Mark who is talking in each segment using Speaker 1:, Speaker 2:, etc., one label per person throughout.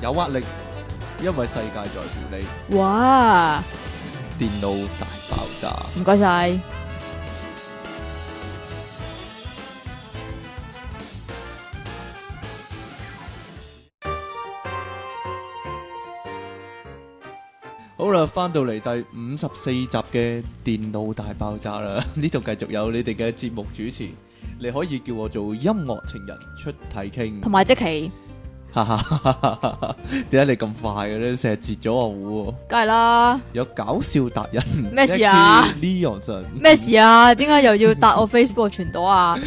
Speaker 1: 有壓力，因為世界在乎你。
Speaker 2: 哇，
Speaker 1: 電腦大爆炸。
Speaker 2: 唔該晒。
Speaker 1: 好啦，翻到嚟第五十四集嘅電腦大爆炸啦， 呢度繼續有你哋嘅節目主持，你可以叫我做音樂情人出體
Speaker 2: 同
Speaker 1: king。
Speaker 2: 埋即期，
Speaker 1: 哈哈哈哈哈哈 點解你咁快嘅咧？成日截咗我糊喎，
Speaker 2: 梗係啦。
Speaker 1: 有搞笑達人
Speaker 2: 咩事啊
Speaker 1: Leon 神
Speaker 2: 咩事啊？點解又要答我 Facebook 傳 到啊？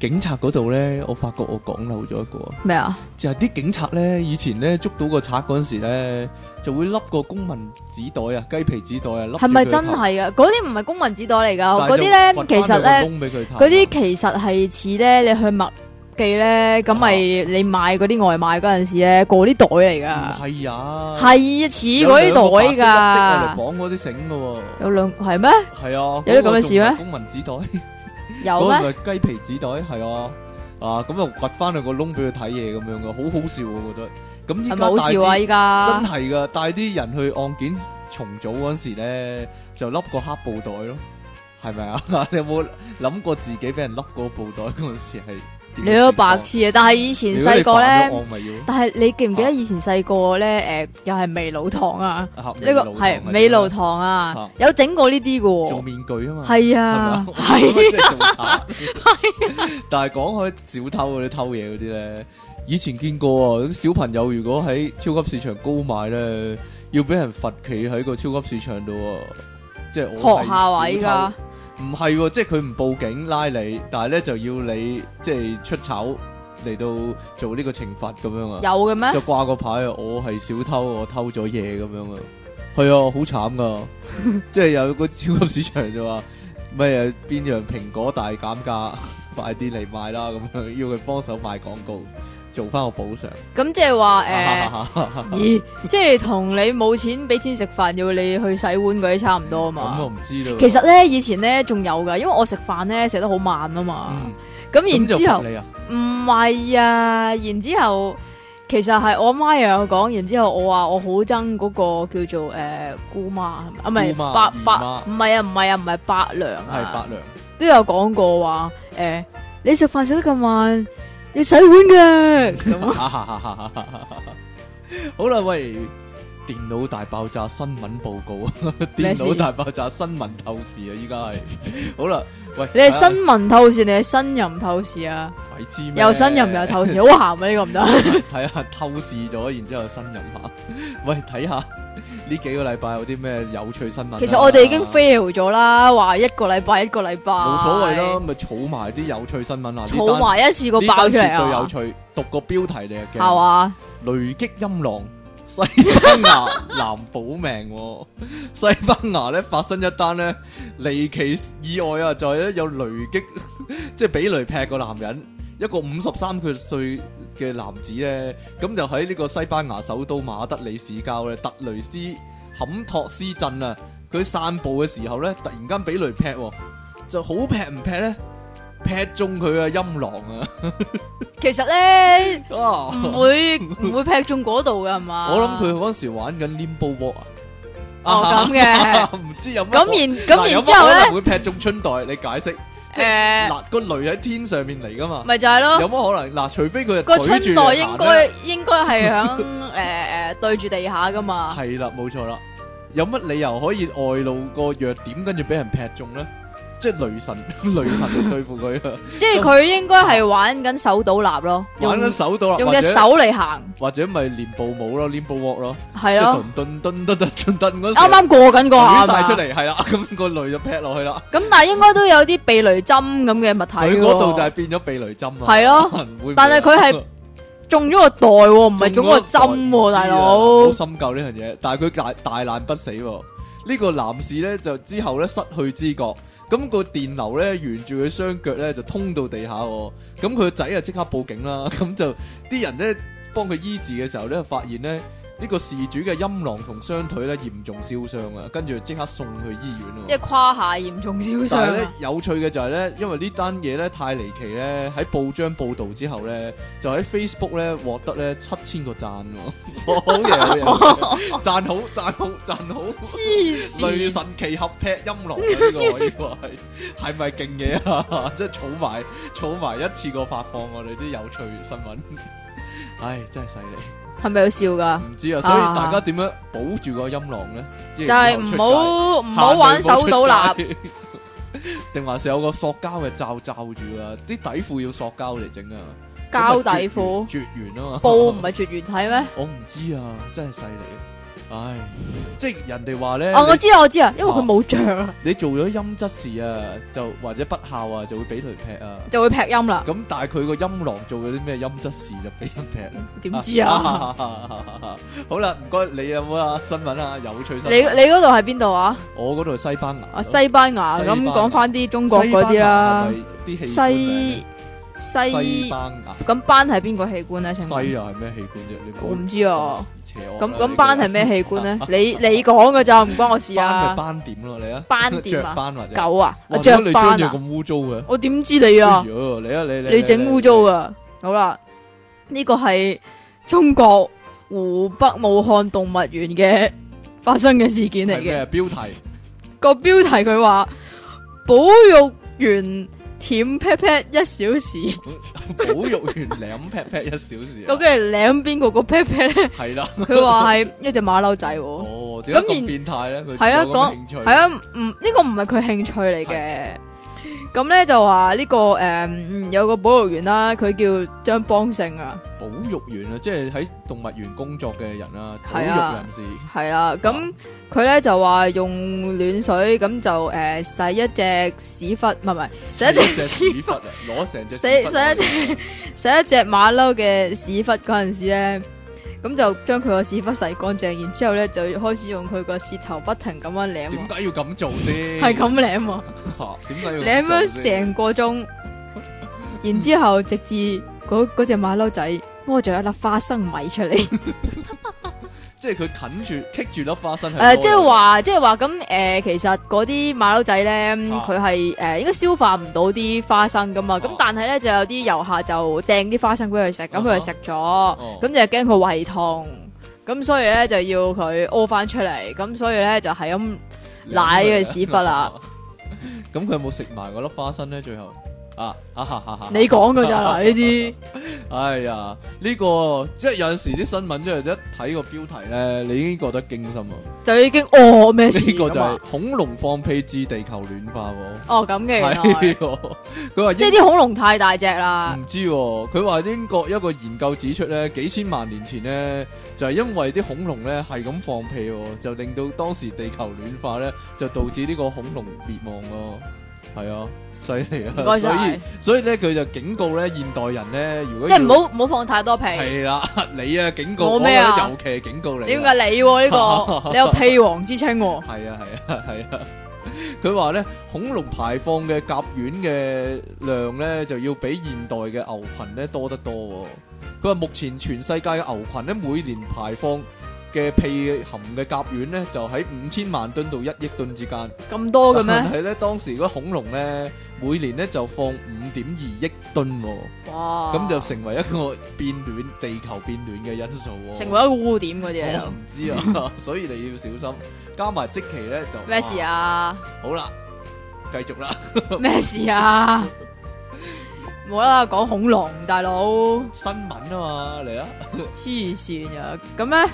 Speaker 1: 警察嗰度咧，我發覺我講漏咗一個，
Speaker 2: 咩啊？
Speaker 1: 就係啲警察咧，以前咧捉到個賊嗰陣時咧，就會笠個公民紙袋啊、雞皮紙袋啊，笠住
Speaker 2: 係咪
Speaker 1: 佢個
Speaker 2: 真
Speaker 1: 頭？
Speaker 2: 係啊噶？嗰啲唔係公民紙袋嚟
Speaker 1: 但係
Speaker 2: 㗎，嗰
Speaker 1: 就掘
Speaker 2: 啲咧
Speaker 1: 返
Speaker 2: 其實
Speaker 1: 兩個
Speaker 2: 咧，
Speaker 1: 窿俾佢啊攤
Speaker 2: 嗰啲其實係似咧，你去麥記咧，咁咪
Speaker 1: 啊
Speaker 2: 你買嗰啲外賣嗰陣時咧，嗰啲袋嚟
Speaker 1: 唔
Speaker 2: 㗎，
Speaker 1: 係啊，
Speaker 2: 嗯係似嗰啲袋㗎。
Speaker 1: 綁嗰啲繩嘅
Speaker 2: 有兩係咩？
Speaker 1: 喎，係啊，
Speaker 2: 有啲咁嘅事咩
Speaker 1: 嗰個仲係公民紙袋，嗰
Speaker 2: 有
Speaker 1: 個
Speaker 2: 咩？
Speaker 1: 咪雞皮紙袋，係啊，啊咁就掘翻去個窿俾佢睇嘢咁樣嘅，好好笑我覺得。咁依
Speaker 2: 係
Speaker 1: 家
Speaker 2: 咪好笑啊？
Speaker 1: 帶啲
Speaker 2: 依家
Speaker 1: 真係噶，帶啲人去案件重組嗰時咧，就笠個黑布袋咯，係咪啊？ 你有冇諗過自己俾人笠個布袋嗰陣時係點嘅情況？
Speaker 2: 你都白痴啊！但係以前
Speaker 1: 如果你
Speaker 2: 細個
Speaker 1: 犯咗
Speaker 2: 咧，
Speaker 1: 案咪要
Speaker 2: 但係你記唔
Speaker 1: 啊
Speaker 2: 記得以前細個咧？誒，又係味老堂啊，
Speaker 1: 呢
Speaker 2: 呢個係美
Speaker 1: 美
Speaker 2: 露
Speaker 1: 露
Speaker 2: 堂
Speaker 1: 啊
Speaker 2: 啊，有整過呢啲
Speaker 1: 做
Speaker 2: 嘅
Speaker 1: 面具啊嘛。
Speaker 2: 喎，係啊，係
Speaker 1: 即係做賊。但係講開小偷嗰啲偷嘢嗰啲咧，以前見過啊！啲小朋友如果喺超級市場高買咧，要俾人罰企喺個超級市場度喎，即係我係
Speaker 2: 學校啊位
Speaker 1: 小
Speaker 2: 㗎
Speaker 1: 偷。，唔係喎，即係佢唔報警拉你，但係咧就要你即係出醜嚟到做呢個懲罰咁樣啊，
Speaker 2: 有嘅咩
Speaker 1: 就？掛個牌啊，我係小偷，我偷咗嘢咁樣啊，係啊，好慘噶， 即係有個超級市場就話咩啊邊樣蘋果大減價， 快啲嚟買啦咁樣，要佢幫手賣廣告，做翻個補償。
Speaker 2: 咁即 係話誒，
Speaker 1: 咁
Speaker 2: 咦，即係同你冇錢俾錢食飯要你去洗碗嗰啲差唔多啊
Speaker 1: 我
Speaker 2: 嘛。
Speaker 1: 唔知道。
Speaker 2: 其實咧，以前咧仲有㗎，因為我食飯咧食得好慢啊嘛
Speaker 1: 嗯，。
Speaker 2: 咁
Speaker 1: 咁
Speaker 2: 然
Speaker 1: 就
Speaker 2: 之後
Speaker 1: 罰。你啊，
Speaker 2: 唔係啊，然之後其實係我媽又有講，然之後我話我好憎嗰個叫做誒、呃姑媽，啊唔係
Speaker 1: 姑媽
Speaker 2: 伯
Speaker 1: 姨媽
Speaker 2: 伯，唔係啊唔係啊唔係伯娘
Speaker 1: 係
Speaker 2: 啊
Speaker 1: 伯，娘。
Speaker 2: 都有講過話誒、呃你食飯食得咁慢，你洗 碗嘅咁啊
Speaker 1: 好啦，喂，電腦大爆炸新聞報告 啊，電
Speaker 2: 咩事
Speaker 1: 腦大爆炸新聞透視啊，依家係好啦，喂，
Speaker 2: 你係新聞透視定係新任透視啊？
Speaker 1: 啊鬼知咩
Speaker 2: 又新任又透視，好鹹啊呢個唔得。
Speaker 1: 睇下透視咗，然之後新任下， 喂，睇下呢幾個禮拜有啲咩有趣新聞啊。
Speaker 2: 其實我哋已經 fail 咗啦，話一個禮拜一個禮拜，
Speaker 1: 冇所謂啦，，咪儲埋啲有趣新聞啊，呢
Speaker 2: 儲
Speaker 1: 單
Speaker 2: 埋一次過
Speaker 1: 呢
Speaker 2: 爆
Speaker 1: 單
Speaker 2: 出嚟
Speaker 1: 絕對有
Speaker 2: 啊，
Speaker 1: 趣，讀個標題你就驚
Speaker 2: 係。啊嘛？
Speaker 1: 雷擊音浪，西班牙男保命、喎。 西班牙咧發生一單咧離奇意外啊，就係、咧有雷擊， 即係俾雷劈個男人，一個五十三歲嘅男子咧，咁就喺呢個西班牙首都馬德里市郊咧特雷斯坎托斯鎮啊，佢散步嘅時候咧，突然間俾雷劈、喎，就好劈唔劈咧？劈中佢嘅陰囊啊！
Speaker 2: 其實咧。
Speaker 1: 啊
Speaker 2: 唔會唔會劈中嗰度噶係嘛？
Speaker 1: 我諗佢嗰陣時玩緊 Limbo Walk 啊，
Speaker 2: 哦 咁嘅，
Speaker 1: 唔知有乜可
Speaker 2: 咁然
Speaker 1: 嗱
Speaker 2: 咁
Speaker 1: 有
Speaker 2: 然
Speaker 1: 乜
Speaker 2: 之後
Speaker 1: 可
Speaker 2: 咧
Speaker 1: 能會劈中春袋，你解釋即
Speaker 2: 誒，
Speaker 1: 嗱個雷喺天上面嚟噶嘛，
Speaker 2: 咪就係
Speaker 1: 有
Speaker 2: 咯，
Speaker 1: 乜可能嗱？除非佢係
Speaker 2: 個
Speaker 1: 舉
Speaker 2: 春
Speaker 1: 住
Speaker 2: 袋
Speaker 1: 嚟
Speaker 2: 應
Speaker 1: 行
Speaker 2: 該
Speaker 1: 咧
Speaker 2: 應該 係響誒誒對住地下噶嘛？
Speaker 1: 係啦，冇錯啦。有乜理由可以外露個弱點，跟住俾人劈中咧？即係雷神， 雷神嚟對付佢啊！
Speaker 2: 即係佢應該係玩緊手倒立咯，
Speaker 1: 玩
Speaker 2: 用
Speaker 1: 緊手到啦，
Speaker 2: 用
Speaker 1: 或
Speaker 2: 隻
Speaker 1: 者
Speaker 2: 手嚟行，
Speaker 1: 或者咪練步舞咯，Limbo Walk 咯，即
Speaker 2: 係
Speaker 1: 係
Speaker 2: 咯，
Speaker 1: 頓頓頓頓頓頓嗰時
Speaker 2: 啱啱過緊個下
Speaker 1: 舉
Speaker 2: 嘛
Speaker 1: 晒出嚟，係啦，咁個雷就劈落去啦。
Speaker 2: 咁但係應該都有啲避雷針咁嘅物體
Speaker 1: 佢
Speaker 2: 喎
Speaker 1: 嗰度就係變咗避雷針啊！
Speaker 2: 係咯
Speaker 1: 可能會唔會啊，
Speaker 2: 但係佢係中咗個袋喎，唔係中咗個針
Speaker 1: 中咗
Speaker 2: 喎，
Speaker 1: 個
Speaker 2: 大
Speaker 1: 好
Speaker 2: 佬。
Speaker 1: 深究呢樣嘢，但係佢大大難不死喎。呢個男士咧就之後咧失去知覺，咁個電流咧沿住佢雙腳咧就通到地下喎， 咁佢個仔啊即刻報警啦，咁就啲人咧幫佢醫治嘅時候咧發現咧呢個事主嘅陰囊同雙腿咧嚴重燒傷啊，跟住即刻送去醫院
Speaker 2: 即
Speaker 1: 喎。
Speaker 2: 係胯下嚴重燒
Speaker 1: 但係
Speaker 2: 傷
Speaker 1: 咧
Speaker 2: 啊，
Speaker 1: 有趣嘅就係咧，因為呢單嘢咧太離奇咧，喺報章報導之後咧，就喺 Facebook 咧獲得咧七千個讚喎， 好嘢好嘢，讚好讚好讚好，
Speaker 2: 黐
Speaker 1: 女
Speaker 2: 線！
Speaker 1: 神奇合劈陰囊啊！呢個呢個係係咪勁嘢啊？ 即係儲埋儲埋一次過發放我哋啲有趣新聞，唉真係犀利。
Speaker 2: 係咪要 笑噶？
Speaker 1: 唔知啊，所以
Speaker 2: 啊
Speaker 1: 大家點樣保住個音浪咧？就
Speaker 2: 就係唔好唔好玩手倒立，
Speaker 1: 立， 定還是有個塑膠嘅罩罩住啊？啲底褲要塑膠嚟整啊，
Speaker 2: 膠底褲
Speaker 1: 絕緣啊嘛，
Speaker 2: 布唔係絕緣體咩？
Speaker 1: 我唔知啊，真係犀利，唉，即係人哋話咧，
Speaker 2: 哦，我
Speaker 1: 你
Speaker 2: 知啦，我知 啦，因為佢冇着啊，
Speaker 1: 你做咗陰質事啊，就或者不孝啊，就會俾雷劈啊。
Speaker 2: 就會劈 音啦。
Speaker 1: 咁但係佢個音浪做咗啲咩陰質事就俾人劈啦。
Speaker 2: 點 知啊？？
Speaker 1: 好啦，唔該，你有冇啊新聞啊？有趣新
Speaker 2: 你
Speaker 1: 聞。
Speaker 2: 你嗰度係邊度啊？
Speaker 1: 我嗰度係西班牙。
Speaker 2: 啊，西班牙
Speaker 1: 西班
Speaker 2: 咁
Speaker 1: 牙
Speaker 2: 講翻啲中國嗰
Speaker 1: 西班
Speaker 2: 啲啦。
Speaker 1: 牙係咪啲器官名
Speaker 2: 西
Speaker 1: 咧西
Speaker 2: 西
Speaker 1: 班牙
Speaker 2: 咁斑係邊個器官咧？請問
Speaker 1: 西又係咩器官啫？你
Speaker 2: 我唔知啊。
Speaker 1: 邪惡啊。
Speaker 2: 咁
Speaker 1: 呢個
Speaker 2: 咁斑係咩器官咧？ 你你講嘅咋，唔關我事
Speaker 1: 斑咪
Speaker 2: 啊。
Speaker 1: 斑點咯，你啊。
Speaker 2: 斑點啊
Speaker 1: 雀斑或者。
Speaker 2: 狗啊，
Speaker 1: 哇點
Speaker 2: 啊
Speaker 1: 解
Speaker 2: 雀
Speaker 1: 你
Speaker 2: 斑
Speaker 1: 張
Speaker 2: 啊
Speaker 1: 嘢，咁污糟嘅。
Speaker 2: 我點知你啊
Speaker 1: 哎？呦你啊你你
Speaker 2: 你整污糟！啊！好啦，呢個係中國湖北武漢動物園嘅發生嘅事件
Speaker 1: 你
Speaker 2: 嚟
Speaker 1: 係
Speaker 2: 嘅。
Speaker 1: 咩標題？
Speaker 2: 個標題佢話保育員舔 pat pat 一小時，
Speaker 1: 保育員舐劈劈一小時啊。
Speaker 2: 究竟係舐邊個個 pat pat 咧？
Speaker 1: 係啦。
Speaker 2: 佢 話係一隻馬騮仔喎。
Speaker 1: 哦，點解
Speaker 2: 咁然
Speaker 1: 咁變態咧？佢
Speaker 2: 係啊
Speaker 1: 有咁嘅
Speaker 2: 講
Speaker 1: 興趣
Speaker 2: 系啊，唔呢、個唔係佢興趣嚟嘅。咁咧就話呢、個个诶、嗯有個保育員啦，佢叫張邦勝啊，
Speaker 1: 保育員啊，即係喺動物園工作嘅人啊，保育
Speaker 2: 係啊
Speaker 1: 人士
Speaker 2: 係啦，咁佢咧就話用暖水咁就诶、呃洗一隻屎忽，唔係唔係洗一隻
Speaker 1: 隻
Speaker 2: 屎
Speaker 1: 屎忽啊，攞成隻
Speaker 2: 洗
Speaker 1: 屎忽
Speaker 2: 洗一隻
Speaker 1: 攞嚟
Speaker 2: 洗一隻馬騮嘅屎忽嗰陣時咧，咁就將佢個屎忽洗乾淨，然之后咧就開始用佢個舌頭不停咁樣舐
Speaker 1: 點
Speaker 2: 喎，
Speaker 1: 解要咁做先？
Speaker 2: 係咁舐喎。
Speaker 1: 嚇，點解要
Speaker 2: 你咁
Speaker 1: 做
Speaker 2: 樣
Speaker 1: 先
Speaker 2: 成個鐘，然之后直至嗰嗰只馬騮仔屙咗一粒花生米出嚟，
Speaker 1: 即係佢啃住棘住粒花生係多嘅
Speaker 2: 诶、呃即係話，即係話咁诶，誒其實嗰啲馬騮仔咧，佢係呃诶應該消化唔到啲花生噶嘛，咁、
Speaker 1: 啊
Speaker 2: 但係咧就有啲遊客就掟啲花生俾佢食，咁佢
Speaker 1: 啊哈
Speaker 2: 就食咗，咁、就驚佢胃痛，咁所以咧就要佢屙翻出嚟，咁所以咧就係
Speaker 1: 啊
Speaker 2: 咁舐嘅啊屎忽啦。
Speaker 1: 咁佢有冇食埋嗰粒花生咧？最後啊啊哈哈哈！
Speaker 2: 你講 噶咋嗱呢啲，
Speaker 1: 哎呀，呢個即係有陣時啲新聞即係一睇個標題咧，你已經覺得驚 心啊！
Speaker 2: 就已經哦咩事
Speaker 1: 呢個
Speaker 2: 咁
Speaker 1: 就
Speaker 2: 啊
Speaker 1: 係恐龍放屁致地球暖化喎。
Speaker 2: 哦咁嘅原來
Speaker 1: 係喎佢話
Speaker 2: 即
Speaker 1: 英
Speaker 2: 係啲恐龍太大隻啦，
Speaker 1: 唔知喎，佢話英國一個研究指出咧，幾千萬年前咧就係因為啲恐龍咧係咁放屁喎，就令到當時地球暖化咧，就導致呢個恐龍滅亡咯。係啊，犀利啊！
Speaker 2: 唔
Speaker 1: 所
Speaker 2: 該
Speaker 1: 以
Speaker 2: 晒，
Speaker 1: 所以咧佢就警告咧現代人咧，如果
Speaker 2: 即係唔
Speaker 1: 好
Speaker 2: 好唔好放太多屁。
Speaker 1: 係啦，你啊警告
Speaker 2: 我咩啊
Speaker 1: 我覺得尤其係警告你啊。
Speaker 2: 點解你喎呢 個你有屁王之稱喎？
Speaker 1: 係啊係啊係啊！ 佢話咧，恐龍排放嘅甲烷嘅量咧，就要比現代嘅牛群咧多得多、喎。佢話目前全世界嘅牛群咧，每年排放嘅屁含嘅甲烷咧，就喺五千萬噸到一億噸之間。
Speaker 2: 咁多嘅
Speaker 1: 但
Speaker 2: 咩？
Speaker 1: 係咧，當時嗰恐龍咧，每年咧就放五點二億噸、喎，
Speaker 2: 哇！
Speaker 1: 咁、就成為一個變暖、地球變暖嘅因素、喎。
Speaker 2: 成為一個污點嗰啲嚟
Speaker 1: 我
Speaker 2: 咯
Speaker 1: 唔知啊， 所以你要小心。加埋即期咧就
Speaker 2: 咩事？啊？
Speaker 1: 好啦，繼續啦。
Speaker 2: 咩事啊？冇啦啦講恐龍，大佬
Speaker 1: 新聞啊嘛，嚟啊，
Speaker 2: 黐線啊！咁咧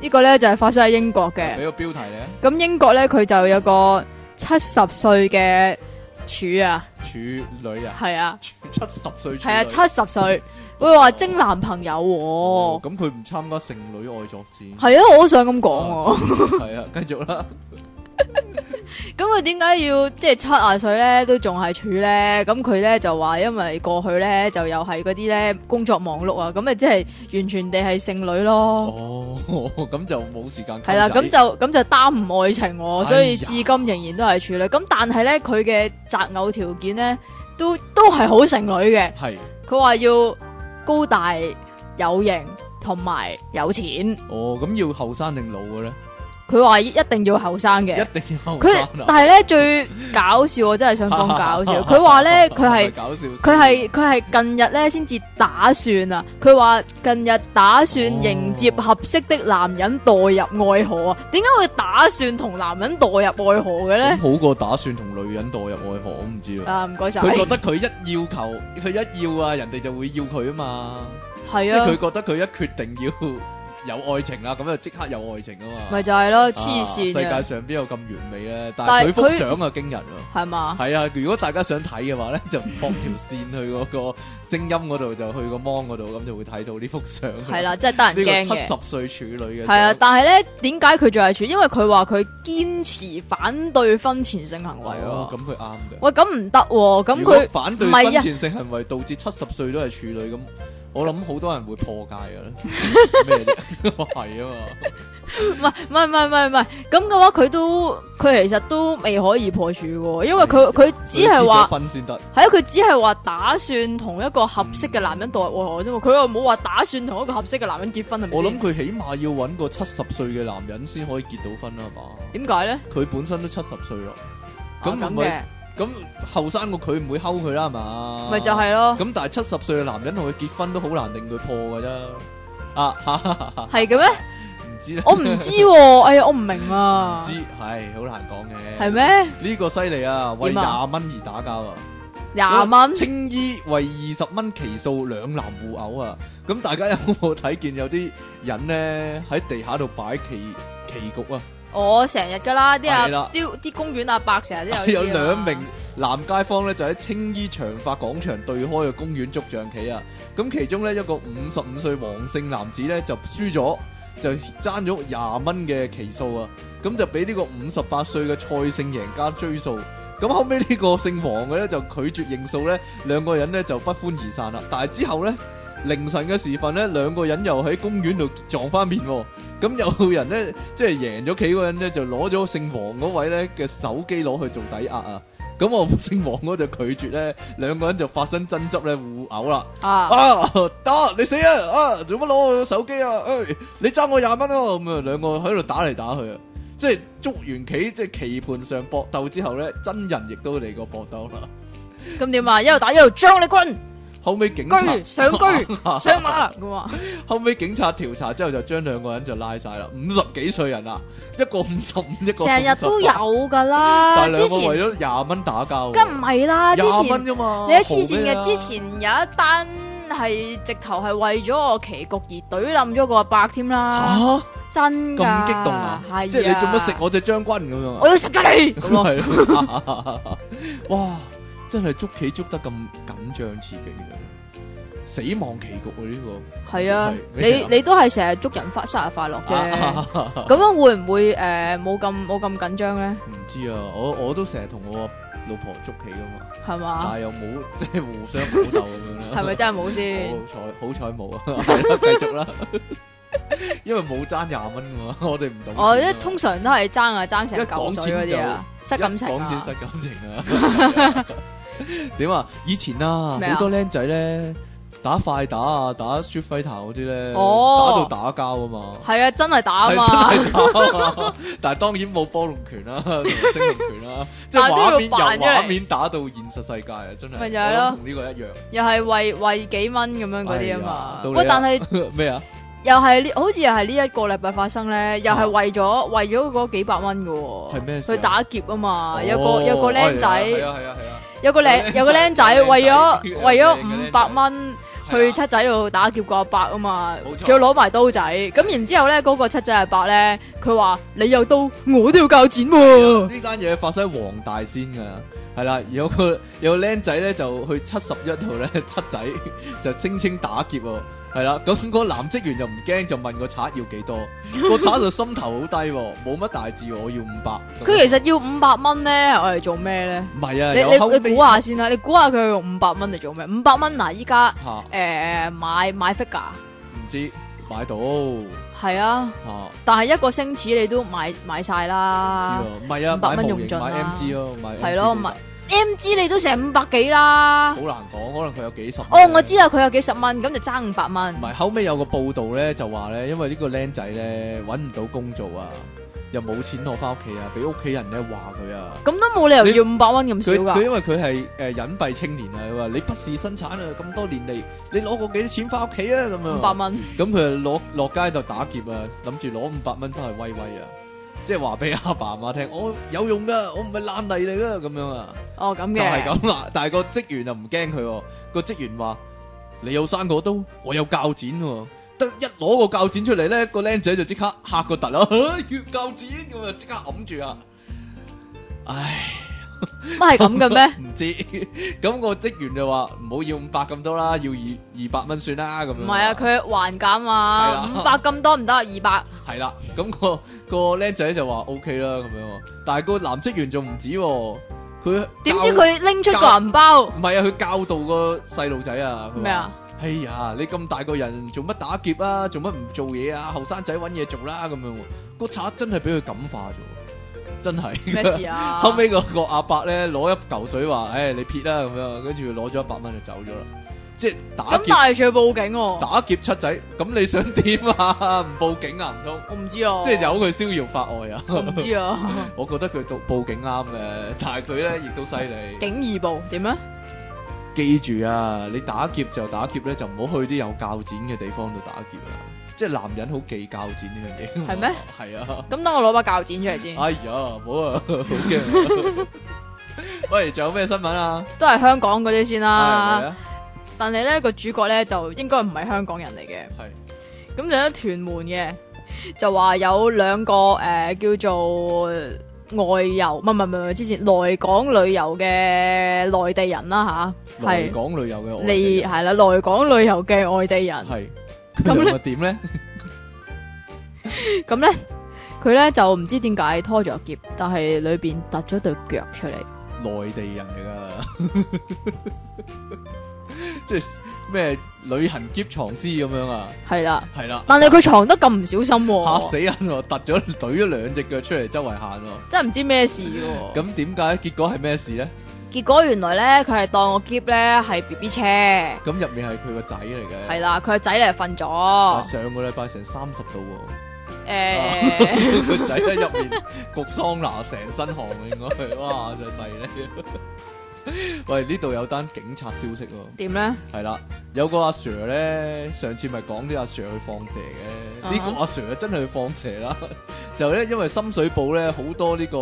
Speaker 2: 呢個咧就係發生喺英國嘅。
Speaker 1: 俾個標題你啊。
Speaker 2: 咁英國咧佢就有個七十歲嘅柱啊，
Speaker 1: 處女啊，
Speaker 2: 係啊，
Speaker 1: 處七十歲處
Speaker 2: 係啊，
Speaker 1: 女
Speaker 2: 七十歲。佢話徵男朋友喎、
Speaker 1: 哦，咁佢唔參加剩女愛作戰。
Speaker 2: 係啊，我都想咁講喎。
Speaker 1: 係啊，繼續啦。
Speaker 2: 咁佢點解要即係七啊歲咧都仲係處咧？咁佢咧就話因為過去咧就又係嗰啲咧工作忙碌啊，咁咪即係完全地係剩女咯。
Speaker 1: 哦，咁就冇時間溝仔。
Speaker 2: 係啦，咁就咁就耽誤愛情喎，所
Speaker 1: 哎呀
Speaker 2: 以至今仍然都係處女。咁但係咧，佢嘅擇偶條件咧，都都係好剩女嘅。
Speaker 1: 係
Speaker 2: 佢話要高大有型，同埋有錢。
Speaker 1: 哦，咁要後生定老嘅咧？
Speaker 2: 佢話一定要後生嘅。
Speaker 1: 一定要後
Speaker 2: 佢
Speaker 1: 生啊！
Speaker 2: 但係咧最搞笑，我真係想講 搞笑。佢話咧佢係。
Speaker 1: 搞笑，
Speaker 2: 佢係佢係近日咧先至打算啊！佢話近日打算
Speaker 1: 哦
Speaker 2: 迎接合適的男人墮入愛河啊！點解會打算同男人墮入愛河嘅
Speaker 1: 咁
Speaker 2: 咧？
Speaker 1: 好過打算同女人墮入愛河，我唔知啊。
Speaker 2: 啊，唔該晒，
Speaker 1: 佢覺得佢一要求，佢一要啊，人哋就會要佢啊嘛。即係
Speaker 2: 係
Speaker 1: 佢
Speaker 2: 啊，
Speaker 1: 覺得佢一決定要有愛情啦，咁就即刻有愛情啊嘛。
Speaker 2: 咪就係咯，黐
Speaker 1: 啊世
Speaker 2: 線
Speaker 1: 界
Speaker 2: 嘅，
Speaker 1: 上邊有咁完美咧？但
Speaker 2: 但
Speaker 1: 係
Speaker 2: 係
Speaker 1: 佢幅
Speaker 2: 佢
Speaker 1: 相啊驚人啊！
Speaker 2: 係嘛？
Speaker 1: 係啊，如果大家想睇嘅話咧，就放條線去嗰個聲音嗰度，就去個 mon 嗰度，咁就會睇到呢幅相。啊
Speaker 2: 係啦，真係
Speaker 1: 呢
Speaker 2: 得
Speaker 1: 個
Speaker 2: 人
Speaker 1: 七
Speaker 2: 驚嘅。
Speaker 1: 十歲處女嘅
Speaker 2: 係啊，
Speaker 1: 相，
Speaker 2: 但係咧，點解佢仲係處？因為佢話佢堅持反對婚前性行為
Speaker 1: 哦
Speaker 2: 喎。
Speaker 1: 咁佢啱嘅。
Speaker 2: 喂，咁唔得喎，咁
Speaker 1: 如果
Speaker 2: 佢
Speaker 1: 反對
Speaker 2: 唔係
Speaker 1: 婚
Speaker 2: 啊
Speaker 1: 前性行為導致七十歲都係處女咁，我諗好多人會破戒 嘅咧。咩啫？ 係啊嘛，
Speaker 2: 唔係唔係唔係唔係唔係，咁嘅話佢都佢其實都未可以破處嘅，因為佢佢只係
Speaker 1: 嗯佢結咗
Speaker 2: 話
Speaker 1: 婚先得。
Speaker 2: 係啊，佢只係話打算同一個合適嘅男人代入愛河啫嘛，佢又冇話打算同一個合適嘅男人結婚係咪
Speaker 1: 我諗
Speaker 2: 先？
Speaker 1: 佢起碼要揾個七十歲嘅男人先可以結到婚啦，係嘛？
Speaker 2: 點解咧？
Speaker 1: 佢本身都七十歲咯，
Speaker 2: 啊
Speaker 1: 咁
Speaker 2: 咁
Speaker 1: 唔
Speaker 2: 嘅
Speaker 1: 會咁後生過佢唔會溝佢啦，係嘛？
Speaker 2: 咪就係咯，
Speaker 1: 咁，但係七十歲嘅男人同佢結婚都好難令佢破㗎啫。啊， 哈哈哈哈
Speaker 2: 係 嘅咩？
Speaker 1: 唔知咧，
Speaker 2: 我唔知喎，哎呀，我唔明啊
Speaker 1: 唔，知係好難講嘅。
Speaker 2: 係？咩？
Speaker 1: 呢個犀利啊，為
Speaker 2: 點啊
Speaker 1: 廿蚊而打交啊！
Speaker 2: 廿蚊
Speaker 1: 青衣為二十蚊奇數兩男互殴啊！咁大家有冇睇見有啲人咧喺地下度擺棋棋局啊？
Speaker 2: 我成日噶啦，啲
Speaker 1: 係啦
Speaker 2: 啊啲啲公園阿伯成日都有呢 啲
Speaker 1: 有
Speaker 2: 啊
Speaker 1: 兩
Speaker 2: 嘛
Speaker 1: 名男街坊咧就喺青衣長發廣場對開嘅公園捉象棋啊！咁其中咧一個五十五歲黃姓男子咧就輸咗，就爭咗廿蚊嘅棋數啊！咁就俾呢個五十八歲嘅蔡姓贏家追數。咁後尾呢個姓黃嘅咧就拒絕認數咧，兩個人咧就不歡而散啦。但係之後咧凌晨嘅時分咧，兩個人又喺公園度撞翻面喎。咁有人咧，即係贏咗棋嗰人咧，就攞咗姓黃嗰位咧嘅手機攞去做抵押啊！咁我 姓黃嗰就拒絕咧，兩個人就發生爭執咧，互毆啦！
Speaker 2: 啊。
Speaker 1: 啊，得你死啊！啊，做乜攞我手機啊？誒，你爭我廿蚊咯！咁啊，兩個喺度打嚟打去啊！即係捉完棋，即係棋盤上搏鬥之後咧，真人亦都嚟過搏鬥啦。
Speaker 2: 咁點啊？一路打一路將你軍
Speaker 1: 後尾警察
Speaker 2: 居上居 上馬咁啊！
Speaker 1: 後尾警察調查之後，就將兩個人就拉晒啦，五十幾歲人啦，一個五十五，一個
Speaker 2: 成日都
Speaker 1: 58
Speaker 2: 有噶啦，
Speaker 1: 但係
Speaker 2: 之
Speaker 1: 兩個為
Speaker 2: 前
Speaker 1: 咗廿蚊打交喎，
Speaker 2: 梗唔係啦，之
Speaker 1: 廿
Speaker 2: 前
Speaker 1: 蚊啫嘛，
Speaker 2: 你喺黐線
Speaker 1: 豪
Speaker 2: 嘅，
Speaker 1: 咩
Speaker 2: 之
Speaker 1: 啊
Speaker 2: 前有一單係直頭係為咗個棋局而懟冧咗個阿伯添啦，
Speaker 1: 嚇
Speaker 2: 真啊㗎
Speaker 1: 咁激動啊！
Speaker 2: 係
Speaker 1: 即係你做乜食
Speaker 2: 啊？哎
Speaker 1: 我只將軍 咁樣
Speaker 2: 我
Speaker 1: 啊？
Speaker 2: 要食咗你咁咯，
Speaker 1: 係咯 哇！真係捉棋捉得咁緊張刺激嘅，死亡棋局啊喎呢個
Speaker 2: 係啊
Speaker 1: 係！
Speaker 2: 你你都係成日祝人發生日快樂 啫，
Speaker 1: 啊
Speaker 2: 咁樣會唔會誒冇咁冇咁緊張咧？
Speaker 1: 唔知啊！我我都成日同我老婆捉棋噶嘛，
Speaker 2: 係
Speaker 1: 但
Speaker 2: 嘛？
Speaker 1: 係又冇即係互相補鬥咁樣啦。
Speaker 2: 啊係咪真係冇先？
Speaker 1: 好彩好彩冇啊！ 係啦，繼續啦， 因為冇爭廿蚊噶嘛， 我哋唔懂錢㗎啊嘛。
Speaker 2: 我即哦通常都係爭啊爭成
Speaker 1: 一
Speaker 2: 嚿
Speaker 1: 講
Speaker 2: 水嗰啲啊，失感情
Speaker 1: 講錢
Speaker 2: 啊
Speaker 1: 失，感情 啊！點啊？以前啊，
Speaker 2: 咩啊
Speaker 1: 好多僆仔咧打快打啊，打 Street Fighter 嗰啲咧，
Speaker 2: 哦
Speaker 1: 打到打交啊嘛，
Speaker 2: 係啊真係打啊
Speaker 1: 係
Speaker 2: 嘛，
Speaker 1: 真係打啊 嘛！但係當然冇波龍拳啦， 同埋星龍拳啦，即係
Speaker 2: 但係都要
Speaker 1: 畫面由
Speaker 2: 扮出嚟
Speaker 1: 畫面打到現實世界啊！真係，
Speaker 2: 咪就係咯
Speaker 1: 我諗同呢個一樣
Speaker 2: 又係為為幾蚊咁樣嗰啲啊
Speaker 1: 哎呀
Speaker 2: 嘛
Speaker 1: 到。你
Speaker 2: 喂，
Speaker 1: 啦
Speaker 2: 但係
Speaker 1: 咩啊？
Speaker 2: 又係呢，好似又係呢一個禮拜發生咧，又
Speaker 1: 啊
Speaker 2: 係為咗為咗嗰幾百蚊嘅喎。
Speaker 1: 係咩事啊
Speaker 2: 佢打劫啊嘛，有
Speaker 1: 哦
Speaker 2: 個有個僆
Speaker 1: 哎呀係
Speaker 2: 仔，
Speaker 1: 啊係啊係啊！
Speaker 2: 有個
Speaker 1: 有個僆
Speaker 2: 僆有
Speaker 1: 有個
Speaker 2: 個僆仔
Speaker 1: 僆仔
Speaker 2: 為
Speaker 1: 有
Speaker 2: 咗
Speaker 1: 個
Speaker 2: 為咗
Speaker 1: 靚嘅僆
Speaker 2: 五
Speaker 1: 仔
Speaker 2: 百蚊
Speaker 1: 係啊
Speaker 2: 去七仔度打劫個阿伯啊嘛
Speaker 1: 冇，錯
Speaker 2: 仲要攞埋刀仔。咁然之後咧，嗰個七仔阿伯咧，佢話你有刀，我都要交錢喎。
Speaker 1: 呢單嘢發生喺黃大仙噶，係啦，有個有個僆仔咧就去七十一號咧 七仔就聲稱打劫喎，係啦，咁、個男職員就唔驚，就問個賊要幾 多，個賊就心頭好低喎，冇乜大志喎，我要五百。
Speaker 2: 佢其實要五百蚊咧，係我嚟做咩咧？
Speaker 1: 唔係啊，
Speaker 2: 你
Speaker 1: 有後
Speaker 2: 你
Speaker 1: 尾
Speaker 2: 你估下先啦，你估下佢用五百蚊嚟做咩？五百蚊嗱，依家
Speaker 1: 嚇唔、
Speaker 2: 誒買買 figure
Speaker 1: 知買到
Speaker 2: 係啊。
Speaker 1: 嚇，唔、
Speaker 2: 但係一個星矢你都買買晒啦，
Speaker 1: 知喎，唔係啊，啊
Speaker 2: 500
Speaker 1: 買
Speaker 2: 蚊
Speaker 1: 模
Speaker 2: 用
Speaker 1: 型
Speaker 2: 盡
Speaker 1: 買
Speaker 2: 啦
Speaker 1: M G 咯，買
Speaker 2: 係咯，
Speaker 1: 買
Speaker 2: 買 M G 你都成五百幾啦
Speaker 1: 好。難講，可能佢有幾十。
Speaker 2: 哦，我知。啦，佢有幾十蚊，咁就爭五百蚊
Speaker 1: 唔。係，後尾有個報道咧，就話咧，因為呢個僆仔咧揾唔到工做啊，又冇錢攞翻屋企啊，俾屋企人咧話佢啊。
Speaker 2: 咁都冇理
Speaker 1: 你
Speaker 2: 由要五百蚊咁
Speaker 1: 佢
Speaker 2: 少
Speaker 1: 佢
Speaker 2: 㗎。
Speaker 1: 因為佢係誒隱蔽青年啊，佢話你不是生產啊，咁多年嚟你攞過幾多錢翻屋企啊咁樣。
Speaker 2: 五百。蚊，
Speaker 1: 咁佢就攞落街就打劫啊，諗住攞五百蚊翻去威威啊，即係話俾阿爸阿媽聽，我有用噶，我唔係爛泥嚟噶咁樣啊。
Speaker 2: 哦咁
Speaker 1: 就係
Speaker 2: 嘅，
Speaker 1: 咁啦。但係個職員就唔驚佢喎，個職員話：你有生果刀，我有鉸剪喎。得一攞個鉸剪出嚟咧，個僆仔就即刻嚇個突 啦，要鉸剪咁啊，即刻揞住啊！唉，
Speaker 2: 乜係咁嘅咩？
Speaker 1: 唔知咁個職員就話唔好要五百咁多啦，要二二百蚊算啦 咁樣。
Speaker 2: 唔係啊，佢還價
Speaker 1: 係啦
Speaker 2: 嘛，五百咁多唔得，啊 二百。
Speaker 1: 係啦，咁、個個僆仔就話 O K 啦咁樣喎，但係個男職員仲唔止喎，佢
Speaker 2: 點
Speaker 1: 教
Speaker 2: 知佢拎出個銀包
Speaker 1: 唔係啊，佢教導個細路仔啊，佢話
Speaker 2: 咩啊？
Speaker 1: 哎呀，你咁大個人做乜打劫啊？做乜唔做嘢啊？後生仔揾嘢做啦咁樣喎，個賊真係俾佢感化咗，真係。
Speaker 2: 咩事啊？
Speaker 1: 後尾個個阿伯咧攞一嚿水話，唉、你撇啦咁樣，跟住攞咗一百蚊就走咗啦，即係打
Speaker 2: 咁
Speaker 1: 劫
Speaker 2: 但係仲要報警喎，
Speaker 1: 打劫七仔，咁你想點啊？ 唔報警啊唔通？
Speaker 2: 我唔知啊。
Speaker 1: 即係由佢逍遙法 外啊！
Speaker 2: 我唔知 啊，
Speaker 1: 我覺得佢到報警啱嘅，但係佢咧亦都犀利。
Speaker 2: 警二部點啊咧？
Speaker 1: 記住啊，你打劫就打劫咧，就唔好去啲有鉸剪嘅地方度打劫啊！即係男人好忌鉸剪呢樣嘢。
Speaker 2: 係咩？
Speaker 1: 係啊！
Speaker 2: 咁等我攞把鉸剪出嚟先，
Speaker 1: 哎呀，唔好啊，好 驚啊！喂，仲有咩新聞啊？
Speaker 2: 都係香港嗰啲先
Speaker 1: 係
Speaker 2: 啦。
Speaker 1: 啊，
Speaker 2: 但係咧個主角咧就應該唔係香港人嚟嘅，
Speaker 1: 係
Speaker 2: 咁就喺屯門嘅，就話有兩個誒、呃叫做外遊，唔係唔係唔係之前來港旅遊嘅內地人啦吓，
Speaker 1: 來
Speaker 2: 係
Speaker 1: 港旅遊哦嘅外地
Speaker 2: 你
Speaker 1: 人
Speaker 2: 係啦，來港旅遊嘅外地人。
Speaker 1: 係
Speaker 2: 咁
Speaker 1: 咁
Speaker 2: 咧
Speaker 1: 又點咧？
Speaker 2: 咁咧，佢咧就唔知點解拖咗劫，但係裏邊突咗對腳出嚟。
Speaker 1: 內地人嚟噶， 即係咩旅行劫藏屍咁樣啊？
Speaker 2: 係啦，
Speaker 1: 係啦。
Speaker 2: 但係佢藏得咁唔小心、
Speaker 1: 嚇
Speaker 2: 喎，
Speaker 1: 死人喎！突咗懟咗兩隻腳出嚟周圍行喎，
Speaker 2: 真係唔知咩事喎。
Speaker 1: 咁點解？結果係咩事咧？
Speaker 2: 結果原來咧，佢係當我劫咧係 B B 車，係
Speaker 1: 咁入面係佢個仔嚟嘅，
Speaker 2: 啦，佢個仔嚟瞓
Speaker 1: 但
Speaker 2: 咗，
Speaker 1: 上個禮拜成三十度
Speaker 2: 誒，
Speaker 1: 喎，個仔喺入面焗桑拿，成身汗喎，應該係，哇！真係犀利。喂，呢度有單警察消息喎，
Speaker 2: 點咧？
Speaker 1: 係啦，有個阿 Sir 咧，上次咪講啲阿 Sir 去放蛇嘅，呢、
Speaker 2: 啊
Speaker 1: 個
Speaker 2: 哈
Speaker 1: 阿 Sir 真係去放蛇啦， 就咧因為深水埗咧好多呢個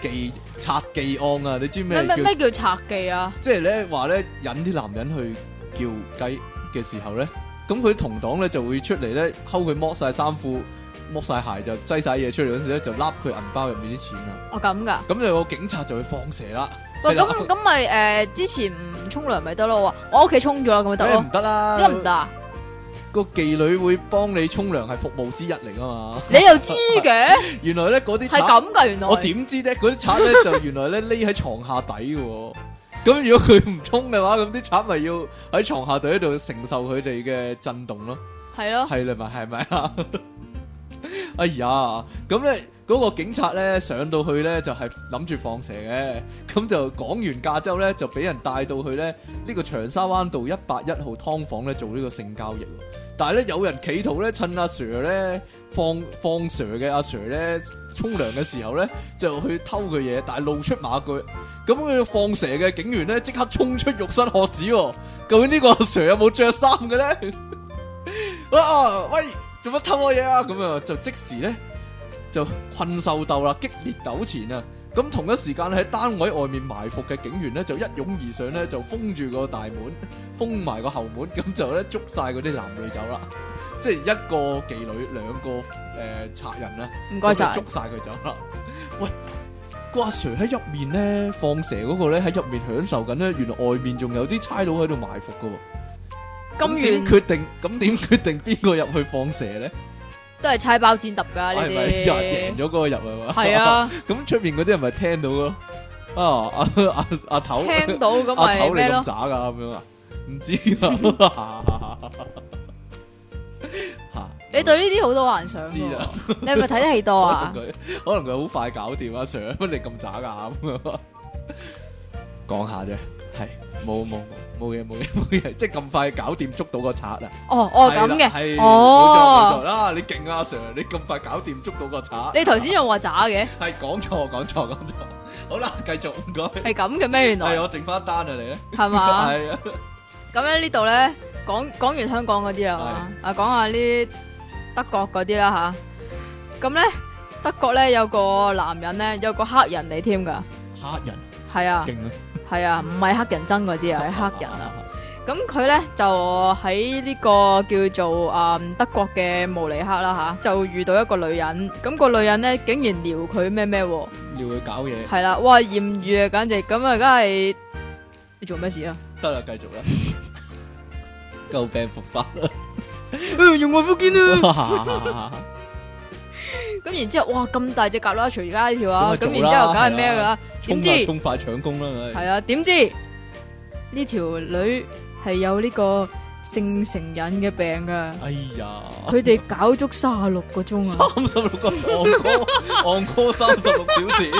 Speaker 1: 技拆技案啊，你知 咩
Speaker 2: 咩咩
Speaker 1: 叫
Speaker 2: 咩叫拆記啊？
Speaker 1: 即係咧話咧引啲男人去叫雞嘅時候咧，咁佢同黨咧就會出嚟咧，睺佢剝晒衫褲、剝晒鞋就擠晒嘢出嚟嗰陣時咧，就笠佢銀包入面啲錢啦。
Speaker 2: 哦 咁噶，
Speaker 1: 咁就有個警察就會放蛇啦，
Speaker 2: 喂，
Speaker 1: 係啦
Speaker 2: 咁咁咪呃誒之前唔沖涼咪得咯？我屋企沖咗啦，咁咪得
Speaker 1: 梗係哎
Speaker 2: 咯
Speaker 1: 唔？得啦。
Speaker 2: 點解唔得？ 啊？
Speaker 1: 個妓女會幫你沖涼係服務之一嚟啊嘛。
Speaker 2: 你又知嘅，
Speaker 1: 原來咧嗰啲
Speaker 2: 係
Speaker 1: 賊，
Speaker 2: 咁噶原來。
Speaker 1: 我點知咧？嗰啲賊咧就原來咧匿喺床下底嘅喎。咁如果佢唔沖嘅話，咁啲賊咪要喺床下底度承受佢哋嘅震動咯。
Speaker 2: 係咯？
Speaker 1: 系啦，咪系咪啊？ 哎呀，咁咧嗰個警察咧上到去咧就係諗住放蛇嘅， 咁就講完價之後咧就俾人帶到去咧呢個長沙灣道一八一號劏房咧做呢個性交易喎。但係咧有人企圖咧趁阿 Sir 咧放放 Sir 嘅阿 Sir 咧沖涼嘅時候咧就去偷佢嘢，但係露出馬腳。咁佢放蛇嘅警員咧即刻衝出浴室喝止喎。究竟呢個阿 Sir 有冇着衫嘅咧？啊喂，做乜偷我嘢啊？咁啊，就即時咧就困獸鬥啦，激烈糾纏啊！咁同一時間喺單位外面埋伏嘅警員咧，就一擁而上咧，就封住個大門，封埋個後門，咁就咧捉晒嗰啲男女走啦。即係一個妓女，兩個誒賊、人啦，
Speaker 2: 唔
Speaker 1: 唔
Speaker 2: 該晒
Speaker 1: 捉。晒佢走啦。喂，個阿 Sir 喺入面咧放蛇嗰個咧喺入面享受緊咧，原來外面仲有啲差佬喺度埋伏噶喎。
Speaker 2: 咁
Speaker 1: 點
Speaker 2: 遠
Speaker 1: 決定？咁點 決定邊個入去放蛇咧？
Speaker 2: 都係猜包剪揼噶呢
Speaker 1: 係咪
Speaker 2: 啲。
Speaker 1: 又贏咗嗰個入係嘛？
Speaker 2: 係。啊，
Speaker 1: 咁出面嗰啲人咪聽到咯？啊阿阿阿頭，
Speaker 2: 聽到咁
Speaker 1: 阿
Speaker 2: 咪
Speaker 1: 頭你
Speaker 2: 咩
Speaker 1: 咁
Speaker 2: 咯？
Speaker 1: 渣噶咁樣啊？ 唔知啊。嚇
Speaker 2: 你對呢啲好多幻想
Speaker 1: 知啊
Speaker 2: 㗎
Speaker 1: 啦
Speaker 2: 喎，你係咪睇得戲 多
Speaker 1: 可能
Speaker 2: 啊？
Speaker 1: 佢可能佢好快搞掂啊 Sir，乜你咁渣噶咁樣啊？講下啫，係冇冇冇嘢冇嘢冇嘢，即係咁快搞掂捉到個賊啊！
Speaker 2: 哦哦咁
Speaker 1: 係
Speaker 2: 嘅，
Speaker 1: 啦係冇錯冇錯
Speaker 2: 哦，
Speaker 1: 啦，你勁啊 Sir，你咁快搞掂捉到個賊，
Speaker 2: 你頭先又話渣嘅，
Speaker 1: 係講錯講錯講錯，好啦，繼續唔該，
Speaker 2: 係咁嘅咩？原
Speaker 1: 係
Speaker 2: 來
Speaker 1: 我剩翻單啊你咧，
Speaker 2: 係嘛？
Speaker 1: 係啊，
Speaker 2: 咁咧呢度咧講講完香港嗰啲啦嘛，啊講下呢德國嗰啲啦吓，咁咧德國咧有個男人咧有個黑人嚟添㗎，
Speaker 1: 黑人
Speaker 2: 係啊
Speaker 1: 勁啊，
Speaker 2: 係啊，唔係黑人憎嗰啲啊， 係黑人啊。咁佢咧就喺呢個叫做啊、嗯德國嘅慕尼克啦吓、就遇到一個女人，咁、個女人咧竟然撩佢咩咩喎，
Speaker 1: 撩佢搞嘢，
Speaker 2: 係啦，哇豔遇啊，簡直咁啊，梗係你做咩事啊？
Speaker 1: 得啦，繼續啦，救病復發
Speaker 2: 哎用我福建啊！
Speaker 1: 啦，
Speaker 2: 咁然之後，哇咁大隻蛤乸隨街跳啊！
Speaker 1: 咁
Speaker 2: 咁
Speaker 1: 咪
Speaker 2: 然
Speaker 1: 做啦
Speaker 2: 之後梗係咩噶啦？
Speaker 1: 衝
Speaker 2: 點
Speaker 1: 啊
Speaker 2: 知
Speaker 1: 衝快搶攻啦，
Speaker 2: 係啊？點知呢條女係有呢個性成癮嘅病噶，
Speaker 1: 哎呀，
Speaker 2: 佢哋搞足三十六個鐘啊！
Speaker 1: 三十六個 on call on call 三十六小時，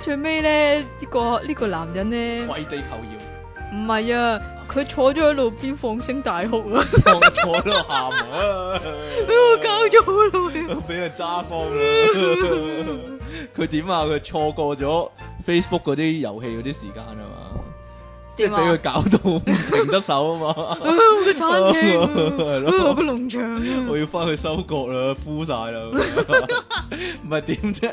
Speaker 2: 最尾咧呢個呢個男人咧，
Speaker 1: 跪地求饒。
Speaker 2: 唔係啊，佢坐咗喺路邊放聲大哭啊！
Speaker 1: 放錯都喊我
Speaker 2: 我搞咗好 耐啊，
Speaker 1: 俾佢揸光啦！佢點啊？佢錯過咗 Facebook 嗰啲遊戲嗰啲時間啊嘛，即係
Speaker 2: 點啊
Speaker 1: 俾佢搞到唔停得手啊 嘛！
Speaker 2: 啊我個餐廳啊，
Speaker 1: 係
Speaker 2: 啊我
Speaker 1: 咯
Speaker 2: 個農場啊
Speaker 1: 我，要翻去收割啦，敷晒啦，唔係點啫？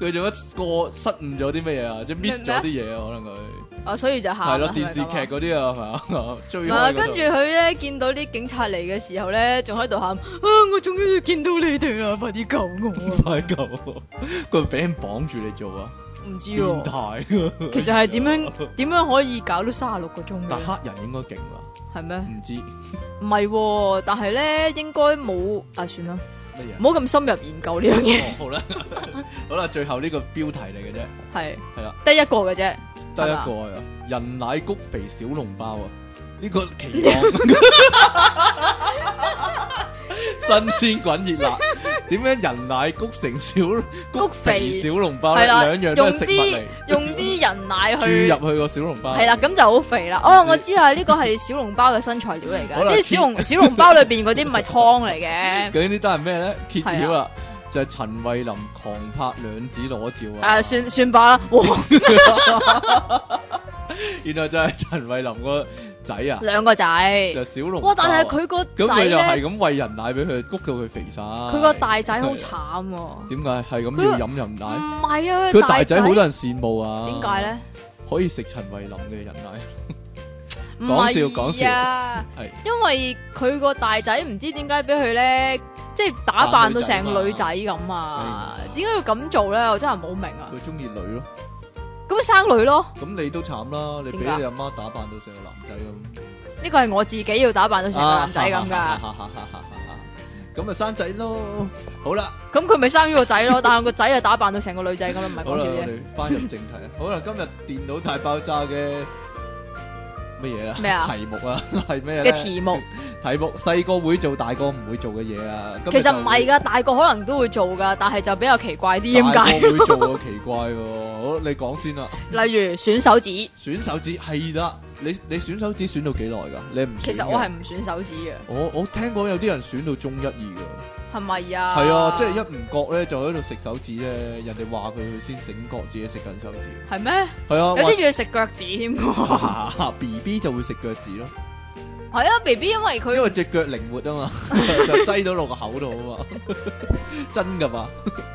Speaker 1: 佢做乜過失誤咗啲乜嘢啊？即係 miss 咗啲嘢啊？可能佢
Speaker 2: 啊所以就
Speaker 1: 係
Speaker 2: 喊
Speaker 1: 咯
Speaker 2: 啦。
Speaker 1: 電視
Speaker 2: 係咪咁啊
Speaker 1: 劇嗰啲啊，係嘛？ 追
Speaker 2: 唔
Speaker 1: 開
Speaker 2: 係啊，
Speaker 1: 嗰
Speaker 2: 跟
Speaker 1: 度
Speaker 2: 住佢咧見到啲警察嚟嘅時候咧，仲喺度喊啊！我終於見到你哋啦，快啲救我啊！
Speaker 1: 快救我！佢俾人綁住嚟做啊！
Speaker 2: 唔知
Speaker 1: 變
Speaker 2: 喎，
Speaker 1: 態。
Speaker 2: 其實係點樣點樣可以搞到三十六個鐘
Speaker 1: 但
Speaker 2: 嘅？
Speaker 1: 黑人應該勁吧？
Speaker 2: 係咩？
Speaker 1: 唔知
Speaker 2: 唔係喎，但係咧應該冇啊，算啦，
Speaker 1: 乜嘢
Speaker 2: 唔。好咁深入研究呢樣嘢，
Speaker 1: 哦好啦， 好啦，最後呢個標題嚟嘅啫，
Speaker 2: 係
Speaker 1: 係啦，
Speaker 2: 得一個嘅啫。
Speaker 1: 得一個啊，人奶谷肥小籠包啊，呢個期 望新鮮滾熱辣，點樣人奶谷成小
Speaker 2: 谷
Speaker 1: 肥
Speaker 2: 肥
Speaker 1: 小籠包咧？
Speaker 2: 係啦，
Speaker 1: 兩樣都
Speaker 2: 用
Speaker 1: 係食物
Speaker 2: 啲
Speaker 1: 嚟，
Speaker 2: 用啲人奶
Speaker 1: 注
Speaker 2: 去
Speaker 1: 入啊去個小籠包，
Speaker 2: 係啦，咁就好肥啦。
Speaker 1: 唔
Speaker 2: 哦，
Speaker 1: 知
Speaker 2: 我知啦，呢個係小籠包嘅新材料嚟
Speaker 1: 好
Speaker 2: 㗎。
Speaker 1: 啦
Speaker 2: 呢小籠小籠包裏邊嗰啲唔係湯嚟 嘅。
Speaker 1: 究竟呢單係咩咧？揭
Speaker 2: 係啊
Speaker 1: 曉啦，就係陳慧琳狂拍兩子裸照啊！
Speaker 2: 誒，算算吧啦，哇，
Speaker 1: 原來就係陳慧琳個仔啊，
Speaker 2: 兩個仔。
Speaker 1: 就小啊龍。
Speaker 2: 哇！但係佢個
Speaker 1: 咁
Speaker 2: 仔
Speaker 1: 佢就係
Speaker 2: 咧，
Speaker 1: 咁喂人奶俾佢，谷到佢肥晒。
Speaker 2: 佢
Speaker 1: 佢
Speaker 2: 個大仔好慘喎。唔
Speaker 1: 點解係咁
Speaker 2: 佢
Speaker 1: 要飲人奶？
Speaker 2: 係啊，
Speaker 1: 佢大仔好多人羨慕啊。
Speaker 2: 點解？咧？
Speaker 1: 可以食陳慧琳嘅人奶，
Speaker 2: 唔
Speaker 1: 講笑講
Speaker 2: 係啊，
Speaker 1: 係
Speaker 2: 因為佢個大仔唔知點解俾佢咧，即係打扮到成女仔咁啊
Speaker 1: 扮女仔嘛！
Speaker 2: 點解要咁做咧？我真係唔好明啊！
Speaker 1: 佢中意女咯。
Speaker 2: 咁咪生女咯，
Speaker 1: 咁你都慘啦，你俾
Speaker 2: 點解
Speaker 1: 你阿媽打扮到成個男仔
Speaker 2: 呢個係我自己要打扮到
Speaker 1: 咁。
Speaker 2: 成個男仔咁
Speaker 1: 啊
Speaker 2: 噶。。
Speaker 1: 咁咪生仔咯。好啦，
Speaker 2: 咁佢咪生咗個 仔咯，但係個仔就打扮到成個女仔咁啊，唔係
Speaker 1: 好
Speaker 2: 講
Speaker 1: 啦，
Speaker 2: 笑
Speaker 1: 我
Speaker 2: 啫。
Speaker 1: 哋翻入正題啊。 好啦，今日電腦大爆炸嘅乜嘢啊？
Speaker 2: 咩啊
Speaker 1: 題目啊， 係咩咧
Speaker 2: 嘅題目
Speaker 1: 題目細個會做，大個唔會做嘅嘢啊。
Speaker 2: 其實唔係噶，大個可能都會做噶，但係就比較奇怪啲，點
Speaker 1: 大
Speaker 2: 解？
Speaker 1: 個會做啊，奇怪喎。好，你講先啦。
Speaker 2: 例如選手指，
Speaker 1: 選手指係啦，你你選手指選到幾耐㗎？你唔選
Speaker 2: 其實
Speaker 1: 嘅
Speaker 2: 我係唔選手指嘅，
Speaker 1: 我我聽講有啲人選到中一二㗎，
Speaker 2: 係咪啊？
Speaker 1: 係啊，即係一唔覺咧就喺度食手指咧，人哋話佢佢先醒覺自己食緊手指，
Speaker 2: 係咩？
Speaker 1: 係啊，
Speaker 2: 有啲仲要食腳趾添喎。
Speaker 1: 哇 B B 就會食腳趾咯，
Speaker 2: 係啊，B B 因為
Speaker 1: 因為
Speaker 2: 佢
Speaker 1: 隻腳靈活 啊嘛，就擠到落個口度啊嘛， 真㗎嘛。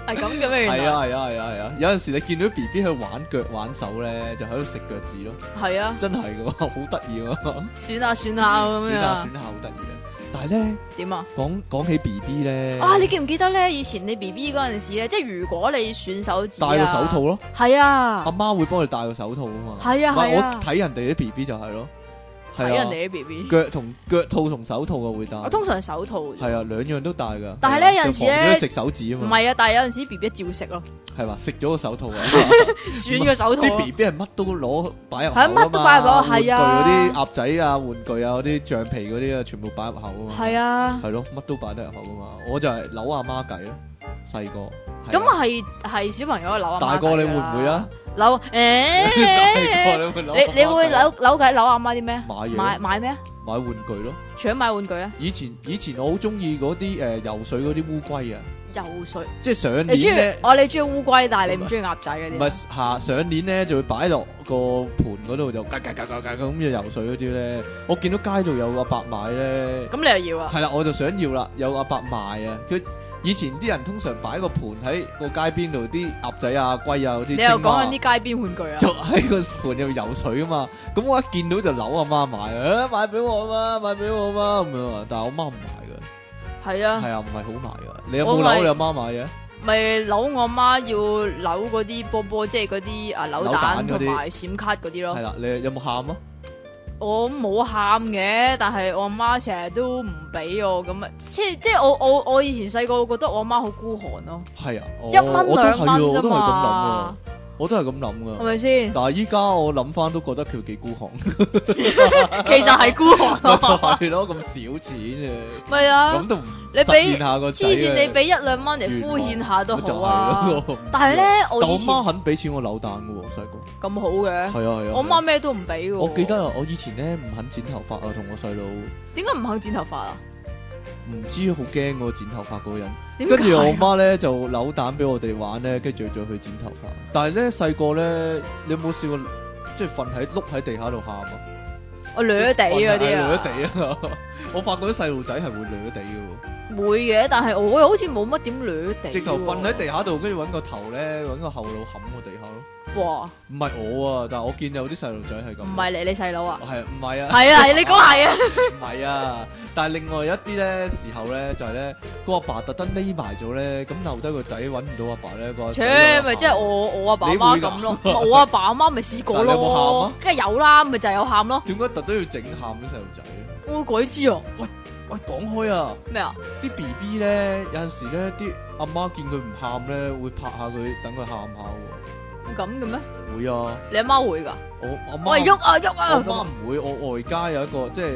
Speaker 2: 係咁嘅咩？
Speaker 1: 系
Speaker 2: 原來
Speaker 1: 啊系啊系啊系啊！有阵时你見到 B B 去玩腳玩手咧，就喺度食腳趾咯，
Speaker 2: 係啊，
Speaker 1: 真係噶，好得意啊！
Speaker 2: 選下選下咁
Speaker 1: 選
Speaker 2: 樣
Speaker 1: 下
Speaker 2: 啊
Speaker 1: 選，下好得意啊！但係咧，
Speaker 2: 點啊？
Speaker 1: 講講起 B B 咧，
Speaker 2: 啊！你記唔記得咧？以前你 B B 嗰陣時咧，即係如果你選手指
Speaker 1: 戴
Speaker 2: 啊
Speaker 1: 個手套，咯，
Speaker 2: 係啊
Speaker 1: 阿，媽會幫你戴個手套啊嘛。
Speaker 2: 係啊
Speaker 1: 唔係
Speaker 2: 係啊
Speaker 1: 我睇人哋啲 B B 就係咯，
Speaker 2: 睇人
Speaker 1: 係啊，
Speaker 2: 哋啲 B B，
Speaker 1: 腳同腳套同手套啊會戴，
Speaker 2: 我通常係手套啫，
Speaker 1: 係啊，兩樣都戴㗎。
Speaker 2: 但係
Speaker 1: 係啊
Speaker 2: 呢有陣時
Speaker 1: 就防止佢
Speaker 2: 呢
Speaker 1: 食手指啊
Speaker 2: 唔
Speaker 1: 嘛，
Speaker 2: 係啊，但係有陣時 B B 照食咯，
Speaker 1: 係嘛，食咗個手套 啊。
Speaker 2: 選個手套
Speaker 1: 啲
Speaker 2: 啊，
Speaker 1: B B 係乜都攞擺入口
Speaker 2: 係啊
Speaker 1: 啊嘛
Speaker 2: 乜都擺入口係啊
Speaker 1: 玩具嗰啲鴨仔啊、玩具啊、嗰啲橡皮嗰啲啊，全部擺入口啊嘛。
Speaker 2: 係啊，
Speaker 1: 係咯，乜都擺得入口噶嘛。我就係扭阿媽計咯，細個。係啊
Speaker 2: 咁係係小朋友嘅扭啊，
Speaker 1: 大個你會唔會啊？？
Speaker 2: 扭诶，你你会扭扭计扭阿媽啲咩啊？
Speaker 1: 買嘢
Speaker 2: 買買咩啊？
Speaker 1: 買玩具咯。
Speaker 2: 除咗買玩具咧，
Speaker 1: 以前以前我好中意嗰啲誒游水嗰啲烏龜啊，
Speaker 2: 游水。
Speaker 1: 即係上年
Speaker 2: 你中意哦
Speaker 1: 咧，
Speaker 2: 我你中意烏龜，但係你唔中意鴨仔嗰
Speaker 1: 唔
Speaker 2: 啲
Speaker 1: 係
Speaker 2: 啊。
Speaker 1: 下上年咧就會擺落個盤嗰度就嘎嘎嘎嘎嘎咁樣游水嗰啲咧，我見到街度有個伯買咧。
Speaker 2: 咁你又要啊？
Speaker 1: 系啦，我就想要啦，有阿伯賣啊！佢以前啲人通常擺個盤喺個街邊度，啲鴨仔啊、龜啊嗰啲
Speaker 2: 你
Speaker 1: 青蛙
Speaker 2: 又
Speaker 1: 啊，
Speaker 2: 講緊啲街邊玩具啊？
Speaker 1: 就喺個盤入面游水啊嘛。咁我一見到就扭阿媽買啊，買俾我啊嘛，買俾我啊嘛咁樣啊。但係我媽唔買
Speaker 2: 係啊
Speaker 1: 噶，，係啊，唔係好買噶。你有冇
Speaker 2: 我咪
Speaker 1: 扭你阿媽買嘅？
Speaker 2: 咪扭我媽要扭嗰啲波波，即係嗰啲啊扭
Speaker 1: 扭蛋
Speaker 2: 蛋
Speaker 1: 嗰啲
Speaker 2: 同埋閃卡嗰啲
Speaker 1: 係
Speaker 2: 咯。
Speaker 1: 啦，你有冇喊啊？
Speaker 2: 我冇喊嘅，但係我媽成日都唔俾我咁啊，即即係我我我以前細個覺得我媽好孤寒咯，
Speaker 1: 係啊，我
Speaker 2: 一蚊
Speaker 1: 我都係
Speaker 2: 兩蚊
Speaker 1: 喎我
Speaker 2: 啫
Speaker 1: 都係咁諗啊
Speaker 2: 嘛，，
Speaker 1: 我都係咁諗
Speaker 2: 係
Speaker 1: 噶。
Speaker 2: 咪先？
Speaker 1: 但係依家我諗翻都覺得佢幾孤 寒，咪
Speaker 2: 其實係孤寒
Speaker 1: 就
Speaker 2: 咯，
Speaker 1: 係咯，咁少錢啊，
Speaker 2: 咪啊
Speaker 1: 咁！都唔
Speaker 2: 你
Speaker 1: 實現
Speaker 2: 俾
Speaker 1: 下個仔
Speaker 2: 黐線，你
Speaker 1: 嘅
Speaker 2: 俾一兩蚊嚟敷衍下都好啊！
Speaker 1: 就係咯
Speaker 2: 但 係，咧，
Speaker 1: 我唔知
Speaker 2: 我
Speaker 1: 但
Speaker 2: 以
Speaker 1: 我
Speaker 2: 前
Speaker 1: 媽肯俾錢我扭蛋嘅喎，細個
Speaker 2: 咁好嘅，
Speaker 1: 係啊係啊。
Speaker 2: 我媽，咩都唔俾嘅喎。
Speaker 1: 我記得啊，我以前咧唔肯剪頭髮啊，同我細佬唔
Speaker 2: 點解唔肯剪頭髮啊？
Speaker 1: 知好驚喎剪頭髮嗰個人。
Speaker 2: 點解
Speaker 1: 跟住我
Speaker 2: 啊？
Speaker 1: 媽咧就扭蛋俾我哋玩咧，跟住再去剪頭髮。但係咧細個咧，你有冇試過即係瞓喺碌喺地下度喊啊？
Speaker 2: 我掠地嗰啲啊，
Speaker 1: 係攣地啊！ 我發覺啲細路仔係會攣地嘅喎，
Speaker 2: 會嘅，但係我好似冇乜點掠地喎。
Speaker 1: 直頭瞓喺地下度，跟住揾個頭咧，揾個後腦冚個地下咯。
Speaker 2: 哇！
Speaker 1: 唔係我啊，但係我見有啲細路仔係咁。
Speaker 2: 唔係你你細 佬啊？
Speaker 1: 係唔係啊？
Speaker 2: 係啊，你講 係啊，
Speaker 1: 唔係啊！但係另外一啲咧時候咧，就係咧個阿爸特登匿埋咗咧，咁留低個仔揾唔到阿爸咧，個阿仔
Speaker 2: 切
Speaker 1: 喺度
Speaker 2: 咪
Speaker 1: 喊
Speaker 2: 即係我我阿爸阿媽 咁咯，
Speaker 1: 你會㗎
Speaker 2: 咪我阿爸阿媽咪試過
Speaker 1: 但係你有冇喊
Speaker 2: 咯
Speaker 1: 啊，
Speaker 2: 梗係有啦，咪就係有喊咯，
Speaker 1: 點解特登要整喊啲細路仔咧？
Speaker 2: 我鬼知啊
Speaker 1: 喂，講開啊，
Speaker 2: 咩啊？
Speaker 1: 啲 B B 咧有陣時咧啲阿媽見佢唔喊咧，會拍下佢，等佢喊下喎。
Speaker 2: 會咁嘅咩？
Speaker 1: 會啊，
Speaker 2: 你阿媽會㗎？
Speaker 1: 我阿媽
Speaker 2: 喂，喐啊喐啊
Speaker 1: 我
Speaker 2: 咁
Speaker 1: 媽
Speaker 2: 啊！
Speaker 1: 唔會，我外家有一個，即係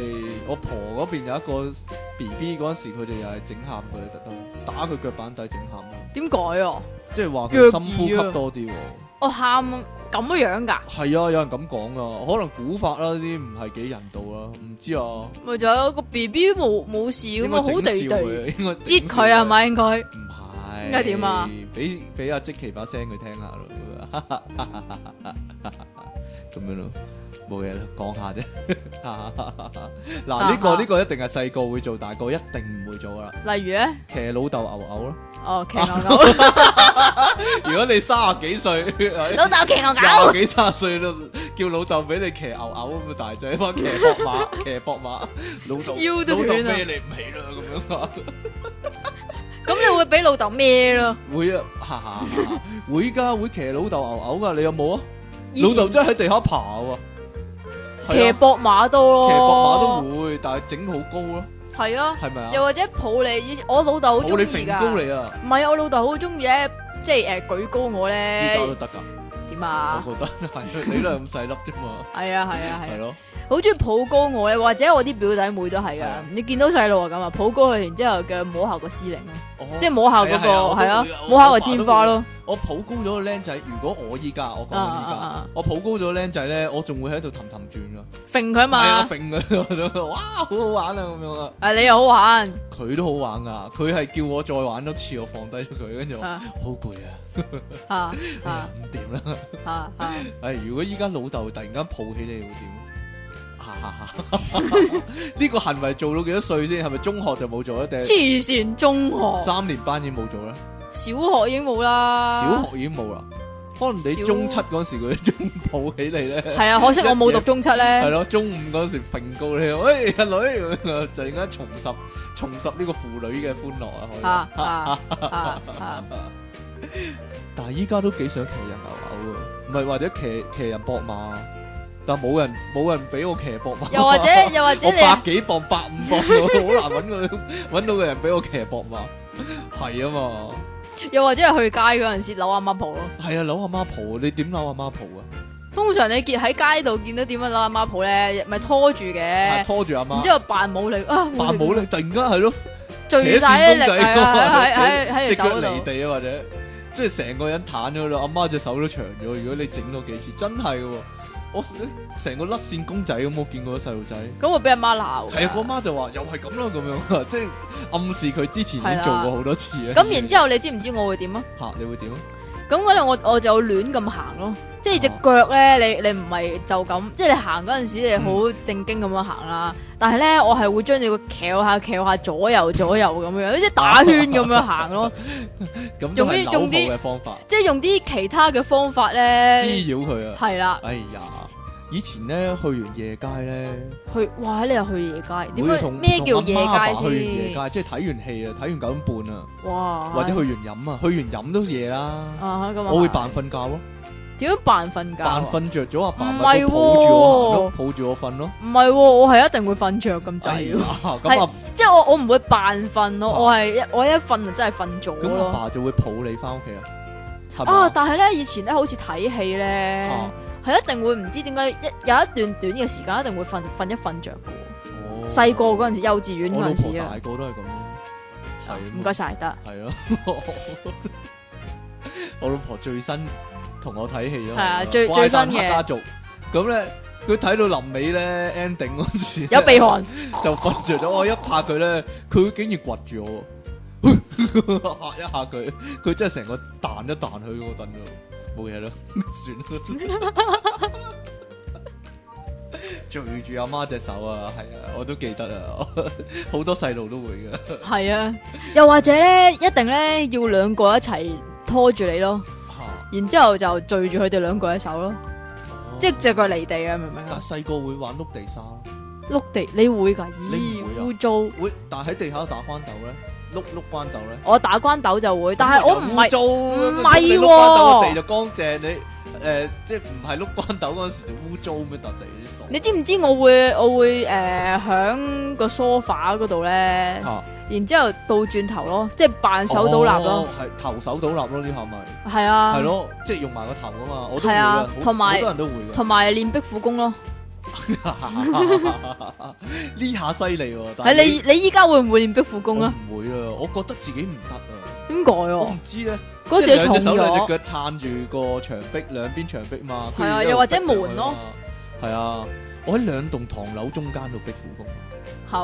Speaker 1: 我婆嗰邊有一個 B B 嗰陣時，佢哋又係整喊佢，特登打佢腳板底整喊咯，
Speaker 2: 點改啊？
Speaker 1: 即係話佢深呼
Speaker 2: 弱智啊
Speaker 1: 吸多啲喎。
Speaker 2: 我喊咁樣㗎？
Speaker 1: 係啊，有人咁講啊，可能古法啦，呢啲唔係幾人道啊，唔知啊。
Speaker 2: 咪就有個 B B 冇冇事
Speaker 1: 應
Speaker 2: 咁啊，
Speaker 1: 該
Speaker 2: 好
Speaker 1: 整笑
Speaker 2: 地地，
Speaker 1: 佢，應該整
Speaker 2: 擠佢
Speaker 1: 笑
Speaker 2: 係？咪應該？
Speaker 1: 唔係，
Speaker 2: 應該點啊？
Speaker 1: 俾俾阿積奇把聲佢聽下咯，咁樣咯，冇嘢啦，講下啫。 嗱，呢個呢個一定係細個會做，大個一定唔會做啦。
Speaker 2: 例如咧，
Speaker 1: 騎老豆牛牛咯，
Speaker 2: 哦，騎牛牛，
Speaker 1: 如果你三十幾歲，
Speaker 2: 老豆騎牛
Speaker 1: 廿
Speaker 2: 牛，
Speaker 1: 幾三十歲都叫老豆俾你騎牛牛咁大仔，翻騎膊馬，騎膊馬，老豆
Speaker 2: 腰都
Speaker 1: 老豆
Speaker 2: 斷啊
Speaker 1: 孭你唔起啦咁樣啊，
Speaker 2: 咁你會俾老豆咩咯？
Speaker 1: 會啊，哈哈哈會噶，會騎老豆牛牛噶，你有冇啊？
Speaker 2: 以
Speaker 1: 老
Speaker 2: 前
Speaker 1: 豆真係喺地下爬喎，
Speaker 2: 騎
Speaker 1: 係啊，
Speaker 2: 膊馬多咯，
Speaker 1: 騎膊馬都會，但係整好高咯，
Speaker 2: 都係啊，
Speaker 1: 係咪
Speaker 2: 又
Speaker 1: 啊？
Speaker 2: 或者抱你，以前我老豆好
Speaker 1: 抱
Speaker 2: 中
Speaker 1: 你
Speaker 2: 意
Speaker 1: 揈
Speaker 2: 㗎，
Speaker 1: 高你啊，
Speaker 2: 唔係啊，我老豆好中意咧，即係誒舉高我
Speaker 1: 依家都
Speaker 2: 咧，
Speaker 1: 得㗎，
Speaker 2: 點啊？
Speaker 1: 我覺得係你都係咁細粒啫嘛，
Speaker 2: 係啊係啊係
Speaker 1: 係
Speaker 2: 啊，
Speaker 1: 咯，
Speaker 2: 好中意抱高我咧，或者我啲表弟妹都係
Speaker 1: 係
Speaker 2: 㗎
Speaker 1: 啊，
Speaker 2: 你見到細路啊咁啊，抱高佢，然之後嘅摸下個司令咯。
Speaker 1: 哦
Speaker 2: 即係摸下嗰個
Speaker 1: 係啊
Speaker 2: 係
Speaker 1: 係啊
Speaker 2: 咯
Speaker 1: 我都會啊，
Speaker 2: 摸下個天花咯，
Speaker 1: 我抱高咗個僆仔，如果我依家我講緊依
Speaker 2: 啊啊
Speaker 1: 家
Speaker 2: 啊，
Speaker 1: 我抱高咗個僆仔咧，我仲會喺度氹氹轉噶，
Speaker 2: 揈佢
Speaker 1: 係啊，我。
Speaker 2: 嘛
Speaker 1: 揈佢，哇，好好玩啊咁樣啊，
Speaker 2: 啊，你又好玩，
Speaker 1: 佢都好玩噶，佢係叫我再玩多次，我放低咗佢，跟住我
Speaker 2: 啊
Speaker 1: 好攰啊，
Speaker 2: 啊
Speaker 1: 哎呀
Speaker 2: 啊
Speaker 1: 唔掂啦。
Speaker 2: 啊啊！
Speaker 1: 唉，如果依家老豆突然間抱起你會點？哈哈 哈！呢個行為做到幾多歲先？係咪中學就冇做咧？定係
Speaker 2: 黐線，中學、
Speaker 1: 三年班已經冇做咧？
Speaker 2: 小學已經冇啦，
Speaker 1: 小學已經冇啦。可能你
Speaker 2: 小
Speaker 1: 中七嗰時佢仲抱起你咧，
Speaker 2: 係啊，可惜我冇讀中七
Speaker 1: 係
Speaker 2: 咧，
Speaker 1: 咯。中五嗰時揈高你，喂阿女，突然間重拾重拾呢個父女嘅歡樂啊！
Speaker 2: 啊啊啊 啊！
Speaker 1: 可以。但係依家都幾想騎人牛牛喎，唔係或者騎騎人博馬，但冇人冇人俾我騎博馬。
Speaker 2: 又 或者又或者
Speaker 1: 我
Speaker 2: 你
Speaker 1: 百幾磅、百五磅，好難揾個揾到個人俾我騎膊嘛。係啊嘛，
Speaker 2: 又或者係去街嗰陣時扭阿媽抱咯，
Speaker 1: 係啊，扭阿媽抱，你點扭阿媽抱啊？
Speaker 2: 通常你見喺街度見到點樣扭阿媽抱咧，咪拖住
Speaker 1: 啊
Speaker 2: 嘅，
Speaker 1: 拖住阿
Speaker 2: 然
Speaker 1: 媽
Speaker 2: 之，後扮冇力啊，
Speaker 1: 扮冇力，突然間係咯，
Speaker 2: 聚晒啲力
Speaker 1: 扯
Speaker 2: 啊
Speaker 1: 線公仔
Speaker 2: 係啊喺喺
Speaker 1: 隻
Speaker 2: 喺喺隻
Speaker 1: 腳
Speaker 2: 手
Speaker 1: 離
Speaker 2: 嗰度，
Speaker 1: 地啊，或者即係成個人攤咗咯，阿媽隻手都長咗。如果你整多幾次，真係嘅喎，我成個甩線公仔咁，我見過啲細路仔。
Speaker 2: 咁會俾阿媽鬧㗎。
Speaker 1: 係啊，我媽就話又係咁啦，咁樣啊，即係暗示佢之前已經做過好多次啊。
Speaker 2: 咁然之後，你知唔知我會點啊？
Speaker 1: 嚇，你會點啊？
Speaker 2: 咁嗰度我我就亂咁行咯，即係只
Speaker 1: 哦
Speaker 2: 腳咧，你你唔係就咁，即係你行嗰陣時你好
Speaker 1: 嗯
Speaker 2: 正經咁樣行啦。但係咧，我係會將你個翹下翹下左右左右咁 樣，即係打圈咁樣行咯，
Speaker 1: 咁都係扭
Speaker 2: 用啲用啲
Speaker 1: 步嘅方法，
Speaker 2: 即係用啲其他嘅方法
Speaker 1: 滋
Speaker 2: 咧，
Speaker 1: 擾佢啊！
Speaker 2: 係啦，
Speaker 1: 哎呀，以前咧去完夜街咧，
Speaker 2: 去哇！你又去夜街，點
Speaker 1: 會
Speaker 2: 解
Speaker 1: 同
Speaker 2: 咩叫
Speaker 1: 同
Speaker 2: 夜
Speaker 1: 阿媽阿爸去完
Speaker 2: 街
Speaker 1: 夜
Speaker 2: 先？
Speaker 1: 街，即係睇完戲啊，睇完九點半啊，
Speaker 2: 哇！
Speaker 1: 或者去完飲啊，去完飲都夜啦。
Speaker 2: 啊咁啊，
Speaker 1: 我會扮瞓覺咯，
Speaker 2: 點樣扮瞓覺啊？
Speaker 1: 扮瞓着咗，阿爸
Speaker 2: 唔
Speaker 1: 咪
Speaker 2: 係
Speaker 1: 抱住我行
Speaker 2: 喎
Speaker 1: 咯，抱住我瞓咯。
Speaker 2: 唔係喎，我係一定會瞓着咁
Speaker 1: 哎
Speaker 2: 滯
Speaker 1: 呀
Speaker 2: 喎。
Speaker 1: 咁啊，
Speaker 2: 即系我我唔會扮瞓
Speaker 1: 啊
Speaker 2: 咯，我係一我一瞓就真係瞓咗
Speaker 1: 咁阿
Speaker 2: 咯。
Speaker 1: 爸就會抱你翻屋企啊，係
Speaker 2: 啊！
Speaker 1: 嘛？
Speaker 2: 但係咧，以前咧好似睇戲咧，
Speaker 1: 啊
Speaker 2: 係一定會唔知點解一有一段短嘅時間一定會瞓瞓一瞓着嘅
Speaker 1: 哦
Speaker 2: 喎。細個嗰陣時，幼稚園
Speaker 1: 我老
Speaker 2: 嗰陣
Speaker 1: 婆
Speaker 2: 時啊
Speaker 1: 大，個都係咁咯，係啊
Speaker 2: 唔該晒得，
Speaker 1: 係咯， 我老婆最新同我睇戲咯，
Speaker 2: 係啊
Speaker 1: 係咯
Speaker 2: 最
Speaker 1: 怪誕
Speaker 2: 最新嘅
Speaker 1: 黑家族，咁咧佢睇到臨尾咧 ending 嗰陣時呢，
Speaker 2: 有鼻 鼾，
Speaker 1: 就瞓着咗。我一拍佢咧，佢竟然掘住我， 嚇一下佢，佢真係成個彈一彈去嗰個凳度，冇嘢啦， 算啦。 聚住阿媽隻手啊，係啊，我都記得啊， 好多細路都會嘅。
Speaker 2: 係啊。又或者咧，一定咧要兩個一齊拖住你咯，
Speaker 1: 嚇哦
Speaker 2: 然之后就聚住佢哋兩個一手咯，即係隻腳離地啊，明唔明
Speaker 1: 但
Speaker 2: 啊？
Speaker 1: 細個會玩碌地沙，
Speaker 2: 碌地你會㗎？
Speaker 1: 你唔會
Speaker 2: 咦，
Speaker 1: 啊
Speaker 2: 污糟！
Speaker 1: 會但喺地下打關斗咧，碌碌關斗咧。
Speaker 2: 我打關斗就會，但係我唔係。
Speaker 1: 做，
Speaker 2: 唔
Speaker 1: 唔
Speaker 2: 係
Speaker 1: 你碌
Speaker 2: 喎
Speaker 1: 關斗個地就乾淨，你誒即係唔係碌關斗嗰陣時就污糟咁樣笪地啲傻。
Speaker 2: 你知唔知我會我會诶响、個 sofa 嗰度咧，
Speaker 1: 嚇
Speaker 2: 然之后倒轉頭咯，即係扮手倒立咯
Speaker 1: 哦，，係頭手倒立咯，呢下咪
Speaker 2: 係啊，
Speaker 1: 係，咯，即係用埋個頭啊嘛，我都會
Speaker 2: 係啊
Speaker 1: 啊，好
Speaker 2: 同埋
Speaker 1: 好多人都會
Speaker 2: 同埋練壁虎功咯。
Speaker 1: 嘅。呢下犀利喎，但
Speaker 2: 係
Speaker 1: 係
Speaker 2: 你你依家會唔會練壁虎功啊？
Speaker 1: 我唔會啦，我覺得自己唔得啊，
Speaker 2: 點解
Speaker 1: 我
Speaker 2: 啊
Speaker 1: 唔？知咧，
Speaker 2: 嗰
Speaker 1: 即係
Speaker 2: 隻
Speaker 1: 兩
Speaker 2: 重
Speaker 1: 隻手兩隻
Speaker 2: 咗，
Speaker 1: 腳撐住個牆壁，兩邊牆壁嘛，
Speaker 2: 係啊
Speaker 1: 跟住一路
Speaker 2: 又或者
Speaker 1: 逼上去
Speaker 2: 門咯
Speaker 1: 嘛，係啊，我喺兩棟唐樓中間度逼苦功。
Speaker 2: 係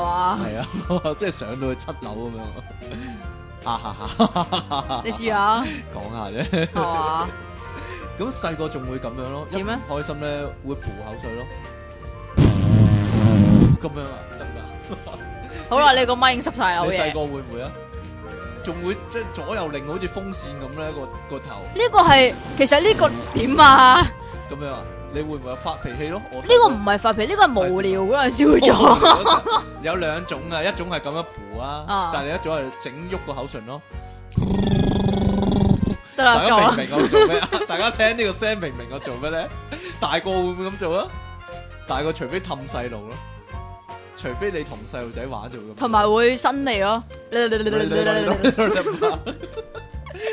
Speaker 2: 嘛？
Speaker 1: 系啊，即系上到去七樓咁樣。 啊哈哈，
Speaker 2: 你試下
Speaker 1: 講下啫。
Speaker 2: 係嘛？
Speaker 1: 咁細個仲會咁樣咯，一唔
Speaker 2: 點咧
Speaker 1: 開心咧會吐口水咯。咁樣啊，得唔得啊？
Speaker 2: 好啦，你個咪已經濕晒啦，好
Speaker 1: 你細
Speaker 2: 嘢。
Speaker 1: 個會唔會啊？仲會即係左右擰，好似風扇咁咧個個頭
Speaker 2: 呢個係其實呢個點啊？呢
Speaker 1: 咁樣啊？你會唔會發脾氣咯？我呢
Speaker 2: 個唔係發脾，呢個係無聊嗰陣時會做。
Speaker 1: 咗。有兩種啊，一種係咁樣吐啊
Speaker 2: 啊，
Speaker 1: 但係另一種係整喐個口唇咯。大
Speaker 2: 得啦，夠
Speaker 1: 家明唔
Speaker 2: 啦，
Speaker 1: 明我做咩？大家聽呢個聲明唔明我做咩咧？大個會唔會咁做啊？大個除非氹細路咯，除非你同細路仔玩就會咁。
Speaker 2: 同埋會伸脷咯。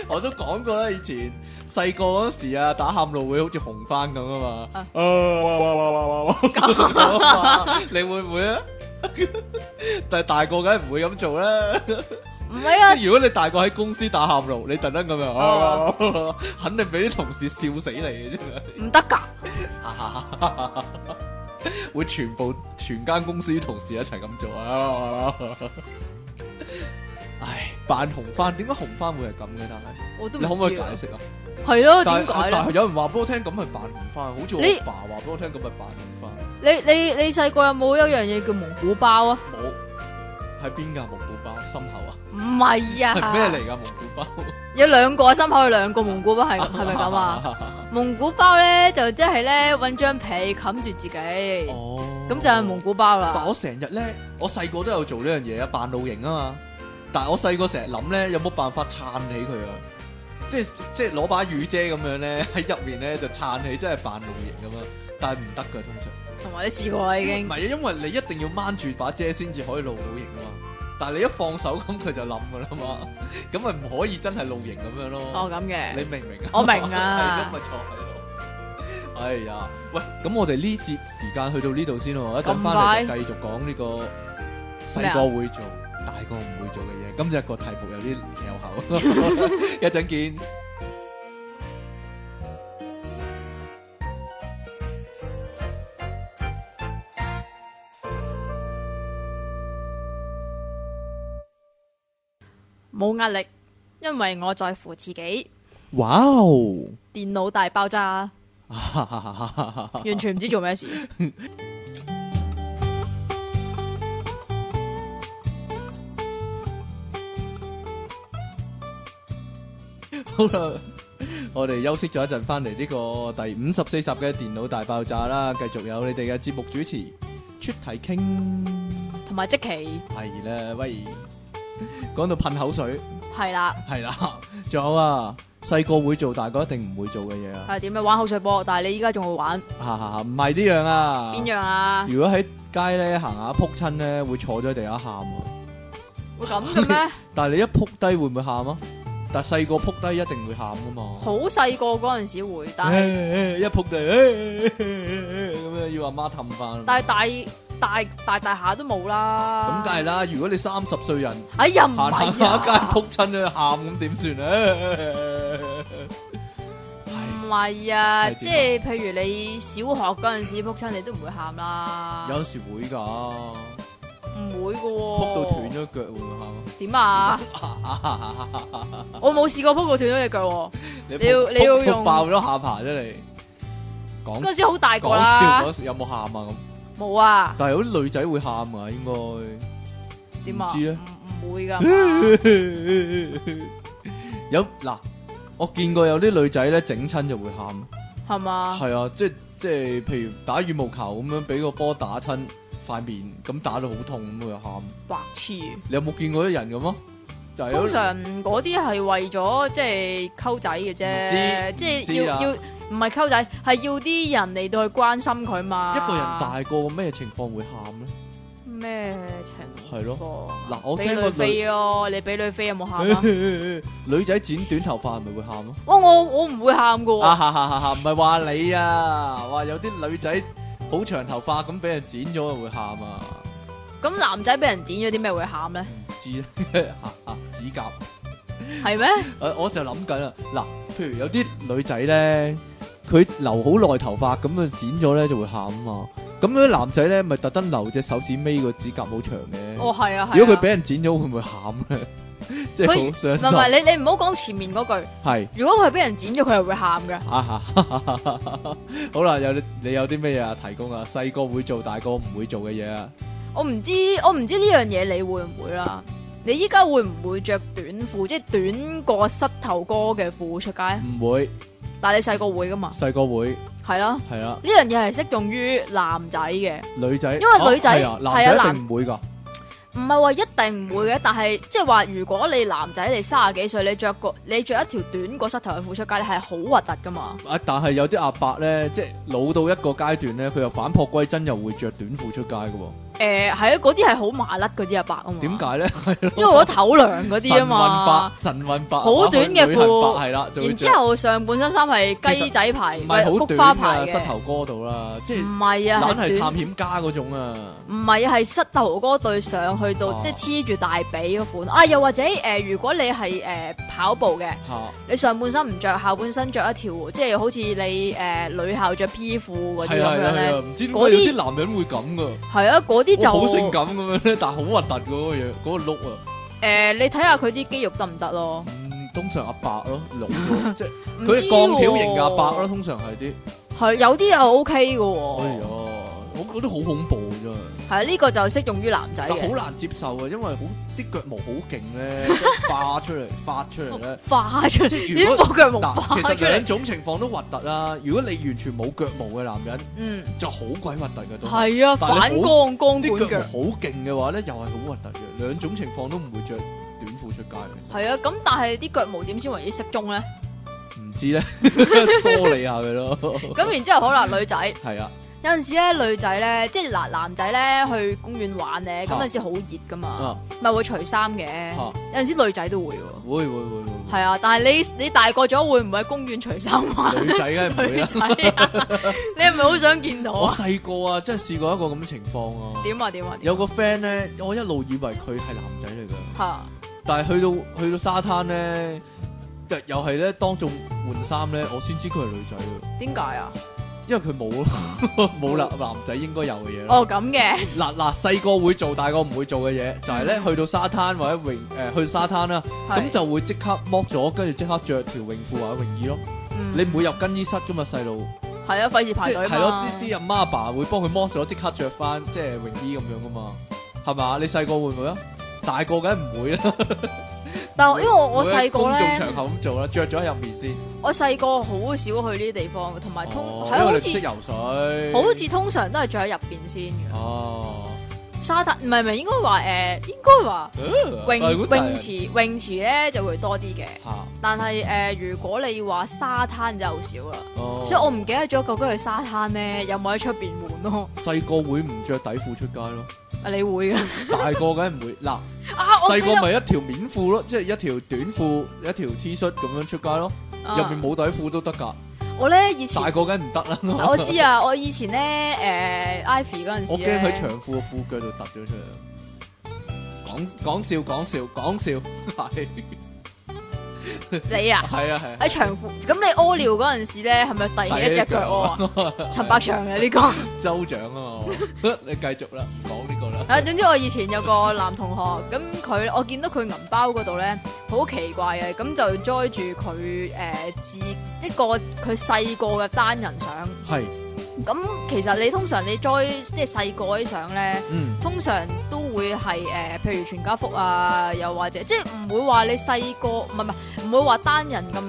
Speaker 1: 我都講過啦，以前細個嗰時啊，打喊路會好似紅番咁啊嘛
Speaker 2: 啊。
Speaker 1: 啊哇哇哇哇哇哇咁啊嘛你會唔會啊？但係大個梗係唔會咁做啦。
Speaker 2: 唔係 啊
Speaker 1: 即係，如果你大個喺公司打喊路，你突然間咁樣，
Speaker 2: 啊
Speaker 1: 啊肯定俾啲同事笑死你嘅真係。
Speaker 2: 唔得㗎。
Speaker 1: 会全部全间公司啲同事一齐咁做啊！唉，扮紅番，點解紅番會係咁嘅？但係
Speaker 2: 我
Speaker 1: 你
Speaker 2: 都唔知
Speaker 1: 可唔可以解
Speaker 2: 啊
Speaker 1: 釋啊？
Speaker 2: 係咯，
Speaker 1: 但係
Speaker 2: 點解嗯
Speaker 1: 但係？
Speaker 2: 咧
Speaker 1: 有人話俾我聽咁係扮紅番，好似我
Speaker 2: 你
Speaker 1: 爸話俾我聽咁係扮紅番，
Speaker 2: 你你你細個有冇一樣嘢叫蒙古包啊？
Speaker 1: 冇喺邊㗎蒙古包心口啊？
Speaker 2: 唔係啊，
Speaker 1: 係咩嚟㗎蒙古包？
Speaker 2: 有兩個心口有兩個蒙古包，係係咪咁啊？？蒙古包咧就即係咧搵張被冚住自己，咁
Speaker 1: 哦，
Speaker 2: 就係蒙古包
Speaker 1: 但
Speaker 2: 啦。
Speaker 1: 我成日咧，我細個都有做呢樣嘢啊，扮露營啊嘛。但係我細個成日諗咧，有冇辦法撐起佢啊？即係即係攞把雨遮咁樣咧，喺入面咧就撐起，真係扮露營咁啊！但係唔得噶，通常
Speaker 2: 同埋你試過啦已
Speaker 1: 唔
Speaker 2: 經
Speaker 1: 係，啊，因為你一定要掹住把遮先至可以露到營啊嘛。但係你一放手咁，佢就冧噶啦嘛，咁咪唔可以真係露營咁樣咯。
Speaker 2: 哦咁
Speaker 1: 你
Speaker 2: 嘅，
Speaker 1: 明唔明啊？
Speaker 2: 我 明
Speaker 1: 係
Speaker 2: 啊
Speaker 1: 咁咪坐喺度。哎呀，喂，咁我哋呢節時間去到呢度先喎，一陣翻嚟就繼續講呢個細個會做、 大個唔會做嘅嘢。今日個題目有啲拗口，一陣見。
Speaker 2: 冇壓力，因為我在乎自己。
Speaker 1: 哇哦！
Speaker 2: 電腦大爆炸，完全唔知做咩事。
Speaker 1: 好啦，我哋休息咗一陣，翻嚟呢個第五十四集嘅電腦大爆炸啦，繼續有你哋嘅節目主持出體傾，
Speaker 2: 同埋即期
Speaker 1: 係啦，喂，講到噴口水，
Speaker 2: 係啦，
Speaker 1: 係啦，仲有啊，細個會做，大個一定唔會做嘅嘢啊，
Speaker 2: 係點樣玩口水波？但係你依家仲會玩
Speaker 1: 哈哈哈，唔係呢樣啊，
Speaker 2: 邊樣啊？
Speaker 1: 如果喺街咧行下撲親咧，會坐咗喺地下喊啊！
Speaker 2: 會咁 嘅咩？
Speaker 1: 但係你一撲低會唔會喊啊？但係細個撲低一定會喊噶嘛。
Speaker 2: 好細個嗰陣時會，但係
Speaker 1: 一撲低咁樣要阿媽氹啊翻。
Speaker 2: 但係大大大大下都冇啦。
Speaker 1: 咁梗係啦，如果你三十歲人
Speaker 2: 哎呀，唔
Speaker 1: 行行
Speaker 2: 係
Speaker 1: 下街
Speaker 2: 啊，
Speaker 1: 撲親咧喊咁點算咧？係
Speaker 2: 唔係啊，
Speaker 1: 係點啊
Speaker 2: 即係譬如你小學嗰陣時撲親，你都唔會喊啦，
Speaker 1: 有時會㗎，
Speaker 2: 唔會嘅喎。
Speaker 1: 撲到斷咗腳會唔會喊啊？
Speaker 2: 點 啊？我冇試過撲到斷咗隻腳喎，
Speaker 1: 你
Speaker 2: 你要
Speaker 1: 撲
Speaker 2: 你要
Speaker 1: 撲
Speaker 2: 用
Speaker 1: 爆咗下巴啫你。講
Speaker 2: 嗰陣時好大個
Speaker 1: 講笑
Speaker 2: 啦，
Speaker 1: 嗰時有冇喊啊咁？
Speaker 2: 冇啊，
Speaker 1: 但係有啲女仔會喊啊，應該
Speaker 2: 點啊？
Speaker 1: 唔知啊
Speaker 2: 唔唔會㗎 嘛，
Speaker 1: 有嗱，我見過有啲女仔咧整親就會喊，
Speaker 2: 係嘛？
Speaker 1: 係啊，即係即係譬如打羽毛球咁樣，俾個波打親塊面，咁打到好痛咁佢就喊。
Speaker 2: 白痴。
Speaker 1: 你有冇見過啲人咁啊？就係有
Speaker 2: 通常嗰啲係為咗即係溝仔嘅啫，
Speaker 1: 唔知
Speaker 2: 即係
Speaker 1: 唔知啊
Speaker 2: 要要唔係溝仔，係要啲人嚟到去關心佢嘛。
Speaker 1: 一個人大個咩情況會喊咧？
Speaker 2: 咩情
Speaker 1: 係咯，
Speaker 2: 況？
Speaker 1: 嗱我
Speaker 2: 俾
Speaker 1: 聽
Speaker 2: 女
Speaker 1: 過女
Speaker 2: 飛咯，你俾女飛有冇喊啊？
Speaker 1: 女仔剪短頭髮係咪會喊咯？
Speaker 2: 哇！我我唔會喊噶
Speaker 1: 啊
Speaker 2: 喎，
Speaker 1: 哈哈哈哈！唔係話你啊，話有啲女仔好長頭髮咁俾人剪咗就會喊啊，
Speaker 2: 咁男仔俾人剪咗啲咩會喊咧？
Speaker 1: 唔知 咧指甲。
Speaker 2: 係咩？
Speaker 1: 诶，我就諗緊啦，啊嗱，譬如有啲女仔咧，佢留好耐頭髮，咁啊剪咗咧就會喊啊嘛。咁啲男仔咧，咪特登留隻手指尾個指甲好長嘅。
Speaker 2: 哦係啊係啊。
Speaker 1: 如果佢俾人剪咗，會唔會喊咧？ 即係好傷
Speaker 2: 唔係唔係
Speaker 1: 心。
Speaker 2: 你你唔好講前面嗰句，
Speaker 1: 係
Speaker 2: 如果佢係俾人剪咗，佢係會喊嘅。
Speaker 1: 啊哈，好啦，有你你有啲咩嘢啊？提供啊，細個會做，大個唔會做嘅嘢啊。
Speaker 2: 我唔知，我唔知呢樣嘢你會唔會啦？你依家會唔會着短褲，即係短過膝頭哥嘅褲出街？
Speaker 1: 唔會，
Speaker 2: 但係你細個會噶嘛？
Speaker 1: 細個會
Speaker 2: 係啦，
Speaker 1: 係啦，
Speaker 2: 呢樣嘢係適用於男仔嘅，
Speaker 1: 女仔
Speaker 2: 因為女仔
Speaker 1: 啊係啊
Speaker 2: 係啊
Speaker 1: 男仔一
Speaker 2: 男
Speaker 1: 定唔會㗎。
Speaker 2: 唔係話一定唔會嘅，但係即係話如果你男仔你三十幾歲，你着個你着一條短過膝頭嘅褲出街，你係好核突噶嘛？
Speaker 1: 啊！但係有啲阿伯咧，即係老到一個階段咧，佢又反璞歸真，又會着短褲出街嘅喎。
Speaker 2: 誒係啊，嗰啲係好麻甩嗰啲阿伯啊嘛。
Speaker 1: 點？解咧？係咯，
Speaker 2: 因為我頭涼嗰啲啊嘛。
Speaker 1: 神運伯，神運伯，
Speaker 2: 好短嘅褲
Speaker 1: 係啦，就會
Speaker 2: 然
Speaker 1: 着
Speaker 2: 之後上半身衫係雞仔牌，
Speaker 1: 唔
Speaker 2: 唔
Speaker 1: 係好
Speaker 2: 菊花
Speaker 1: 短
Speaker 2: 牌
Speaker 1: 啊，
Speaker 2: 嘅
Speaker 1: 膝頭哥度啦，即係
Speaker 2: 唔係啊，
Speaker 1: 懶
Speaker 2: 係
Speaker 1: 係探
Speaker 2: 短。
Speaker 1: 險家嗰種啊。
Speaker 2: 唔係啊，係膝頭哥對上去到，
Speaker 1: 哦
Speaker 2: 即係黐住大髀嗰款啊！又或者誒、呃如果你係誒、呃跑步嘅，
Speaker 1: 嚇
Speaker 2: 你上半身唔着，下半身着一條，即係好似你誒、呃女校着 P 褲嗰啲
Speaker 1: 係啊係
Speaker 2: 咁樣
Speaker 1: 啊係
Speaker 2: 咧
Speaker 1: 啊，，唔知點解
Speaker 2: 嗰啲
Speaker 1: 有啲男人會咁噶，
Speaker 2: 係啊，嗰啲
Speaker 1: 我
Speaker 2: 就
Speaker 1: 好性感咁樣咧，但係好核突嗰個嘢，嗰個碌啊。
Speaker 2: 呃你睇下佢啲肌肉得唔得咯？
Speaker 1: 嗯，通常阿伯咯，老咗，即係
Speaker 2: 唔知
Speaker 1: 佢係鋼條型嘅阿伯咯，
Speaker 2: 咯，
Speaker 1: 通常係啲。
Speaker 2: 係有啲又 OK 嘅喎，
Speaker 1: 哎呀，我覺得好恐怖真係。
Speaker 2: 係啊呢、個就適用於男仔
Speaker 1: 但好
Speaker 2: 嘅，
Speaker 1: 難接受啊，因為好啲腳毛好勁 咧，化出嚟發出嚟咧。
Speaker 2: 化出嚟，
Speaker 1: 即係
Speaker 2: 點
Speaker 1: 如果
Speaker 2: 冇腳毛
Speaker 1: 嗱，
Speaker 2: 化
Speaker 1: 其
Speaker 2: 出
Speaker 1: 實
Speaker 2: 嚟
Speaker 1: 兩？種情況都核突啦。如果你完全冇腳毛嘅男人，
Speaker 2: 嗯，
Speaker 1: 就好鬼核突嘅都。
Speaker 2: 係啊，
Speaker 1: 但係你好
Speaker 2: 反光光管
Speaker 1: 啲腳
Speaker 2: 腳
Speaker 1: 毛。好勁嘅話咧，又係好核突嘅。兩種情況都唔會着短褲出街嘅。
Speaker 2: 係啊，咁但係啲腳毛點先為之適中咧？
Speaker 1: 唔知 咧，梳理下佢咯。
Speaker 2: 咁然之後好啦，女仔
Speaker 1: 係啊，
Speaker 2: 有陣時咧，女仔咧，即係嗱男仔咧去公園玩咧，咁
Speaker 1: 啊
Speaker 2: 有陣時好熱噶嘛，
Speaker 1: 啊
Speaker 2: 咪會除衫嘅。
Speaker 1: 啊
Speaker 2: 有陣時女仔都會喎，
Speaker 1: 會會會會會。
Speaker 2: 係啊。但係你你大個咗會唔會喺公園除衫玩？
Speaker 1: 女仔梗係唔 會
Speaker 2: 女
Speaker 1: 啦。
Speaker 2: 仔 啊，你係咪好想見到
Speaker 1: 我
Speaker 2: 啊？
Speaker 1: 細個啊，真係試過一個咁嘅情況啊。
Speaker 2: 點啊點啊點
Speaker 1: 有個 friend 咧，我一路以為佢係男仔嚟㗎。
Speaker 2: 嚇
Speaker 1: 但係去到去到沙灘咧，又又係咧當眾換衫咧，我先知佢係女仔啊！
Speaker 2: 點解啊？
Speaker 1: 因為佢冇冇男男仔應該有嘅嘢咯。
Speaker 2: 哦咁嘅，
Speaker 1: 嗱嗱，細個會做，大個唔會做嘅嘢，就係咧去到沙灘或者泳誒、去沙灘啦，咁
Speaker 2: 係
Speaker 1: 就會即刻剝咗，跟住即刻着條泳褲或者泳衣咯。你唔會入更衣室噶嘛，細路，
Speaker 2: 嗯係啊，費事排
Speaker 1: 即
Speaker 2: 隊
Speaker 1: 係
Speaker 2: 嘛。
Speaker 1: 咯，啲啲阿媽阿爸會幫佢剝咗，即刻着翻即係泳衣咁樣噶嘛，係嘛？你細個會唔會啊？大個梗係唔會啦，
Speaker 2: 但係因為我 我
Speaker 1: 會喺
Speaker 2: 細個
Speaker 1: 公眾
Speaker 2: 咧，
Speaker 1: 場合咁做啦，着咗喺入面先。
Speaker 2: 我細個好少去呢啲地方，同埋通
Speaker 1: 哦，
Speaker 2: 係啊
Speaker 1: 因為你
Speaker 2: 好
Speaker 1: 唔識
Speaker 2: 似
Speaker 1: 游水。
Speaker 2: 好似通常都係着喺入邊先嘅。
Speaker 1: 哦，
Speaker 2: 沙灘唔係唔係應該話誒，應該話
Speaker 1: 啊
Speaker 2: 泳
Speaker 1: 係好大人
Speaker 2: 泳池泳池咧就會多啲嘅，
Speaker 1: 嚇，
Speaker 2: 但係誒如果你話沙灘就好少啦。
Speaker 1: 哦
Speaker 2: 所以我唔記得咗究竟去沙灘咧有冇喺出邊換咯。
Speaker 1: 細個會唔着底褲出街咯，
Speaker 2: 啊，你會㗎？
Speaker 1: 大個梗係唔會嗱。
Speaker 2: 啊，我
Speaker 1: 細
Speaker 2: 記
Speaker 1: 個
Speaker 2: 得
Speaker 1: 咪一條面褲咯，即係一條短褲、一條 T 恤咁樣出街咯，入
Speaker 2: 啊
Speaker 1: 面冇底褲都得㗎。
Speaker 2: 我咧以前
Speaker 1: 大個梗唔得啦，
Speaker 2: 嗱我知啊，我以前咧誒 Ivy 嗰陣時啊
Speaker 1: 我
Speaker 2: 咧
Speaker 1: 驚喺長褲嘅褲腳度突咗出嚟。講講笑講笑講笑，係
Speaker 2: 你啊
Speaker 1: 係啊係啊
Speaker 2: 喺長褲，咁你屙尿嗰陣時咧係咪遞起一隻腳 屙啊？陳百祥嘅呢個，
Speaker 1: 州長啊嘛，我你繼續啦，講呢個啦。
Speaker 2: 啊總之我以前有個男同學，咁佢我見到佢銀包嗰度咧好奇怪嘅，咁就載住佢誒自一個佢細個嘅單人相。
Speaker 1: 係，
Speaker 2: 咁其實你通常你載即係細個啲相咧。
Speaker 1: 嗯，
Speaker 2: 通常都會係誒、呃譬如全家福啊，又或者即係唔會話你細個，唔係唔係，唔會話單人咁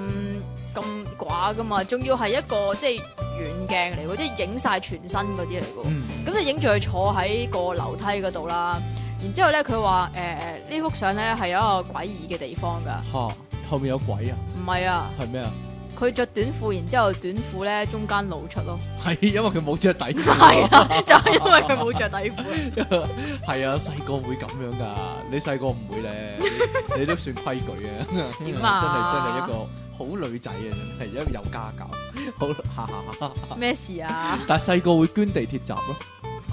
Speaker 2: 咁寡噶嘛，仲要係一個即係遠鏡嚟喎，即係影晒全身嗰啲嚟嘅喎。
Speaker 1: 嗯，
Speaker 2: 咁就影住佢坐喺個樓梯嗰度啦。然之後咧，佢話誒呢幅相咧係有一個詭異嘅地方㗎，
Speaker 1: 嚇，後面有鬼啊，
Speaker 2: 唔係啊，
Speaker 1: 係咩啊？
Speaker 2: 佢着短褲，然之後短褲咧中間露出 咯，
Speaker 1: 係因為佢冇着底
Speaker 2: 係
Speaker 1: 褲。
Speaker 2: 啊，就係因為佢冇着底 褲。
Speaker 1: 係啊，細個會咁樣噶，你細個唔會咧，你你都算規矩嘅。
Speaker 2: 點啊
Speaker 1: 真係真係一個好女仔啊，真係一個有家教，好哈哈哈哈
Speaker 2: 咩事啊？
Speaker 1: 但係細個會捐地鐵閘咯，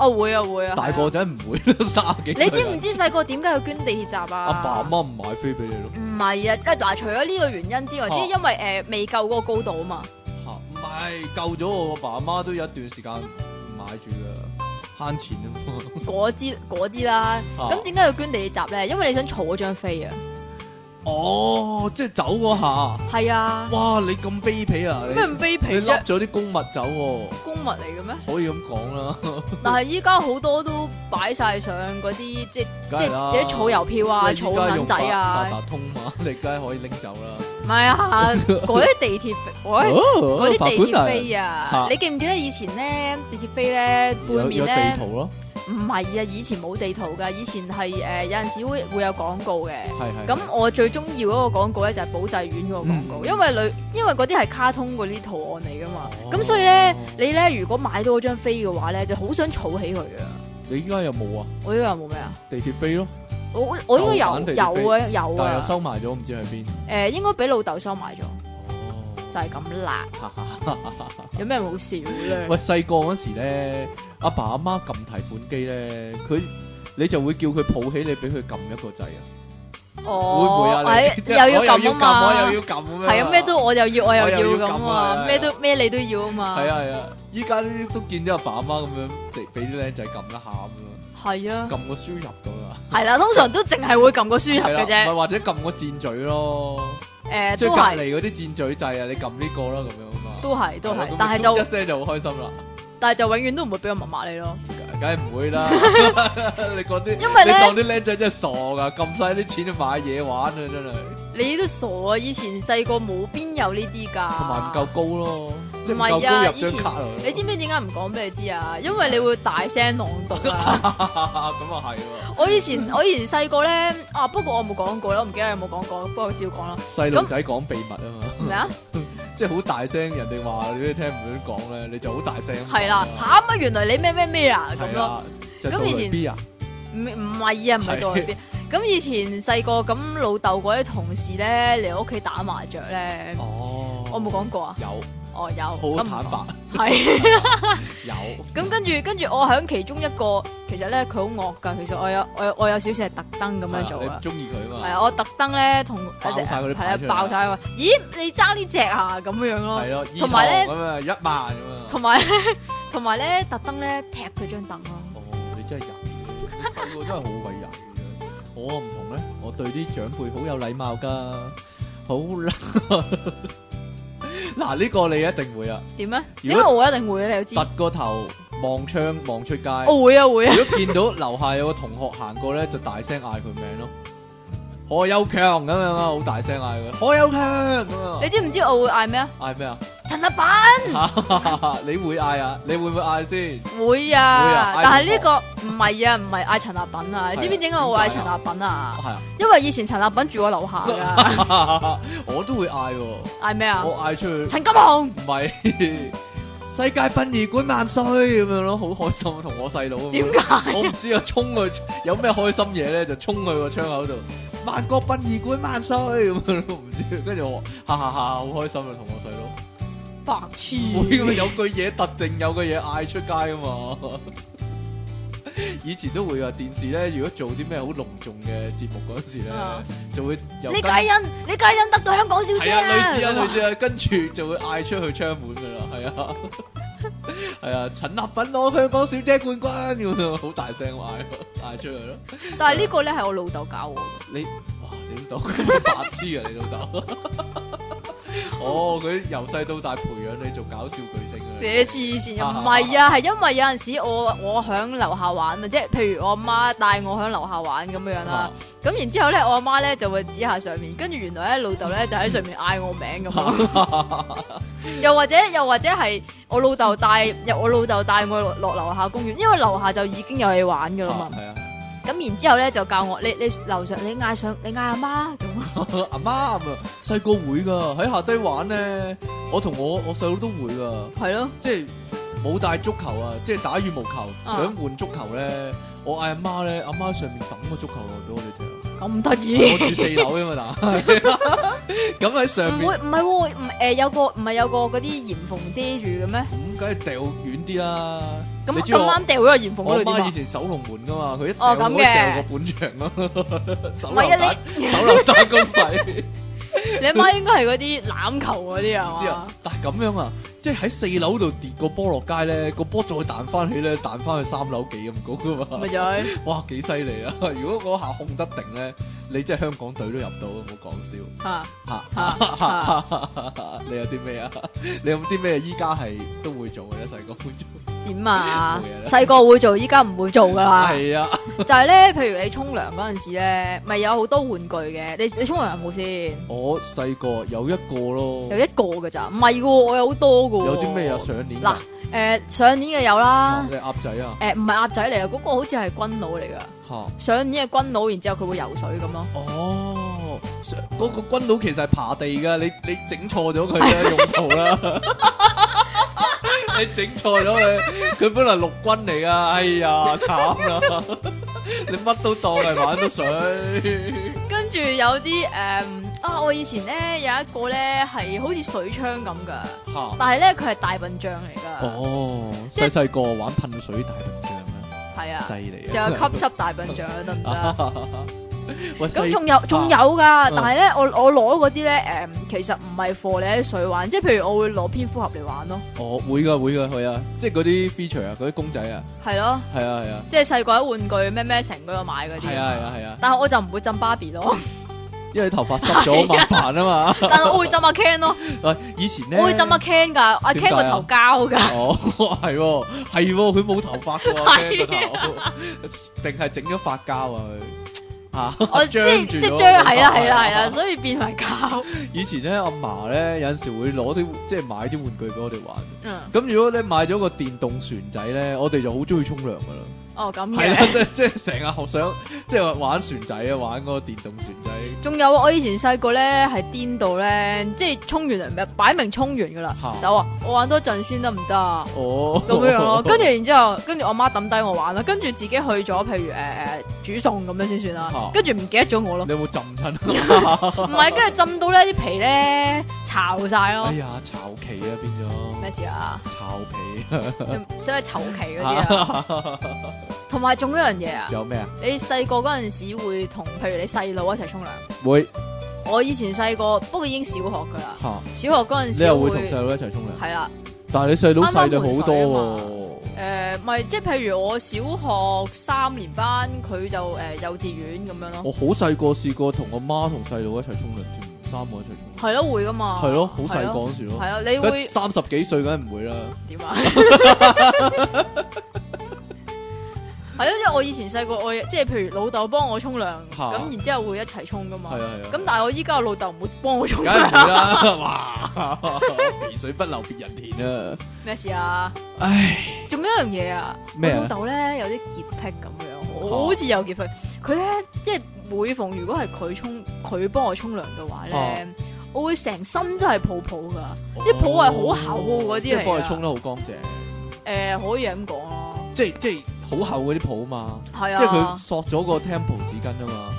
Speaker 2: 哦會啊會啊，
Speaker 1: 大
Speaker 2: 係啊
Speaker 1: 個仔唔會啦， 卅幾歲人。
Speaker 2: 你知唔知細個點解要捐地鐵閘啊？
Speaker 1: 阿爸阿媽唔買飛俾你咯？
Speaker 2: 唔係啊，嗱，除咗呢個原因之外，
Speaker 1: 哦
Speaker 2: 即係因為诶未夠嗰個高度啊嘛。
Speaker 1: 嚇，唔係救咗我阿爸阿媽都有一段時間唔買住噶，慳錢啊 嘛。
Speaker 2: 嗰啲嗰啲啦，
Speaker 1: 啊
Speaker 2: 咁點解要捐地鐵閘咧？因為你想儲嗰張飛啊，
Speaker 1: 哦，即係走嗰下，
Speaker 2: 係啊，
Speaker 1: 哇！你咁卑鄙啊！
Speaker 2: 咩
Speaker 1: 你
Speaker 2: 唔卑
Speaker 1: 你
Speaker 2: 鄙
Speaker 1: 笠
Speaker 2: 啫？
Speaker 1: 咗啲公物走喎，
Speaker 2: 公物嚟嘅咩？
Speaker 1: 可以咁講啦。
Speaker 2: 但係依家好多都擺晒上嗰啲即係即
Speaker 1: 梗
Speaker 2: 係
Speaker 1: 係啦
Speaker 2: 自己儲郵票啊、
Speaker 1: 因為依
Speaker 2: 儲
Speaker 1: 家
Speaker 2: 銀
Speaker 1: 用
Speaker 2: 仔
Speaker 1: 八
Speaker 2: 啊，
Speaker 1: 達通嘛， 你梗係可以拎走啦。
Speaker 2: 唔係啊，嗰啲地鐵 嗰
Speaker 1: 哦嗰
Speaker 2: 啲嗰啲地鐵飛
Speaker 1: 啊
Speaker 2: 啊，你記唔記得以前咧地鐵飛咧背
Speaker 1: 有
Speaker 2: 面
Speaker 1: 有
Speaker 2: 咧
Speaker 1: 地？圖咯，
Speaker 2: 唔係啊，以前冇地圖噶，以前係誒、呃有陣時會會有廣告嘅。
Speaker 1: 係係。
Speaker 2: 咁我最中意嗰個廣告咧就係寶濟院嗰個廣告，
Speaker 1: 嗯
Speaker 2: 因為裏因為嗰啲係卡通嗰啲圖案嚟噶嘛，咁、
Speaker 1: 哦
Speaker 2: 所以咧你咧如果買到嗰張飛嘅話咧，就好想儲起佢啊！
Speaker 1: 你依家有冇啊？
Speaker 2: 我依家有冇咩啊？
Speaker 1: 地鐵飛咯，
Speaker 2: 我我應該
Speaker 1: 舊版
Speaker 2: 有
Speaker 1: 地鐵飛
Speaker 2: 有啊有
Speaker 1: 但係又
Speaker 2: 啊，
Speaker 1: 收埋咗，唔知喺邊。
Speaker 2: 誒、應該俾老豆收埋咗，
Speaker 1: 哦，
Speaker 2: 就係 咁啦。
Speaker 1: 哈哈哈哈
Speaker 2: 有咩好笑咧？
Speaker 1: 喂，細個嗰時咧，阿爸阿媽撳提款機咧，佢你就會叫佢抱起你，俾佢撳一個掣啊。會唔會
Speaker 2: 哦，
Speaker 1: 啊？你
Speaker 2: 係
Speaker 1: 即係
Speaker 2: 又要撳啊
Speaker 1: 我
Speaker 2: 嘛
Speaker 1: 又要撳，我又要撳咁樣。
Speaker 2: 係啊，咩都我又要，我又
Speaker 1: 我又
Speaker 2: 要
Speaker 1: 要
Speaker 2: 咁
Speaker 1: 咁啊
Speaker 2: 啊，咩都咩你都要啊嘛。
Speaker 1: 係啊係啊！依家都見咗阿爸阿媽咁樣，俾俾啲僆仔撳一下咁樣，
Speaker 2: 係啊，
Speaker 1: 撳個輸入咁啊。
Speaker 2: 係啦，通常都淨係會撳個輸入嘅
Speaker 1: 係啦
Speaker 2: 啫
Speaker 1: 咪，或者撳個箭嘴咯，
Speaker 2: 誒
Speaker 1: 即係
Speaker 2: 都
Speaker 1: 隔
Speaker 2: 係
Speaker 1: 離嗰啲箭嘴掣啊，你撳呢個啦咁樣啊嘛。
Speaker 2: 都係都
Speaker 1: 啦
Speaker 2: 係
Speaker 1: 咁，
Speaker 2: 但係
Speaker 1: 一
Speaker 2: 就
Speaker 1: 聲就好開心啦，
Speaker 2: 但係就永遠都唔會俾個密碼你咯，
Speaker 1: 梗係唔會 啦。你嗰啲
Speaker 2: 因為
Speaker 1: 你
Speaker 2: 咧
Speaker 1: 當啲僆仔真係傻噶，撳晒啲錢去買嘢玩啊，真係，
Speaker 2: 你都傻啊！以前細個冇邊有呢啲㗎，
Speaker 1: 同埋唔夠高咯，即係唔
Speaker 2: 唔係
Speaker 1: 夠
Speaker 2: 啊
Speaker 1: 高入
Speaker 2: 以前
Speaker 1: 張卡落去
Speaker 2: 你知唔知點解唔講俾你知啊？因為你會大聲朗讀啊！
Speaker 1: 咁啊係喎，
Speaker 2: 我以前我以前細個咧啊，不過我冇講過啦，我唔記得有冇講過，不過我照講啦。
Speaker 1: 細路仔講秘密啊嘛，
Speaker 2: 咩啊？
Speaker 1: 即係好大聲，人哋話你聽唔準講咧，你就好大聲。
Speaker 2: 係啦，嚇乜原來你咩咩咩啊咁
Speaker 1: 嗯係
Speaker 2: 咯，
Speaker 1: 啦，就
Speaker 2: 咁
Speaker 1: 到
Speaker 2: 以前
Speaker 1: B 啊，
Speaker 2: 唔唔係啊，唔係
Speaker 1: 係
Speaker 2: 到去邊？咁以前細個咁老豆嗰啲同事咧嚟我屋企打麻雀咧，
Speaker 1: 哦，
Speaker 2: 我冇講過啊，
Speaker 1: 有，
Speaker 2: 哦有，
Speaker 1: 好
Speaker 2: 咁唔
Speaker 1: 坦
Speaker 2: 講
Speaker 1: 白。
Speaker 2: 係
Speaker 1: 有
Speaker 2: 咁跟住跟住，我喺其中一個，其實咧佢好惡噶。其實我有我有我有少少係特登咁樣做
Speaker 1: 係啊你
Speaker 2: 噶，
Speaker 1: 唔中意佢
Speaker 2: 係
Speaker 1: 啊
Speaker 2: 啊，我特登咧同
Speaker 1: 爆晒嗰啲牌
Speaker 2: 係啊
Speaker 1: 出嚟
Speaker 2: 爆晒話，咦你爭呢只啊咁樣
Speaker 1: 嘛，
Speaker 2: 咯
Speaker 1: 係，咯，
Speaker 2: 同埋呢
Speaker 1: 呢咁啊一萬咁啊，啊！
Speaker 2: 同埋咧，同埋咧，特登咧踢佢張凳咯。
Speaker 1: 哦，你真係人嚟嘅，細個真係好鬼人嘅。我唔同咧，我對啲長輩好有禮貌噶，好啦。 嗱，呢個你一定會啊，
Speaker 2: 點咧？
Speaker 1: 如
Speaker 2: 點解我一定會咧？你都
Speaker 1: 突
Speaker 2: 知，
Speaker 1: 個頭望窗望出街。
Speaker 2: 我會啊會啊，
Speaker 1: 如果見到樓下有個同學行過咧，就大聲嗌佢名咯，何有強咁樣啊，好大聲嗌佢，何有強咁啊
Speaker 2: 你，知唔知我會嗌咩啊？
Speaker 1: 嗌咩啊？
Speaker 2: 陳立板
Speaker 1: 你會嗌啊？你會唔會嗌先？
Speaker 2: 會
Speaker 1: 會啊
Speaker 2: 啊，
Speaker 1: 嗌
Speaker 2: 但係呢個唔係啊，唔係嗌陳立品啊。
Speaker 1: 係啊
Speaker 2: 你知唔知點解我會嗌
Speaker 1: 點
Speaker 2: 陳
Speaker 1: 解啊
Speaker 2: 立品啊？
Speaker 1: 係
Speaker 2: 因為以前陳立品住我樓下 噶，
Speaker 1: 啊，我都會嗌喎，
Speaker 2: 嗌咩啊？
Speaker 1: 我嗌出去。
Speaker 2: 陳金雄
Speaker 1: 唔係 世界殯儀館萬歲咁樣咯，好開心啊同我細佬咁
Speaker 2: 點
Speaker 1: 樣。
Speaker 2: 解？
Speaker 1: 我唔知啊，衝去有咩開心嘢咧，就衝去個窗口度，萬國殯儀館萬歲咁樣咯，唔知。跟住我哈哈哈，好開心啊，同我細佬。
Speaker 2: 白痴！
Speaker 1: 會咁樣有句嘢特定有句嘢嗌出街啊嘛。 以前都會啊，電視咧，如果做啲咩好隆重嘅節目嗰陣時咧
Speaker 2: 啊，
Speaker 1: 就會有
Speaker 2: 李嘉欣，李嘉欣得到香港小姐
Speaker 1: 係啊，類似啊，
Speaker 2: 咁
Speaker 1: 類似啊，跟住就會嗌出去窗門噶啦，係啊， 係啊，陳立品攞香港小姐冠軍咁樣，好大聲嗌，嗌出去咯。
Speaker 2: 但係呢個咧係我老豆教我嘅，
Speaker 1: 你哇，你老豆 咁白痴啊，你老豆。 哦，佢由細到大培養你做搞笑巨星啊。
Speaker 2: 你黐線啊？唔係啊，係因為有陣時我我響樓下玩啊，即係譬如我阿媽帶我響樓下玩咁樣樣啦
Speaker 1: 啊，
Speaker 2: 咁然之後咧我阿媽咧就會指下上面，跟住原來咧老豆咧就喺上面嗌我名咁咯， 又或者又或者係我老豆帶入我老豆帶我落落樓下公園，因為樓下就已經有嘢玩噶啦嘛
Speaker 1: 啊，係啊，
Speaker 2: 咁然之後咧就教我你你樓上你嗌上你嗌阿媽咁。
Speaker 1: 阿媽咁啊，細個會噶，喺下低玩咧，我同我我細佬都會噶。
Speaker 2: 系咯，
Speaker 1: 即係冇帶足球啊，即係打羽毛球，
Speaker 2: 啊
Speaker 1: 想換足球咧，我嗌阿媽咧，阿媽上面抌個足球落嚟俾我哋踢啊。
Speaker 2: 咁得 意。
Speaker 1: 我住四樓噶嘛，但係 咁喺
Speaker 2: 唔
Speaker 1: 上
Speaker 2: 會
Speaker 1: 面，
Speaker 2: 唔係喎，唔誒有個唔係有個嗰啲鹽縫遮住嘅咩？
Speaker 1: 咁梗係掉遠啲啦。你
Speaker 2: 咁
Speaker 1: 知我
Speaker 2: 咁啱掉喺個鹽縫
Speaker 1: 我
Speaker 2: 嗰
Speaker 1: 阿
Speaker 2: 度點
Speaker 1: 媽
Speaker 2: 啊
Speaker 1: 以？前守龍門噶嘛，佢一掉
Speaker 2: 哦咁
Speaker 1: 可以掉個
Speaker 2: 嘅
Speaker 1: 半場啊咯，手
Speaker 2: 唔
Speaker 1: 榴
Speaker 2: 係
Speaker 1: 彈
Speaker 2: 啊，，
Speaker 1: 手榴彈咁 細，
Speaker 2: 你阿媽應該係嗰啲攬球嗰啲啊
Speaker 1: 唔知啊
Speaker 2: 嘛？。
Speaker 1: 但係咁樣啊，即係喺四樓度跌個波落街咧，個波再彈翻起咧，彈翻去三樓幾咁高噶嘛。
Speaker 2: 咪就係
Speaker 1: 哇，幾犀利啊！ 如果嗰下控得定咧，你真係香港隊都入到，唔好講笑。
Speaker 2: 嚇
Speaker 1: 嚇
Speaker 2: 嚇嚇，
Speaker 1: 你有啲咩啊？ 你有啲咩依家係都會做嘅咧？細個會做，
Speaker 2: 點啊
Speaker 1: 冇嘢？啦
Speaker 2: 細個會做，依家唔會做噶啦。
Speaker 1: 係啊，
Speaker 2: 就係咧，譬如你沖涼嗰陣時咧，咪有好多玩具嘅。你你沖涼有冇先？
Speaker 1: 我細個有一個咯，
Speaker 2: 有一個㗎咋？唔係喎，我有好多㗎喎。
Speaker 1: 有啲咩啊？上年
Speaker 2: 嗱誒上年嘅有啦
Speaker 1: 啊，，你鴨仔啊，
Speaker 2: 誒唔係鴨仔嚟嘅，嗰個好似係軍佬嚟㗎。
Speaker 1: 嚇
Speaker 2: 上年嘅軍佬，然之後佢會游水咁咯。
Speaker 1: 哦，上嗰個軍佬其實係爬地噶，你你整錯咗佢嘅用途啦。 你整錯咗佢，佢本來陸軍嚟噶，哎呀慘啦！ 你乜都當係玩得水，
Speaker 2: 跟住有啲誒、啊，我以前咧有一個咧係好似水槍咁噶，
Speaker 1: 嚇、
Speaker 2: 但係咧佢係大笨象嚟噶，
Speaker 1: 哦，
Speaker 2: 即
Speaker 1: 細
Speaker 2: 係
Speaker 1: 細個玩噴水大笨象啊，
Speaker 2: 係、啊，
Speaker 1: 犀利
Speaker 2: 仲有
Speaker 1: 啊！
Speaker 2: 吸濕大笨象得唔得？
Speaker 1: 喂，
Speaker 2: 咁
Speaker 1: 啊細啊嗯
Speaker 2: 仲有仲有㗎，但係咧我我攞嗰啲咧誒，其實唔係貨你喺水玩，即係譬如我會攞蝙蝠俠嚟玩咯，
Speaker 1: 哦，會噶會噶，係啊，即係嗰啲 feature 啊，嗰啲公仔啊，
Speaker 2: 係咯，
Speaker 1: 係啊係啊，
Speaker 2: 即係細個喺玩具咩咩城嗰度買嗰啲，
Speaker 1: 係啊係啊係啊，
Speaker 2: 但係我就唔會浸芭比 咯，
Speaker 1: 因為頭髮濕咗麻煩啊嘛。
Speaker 2: 但係我會浸阿 Ken 咯，
Speaker 1: 喂，啊以前咧，
Speaker 2: 我會浸阿 Ken 㗎，阿
Speaker 1: 點解
Speaker 2: Ken 個
Speaker 1: 啊
Speaker 2: 頭膠㗎，
Speaker 1: 哦，係喎係喎，佢冇頭髮 噶
Speaker 2: 啊
Speaker 1: 喎，個頭，定係整咗髮膠啊佢啊，
Speaker 2: 我即
Speaker 1: 張住
Speaker 2: 即
Speaker 1: 咗哦
Speaker 2: 將係啦
Speaker 1: 個頭
Speaker 2: 係啦係啦，所以變為膠，
Speaker 1: 以前咧，阿嫲咧有陣時會攞啲即係買啲玩具俾我哋玩。
Speaker 2: 嗯。
Speaker 1: 咁如果你買咗個電動船仔咧，我哋就好中意沖涼噶啦。
Speaker 2: 哦，咁
Speaker 1: 係啦，
Speaker 2: 嘅。
Speaker 1: 即係即係成日學想，即係玩船仔啊，玩嗰個電動船仔
Speaker 2: 仲有啊我以前細個咧係癲到咧，即係沖完涼，擺明沖完噶啦
Speaker 1: 嚇，
Speaker 2: 就話我玩多陣先得唔得啊？
Speaker 1: 哦，
Speaker 2: 咁樣樣咯，跟住然之後，跟住我媽抌低我玩啦，跟住自己去咗，譬如誒誒、煮餸咁樣先算啦
Speaker 1: 嚇，
Speaker 2: 跟住唔記得咗我咯
Speaker 1: 你，有冇浸親？
Speaker 2: 唔係跟住浸到咧啲皮咧巢晒咯
Speaker 1: 哎，呀，巢皮啊，變咗
Speaker 2: 咩事啊？
Speaker 1: 巢皮
Speaker 2: 你使唔使籌期嗰啲啊？
Speaker 1: 啊！
Speaker 2: 同埋仲有一樣嘢啊，
Speaker 1: 有咩啊？
Speaker 2: 你細個嗰陣時會同譬如你細佬一齊沖涼，
Speaker 1: 會
Speaker 2: 我以前細個不過已經小學噶啦，
Speaker 1: 嚇，
Speaker 2: 小學嗰陣
Speaker 1: 你
Speaker 2: 時
Speaker 1: 又會
Speaker 2: 會
Speaker 1: 同細佬一齊沖涼？
Speaker 2: 係啦，
Speaker 1: 但系你细佬
Speaker 2: 啱啱
Speaker 1: 细你好
Speaker 2: 回水啊
Speaker 1: 多喎。
Speaker 2: 诶，咪即係譬如我小學三年班，佢就诶幼稚園咁樣咯，
Speaker 1: 我好細個試過同我媽同細佬一齊沖涼添，三個一齊沖涼。
Speaker 2: 係咯會噶嘛，
Speaker 1: 係咯，好細個嗰時咯。
Speaker 2: 啊係咯，啊你
Speaker 1: 梗
Speaker 2: 會
Speaker 1: 三十幾歲梗係唔會啦。
Speaker 2: 點啊？ 係咯，即係我以前細個，我即係譬如老豆幫我沖涼，
Speaker 1: 嚇
Speaker 2: 咁然之後會一齊沖噶嘛
Speaker 1: 係。啊係啊。
Speaker 2: 咁但係我依家我老豆唔會幫我沖
Speaker 1: 梗係唔
Speaker 2: 涼，
Speaker 1: 會啦。 哇！肥水不流別人田啊！
Speaker 2: 咩事啊？
Speaker 1: 唉，
Speaker 2: 仲有一樣嘢啊，我
Speaker 1: 咩
Speaker 2: 老
Speaker 1: 啊？哦
Speaker 2: 豆咧有啲潔癖咁樣，好似有潔癖。佢咧即係每逢如果係佢沖，佢幫我沖涼嘅話
Speaker 1: 哦
Speaker 2: 咧，我會成身都係泡泡噶。啲泡係好厚嗰啲嚟㗎
Speaker 1: 即係幫佢沖得好乾淨，
Speaker 2: 誒，可以咁講咯，
Speaker 1: 即係即係好厚嗰啲泡嘛。
Speaker 2: 係
Speaker 1: 即係佢
Speaker 2: 啊，
Speaker 1: 索咗個 temple 紙巾啊嘛，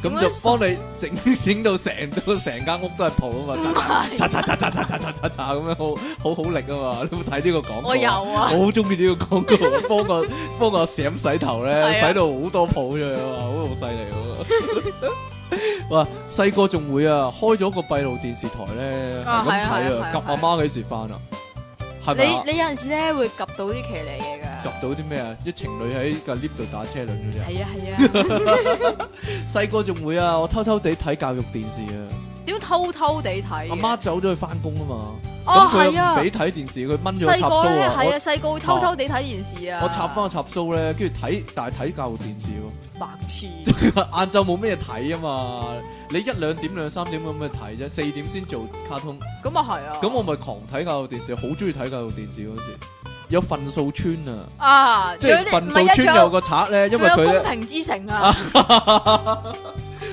Speaker 2: 點
Speaker 1: 咁
Speaker 2: 解
Speaker 1: 就
Speaker 2: 索
Speaker 1: 幫你整整到成到成間屋都係鋪啊
Speaker 2: 唔
Speaker 1: 嘛，
Speaker 2: 係
Speaker 1: 擦擦擦擦擦擦擦擦擦咁樣好好好力啊嘛，你有冇睇呢個廣告？
Speaker 2: 我有，啊，
Speaker 1: 我好中意呢個廣告，幫個幫個閃洗頭咧，
Speaker 2: 係啊
Speaker 1: 洗到好多泡出嚟啊嘛，好好犀利啊嘛！哇，細個仲會啊，開咗個閉路電視台咧，
Speaker 2: 啊
Speaker 1: 係咁睇
Speaker 2: 係啊係
Speaker 1: 啊
Speaker 2: 啊，
Speaker 1: 及阿媽幾時翻啊？係咪啊？
Speaker 2: 你你有陣時咧會及到啲騎呢嘢
Speaker 1: 及
Speaker 2: 㗎，
Speaker 1: 到啲咩啊？啲情侶喺個 lift 度打車輪嗰啲啊？
Speaker 2: 係啊 係啊，
Speaker 1: 細個仲會啊，我偷偷地睇教育電視啊，
Speaker 2: 點偷偷地睇嘅？
Speaker 1: 阿媽走咗去翻工啊嘛，
Speaker 2: 哎哦
Speaker 1: 咁佢
Speaker 2: 係
Speaker 1: 又唔
Speaker 2: 啊，
Speaker 1: 俾睇電視，佢掹咗個
Speaker 2: 細
Speaker 1: 插
Speaker 2: 個
Speaker 1: 蘇
Speaker 2: 咧係啊，
Speaker 1: 啊，
Speaker 2: 細個會偷偷地睇電視啊，
Speaker 1: 我我插翻個插蘇咧，跟住睇，但係睇教育電視
Speaker 2: 白痴，
Speaker 1: 喎， 晏晝冇咩睇啊嘛，你一兩點兩三點咁咪睇啫，四點先做卡通，
Speaker 2: 咁啊係 啊，
Speaker 1: 咁我咪狂睇教育電視，好中意睇教育電視嗰時，有份數村啊，
Speaker 2: 啊，
Speaker 1: 即
Speaker 2: 仲有
Speaker 1: 係
Speaker 2: 啲
Speaker 1: 份
Speaker 2: 唔係
Speaker 1: 數
Speaker 2: 啊
Speaker 1: 村
Speaker 2: 仲有
Speaker 1: 有個賊咧，因為
Speaker 2: 仲
Speaker 1: 佢
Speaker 2: 有
Speaker 1: 咧
Speaker 2: 公。平之城啊，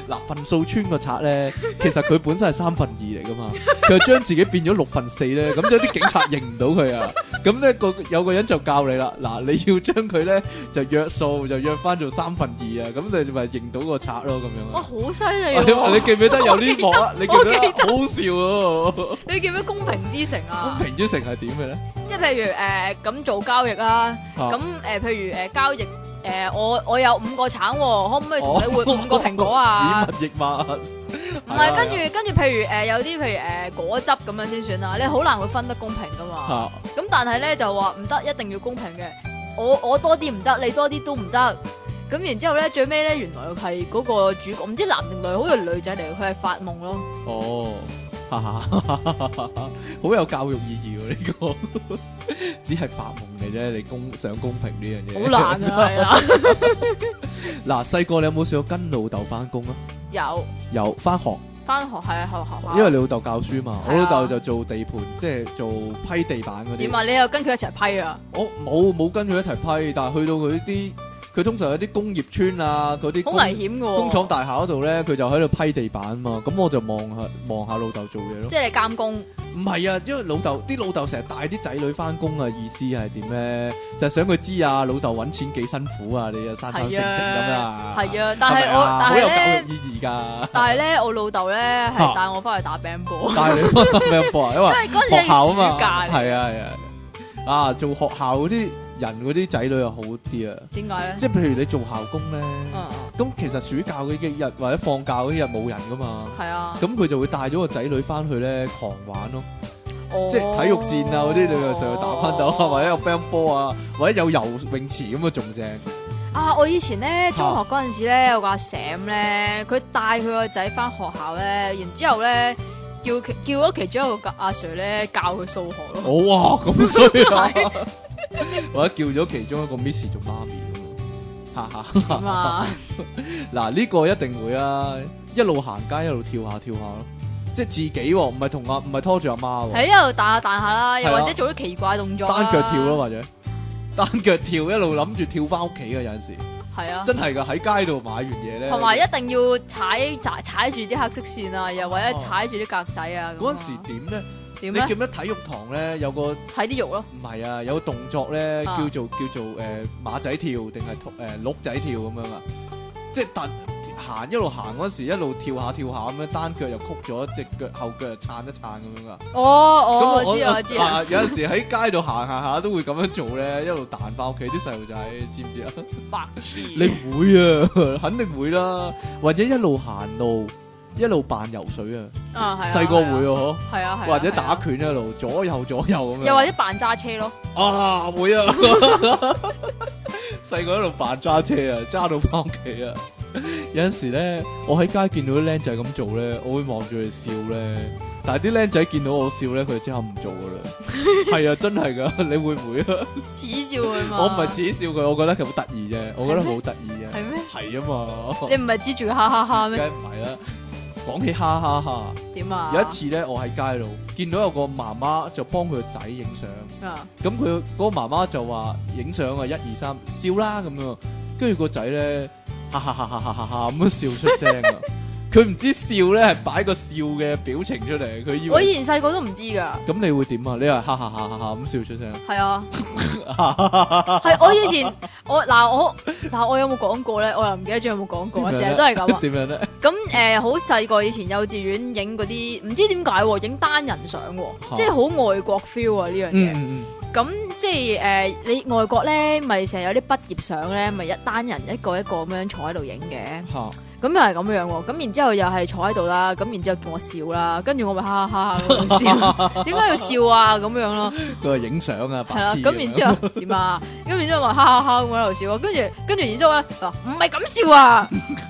Speaker 1: 嗱，份數村個賊咧，其實佢本身係三分二嚟噶嘛，佢就將自己變咗六分四咧，咁有啲警察認唔到佢啊，咁咧個有個人就教你啦，嗱，你要將佢咧就約數，就約翻做三分二啊，咁你咪認到個賊咯，咁樣
Speaker 2: 哇，
Speaker 1: 啊。
Speaker 2: 好犀利
Speaker 1: 你你
Speaker 2: 喎！
Speaker 1: 記唔記得有呢幕啊？你記唔記得
Speaker 2: 我記
Speaker 1: 好好笑啊！
Speaker 2: 你叫咩公平之城啊
Speaker 1: 咁？平之城係點嘅咧？
Speaker 2: 即係譬如誒咁做交易啦，
Speaker 1: 嚇
Speaker 2: 咁誒譬如誒交易誒我我有五個橙喎，可唔可以同你 換五個蘋果啊？
Speaker 1: 以物易物，
Speaker 2: 唔係，啊跟
Speaker 1: 係
Speaker 2: 住跟住譬如誒有啲譬如誒果汁咁樣先算啦，你好難會分得公平噶 嘛。
Speaker 1: 嚇
Speaker 2: 咁但係咧就話唔得，一定要公平嘅。我我多啲唔得，你多啲都唔得。咁然之後咧，最尾咧原來係嗰個主角，唔知男定女，好似女仔嚟，佢係發夢咯。
Speaker 1: 哦， 哈哈哈哈哈哈好有教育意義喎、呢、個 只係白夢嚟啫，你公想公平呢樣 嘢
Speaker 2: 好難啊，係啦，
Speaker 1: 嗱，細個你有冇試過跟老豆翻工啊？
Speaker 2: 有
Speaker 1: 有翻學，
Speaker 2: 翻學係學學校，啊
Speaker 1: 因為你老豆教書嘛，
Speaker 2: 係啊
Speaker 1: 我老豆就做地盤，即係做批地板嗰
Speaker 2: 點
Speaker 1: 啲。
Speaker 2: 啊？你又跟佢一齊批啊？
Speaker 1: 我冇冇跟佢一齊批，但係去到佢啲，佢通常有啲工業村啊，嗰啲
Speaker 2: 好
Speaker 1: 工
Speaker 2: 危險嘅喎。
Speaker 1: 工廠大廈嗰度咧，佢就喺度批地板嘛。咁我就望下望下老豆做嘢咯。
Speaker 2: 即係你監工，
Speaker 1: 唔係啊，因為老豆啲老豆成日帶啲仔女翻工啊，意思係點咧？就係想佢知啊，老豆揾錢幾辛苦啊，你啊生生成成咁啊，
Speaker 2: 係
Speaker 1: 啊，
Speaker 2: 啊，但係
Speaker 1: 咪
Speaker 2: 我
Speaker 1: 啊
Speaker 2: 但
Speaker 1: 好有
Speaker 2: 係
Speaker 1: 教
Speaker 2: 咧，
Speaker 1: 育意義㗎。
Speaker 2: 但係咧，我老豆咧係
Speaker 1: 嚇
Speaker 2: 帶我翻去打乒乓波，
Speaker 1: 帶 你翻打咩波啊？因
Speaker 2: 因
Speaker 1: 為
Speaker 2: 為 嗰陣
Speaker 1: 學
Speaker 2: 時
Speaker 1: 校啊
Speaker 2: 係
Speaker 1: 嘛，
Speaker 2: 暑假嚟，
Speaker 1: 係啊係啊，啊做學校嗰啲人嗰啲仔女又好啲啊，
Speaker 2: 點解咧？
Speaker 1: 即係譬如你做校工咧，
Speaker 2: 嗯，
Speaker 1: 咁其實暑假嗰幾日或者放假嗰幾日冇人㗎嘛，
Speaker 2: 係啊，
Speaker 1: 咁佢就會帶咗個仔女翻去咧狂玩咯。
Speaker 2: 哦
Speaker 1: 即係體育戰啊嗰啲，你咪上去打啊翻到，或者有乒乓波啊，或者有游泳池咁啊，仲正。
Speaker 2: 啊！我以前咧
Speaker 1: 嚇
Speaker 2: 中學嗰陣時咧，有個阿 Sam 咧，佢帶佢個仔翻學校咧，然之後咧叫其叫咗其中一個阿 Sir 咧教佢數學咯，
Speaker 1: 我哇咁衰 啊！ 或者叫咗其中一個 Miss 做媽咪咁啊，哈哈！
Speaker 2: 咁啊，
Speaker 1: 嗱呢個一定會啊，一路行街一路跳下跳下咯，即係自己喎，唔係同阿唔係拖住阿媽喎，
Speaker 2: 喺一路彈下彈下啦，又
Speaker 1: 係啊
Speaker 2: 或者做啲奇怪動作啦，
Speaker 1: 單腳跳啊咯或者。單腳跳一路諗住跳翻屋企嘅有陣時，
Speaker 2: 係啊。
Speaker 1: 真係噶喺街度買完嘢咧，
Speaker 2: 同埋一定要踩踩踩住啲黑色線
Speaker 1: 哦
Speaker 2: 啊，又或者踩住啲格仔啊。
Speaker 1: 嗰陣時點咧？
Speaker 2: 時
Speaker 1: 你記
Speaker 2: 點
Speaker 1: 唔
Speaker 2: 咧？
Speaker 1: 記得體育堂咧有個
Speaker 2: 睇啲肉咯，
Speaker 1: 唔係啊，有個動作咧
Speaker 2: 啊
Speaker 1: 叫做叫做誒、呃、馬仔跳定係兔誒鹿仔跳咁樣啊，即係但行一路行嗰時一路跳下跳下咁樣，單腳又曲咗，隻腳後腳又撐一撐咁樣啊。
Speaker 2: 哦哦
Speaker 1: 咁，
Speaker 2: 我知啊我知啊，
Speaker 1: 啊有陣時喺街度行行下都會咁樣做咧，一路彈翻屋企啲細路仔，知唔知 啊？
Speaker 2: 白痴，
Speaker 1: 你唔會啊，肯定會啦，或者一路行路。一路扮游水啊，
Speaker 2: 啊係啊，
Speaker 1: 細個會啊，
Speaker 2: 係啊，係啊，
Speaker 1: 嗬，或者
Speaker 2: 係啊
Speaker 1: 打，拳一路左右左右咁樣。
Speaker 2: 又或者扮揸車咯，
Speaker 1: 啊，會啊！ 細個喺度扮揸車啊，揸到翻屋企啊！有陣時咧，我喺街見到啲僆仔咁做咧，我會望住佢笑咧。但係啲僆仔見到我笑咧，佢就即刻唔做噶 啦。係啊，真係噶， 你會唔會啊？
Speaker 2: 恥笑佢嘛。
Speaker 1: 我唔係恥笑佢，我覺得佢好得意啫，我覺得好得意啫。
Speaker 2: 係
Speaker 1: 係
Speaker 2: 咩？
Speaker 1: 啊嘛，
Speaker 2: 你唔係指住佢哈哈 哈
Speaker 1: 梗
Speaker 2: 咩？
Speaker 1: 係唔係啦。講起哈哈哈，
Speaker 2: 點啊？
Speaker 1: 有一次咧，我喺街度見到有個媽媽就幫佢個仔影相。
Speaker 2: 啊，
Speaker 1: 咁佢嗰個媽媽就話影相啊，一二三，笑啦咁樣，跟住個仔咧，哈哈哈哈哈哈哈咁樣笑出聲啊！佢唔知笑咧係擺個笑嘅表情出嚟，佢以
Speaker 2: 我以
Speaker 1: 為
Speaker 2: 前細個都唔知㗎，
Speaker 1: 咁你會點啊？你係哈哈哈哈哈咁笑出聲，
Speaker 2: 係啊，係我以前我嗱我嗱我有冇講過咧？我又唔記得咗有冇講 過啊，成日都係咁啊。
Speaker 1: 點樣 咧？
Speaker 2: 咁誒好細個以前幼稚園影嗰啲，唔知點解喎，影單人相
Speaker 1: 嚇
Speaker 2: 喎，即係好外國 feel 啊呢樣
Speaker 1: 嗯
Speaker 2: 嘢。
Speaker 1: 嗯
Speaker 2: 咁即係誒你外國咧，咪成日有啲畢業相咧，咪一單人一個一個咁樣坐喺度影嘅
Speaker 1: 嗯，。嚇
Speaker 2: 咁又係咁樣喎，咁然之後又係坐喺度啦，咁然之後叫我笑啦，跟住我咪哈哈哈咁樣 笑，點解要笑啊咁樣咯，
Speaker 1: 佢係影相啊，
Speaker 2: 係
Speaker 1: 白
Speaker 2: 啦，
Speaker 1: 痴
Speaker 2: 咁然之後點啊， 咁然之後咪哈哈哈咁喺度笑啊，跟住跟住然之後咧話哦唔係咁 笑啊，
Speaker 1: 後，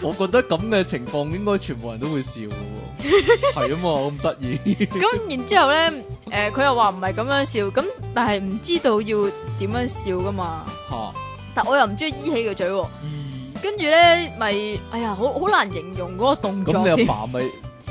Speaker 1: 我覺得咁嘅情況應該全部人都會笑嘅喎， 係啊嘛，咁得意，
Speaker 2: 咁然之後咧，誒、佢又話唔係咁樣笑，咁但係唔知道要點樣笑噶嘛，
Speaker 1: 嚇
Speaker 2: 但我又唔中意依起個嘴喎，
Speaker 1: 嗯
Speaker 2: 跟住咧咪哎呀好好難形容嗰個動
Speaker 1: 咁
Speaker 2: 作
Speaker 1: 你
Speaker 2: 添
Speaker 1: 阿，爸咪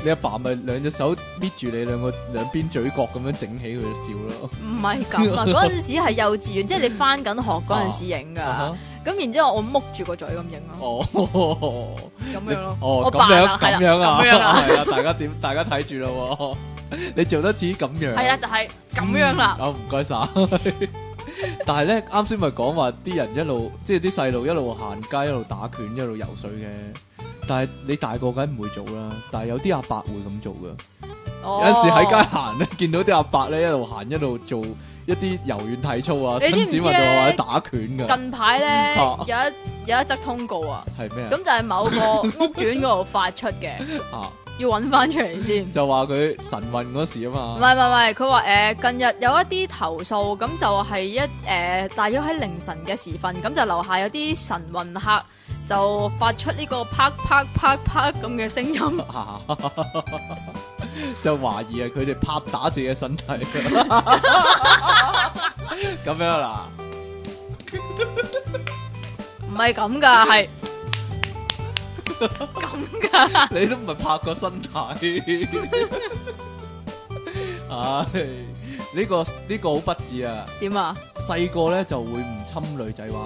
Speaker 1: 你阿爸咪兩隻手搣住你兩個兩邊嘴角咁樣整起佢就笑咯。
Speaker 2: 唔係 咁啊，嗰陣時係幼稚園，即係你翻緊學嗰陣時影
Speaker 1: 啊
Speaker 2: 㗎。咁然之後我剝住個嘴咁影咯，
Speaker 1: 哦，
Speaker 2: 咁
Speaker 1: 你
Speaker 2: 樣咯，
Speaker 1: 哦
Speaker 2: 我
Speaker 1: 咁
Speaker 2: 扮
Speaker 1: 樣
Speaker 2: 啊係啦
Speaker 1: 咁樣啊，
Speaker 2: 咁樣啦
Speaker 1: 係啊，大家點？大家睇住咯喎， 你做得似咁樣，啊
Speaker 2: 係啦，就係咁樣啦，
Speaker 1: 嗯。哦，唔該晒。 但係咧，啱先咪講話啲人一路，即係啲細路一路行街，一路打拳，一路游水嘅。但係你大個梗唔會做啦，但係有啲阿伯會咁做噶。
Speaker 2: 有
Speaker 1: 嗯有陣時喺街行咧，見到啲阿伯咧一路行一路做一啲柔軟體操啊，
Speaker 2: 你知唔
Speaker 1: 伸
Speaker 2: 知
Speaker 1: 展
Speaker 2: 咧
Speaker 1: 運動啊或者打拳噶，
Speaker 2: 近排咧
Speaker 1: 啊
Speaker 2: 有一有一則通告啊，
Speaker 1: 係咩
Speaker 2: 咁
Speaker 1: 啊？
Speaker 2: 就係某個 屋苑嗰度發出嘅，
Speaker 1: 啊，
Speaker 2: 要揾翻出嚟先。
Speaker 1: 就話佢神運嗰時啊
Speaker 2: 唔
Speaker 1: 嘛，
Speaker 2: 係唔係唔係，佢話誒近日有一啲投訴，咁就係一誒、呃大約喺凌晨嘅時分，咁就樓下有啲晨運客就發出呢個啪啪啪啪咁嘅聲 音，
Speaker 1: 就懷疑係佢哋拍打自己嘅身體，咁樣啦。
Speaker 2: 唔係 咁㗎，係咁㗎。
Speaker 1: 你都唔係拍過身體， 唉，呢個呢個好不智啊！
Speaker 2: 點啊？
Speaker 1: 細個咧就會唔侵女仔玩，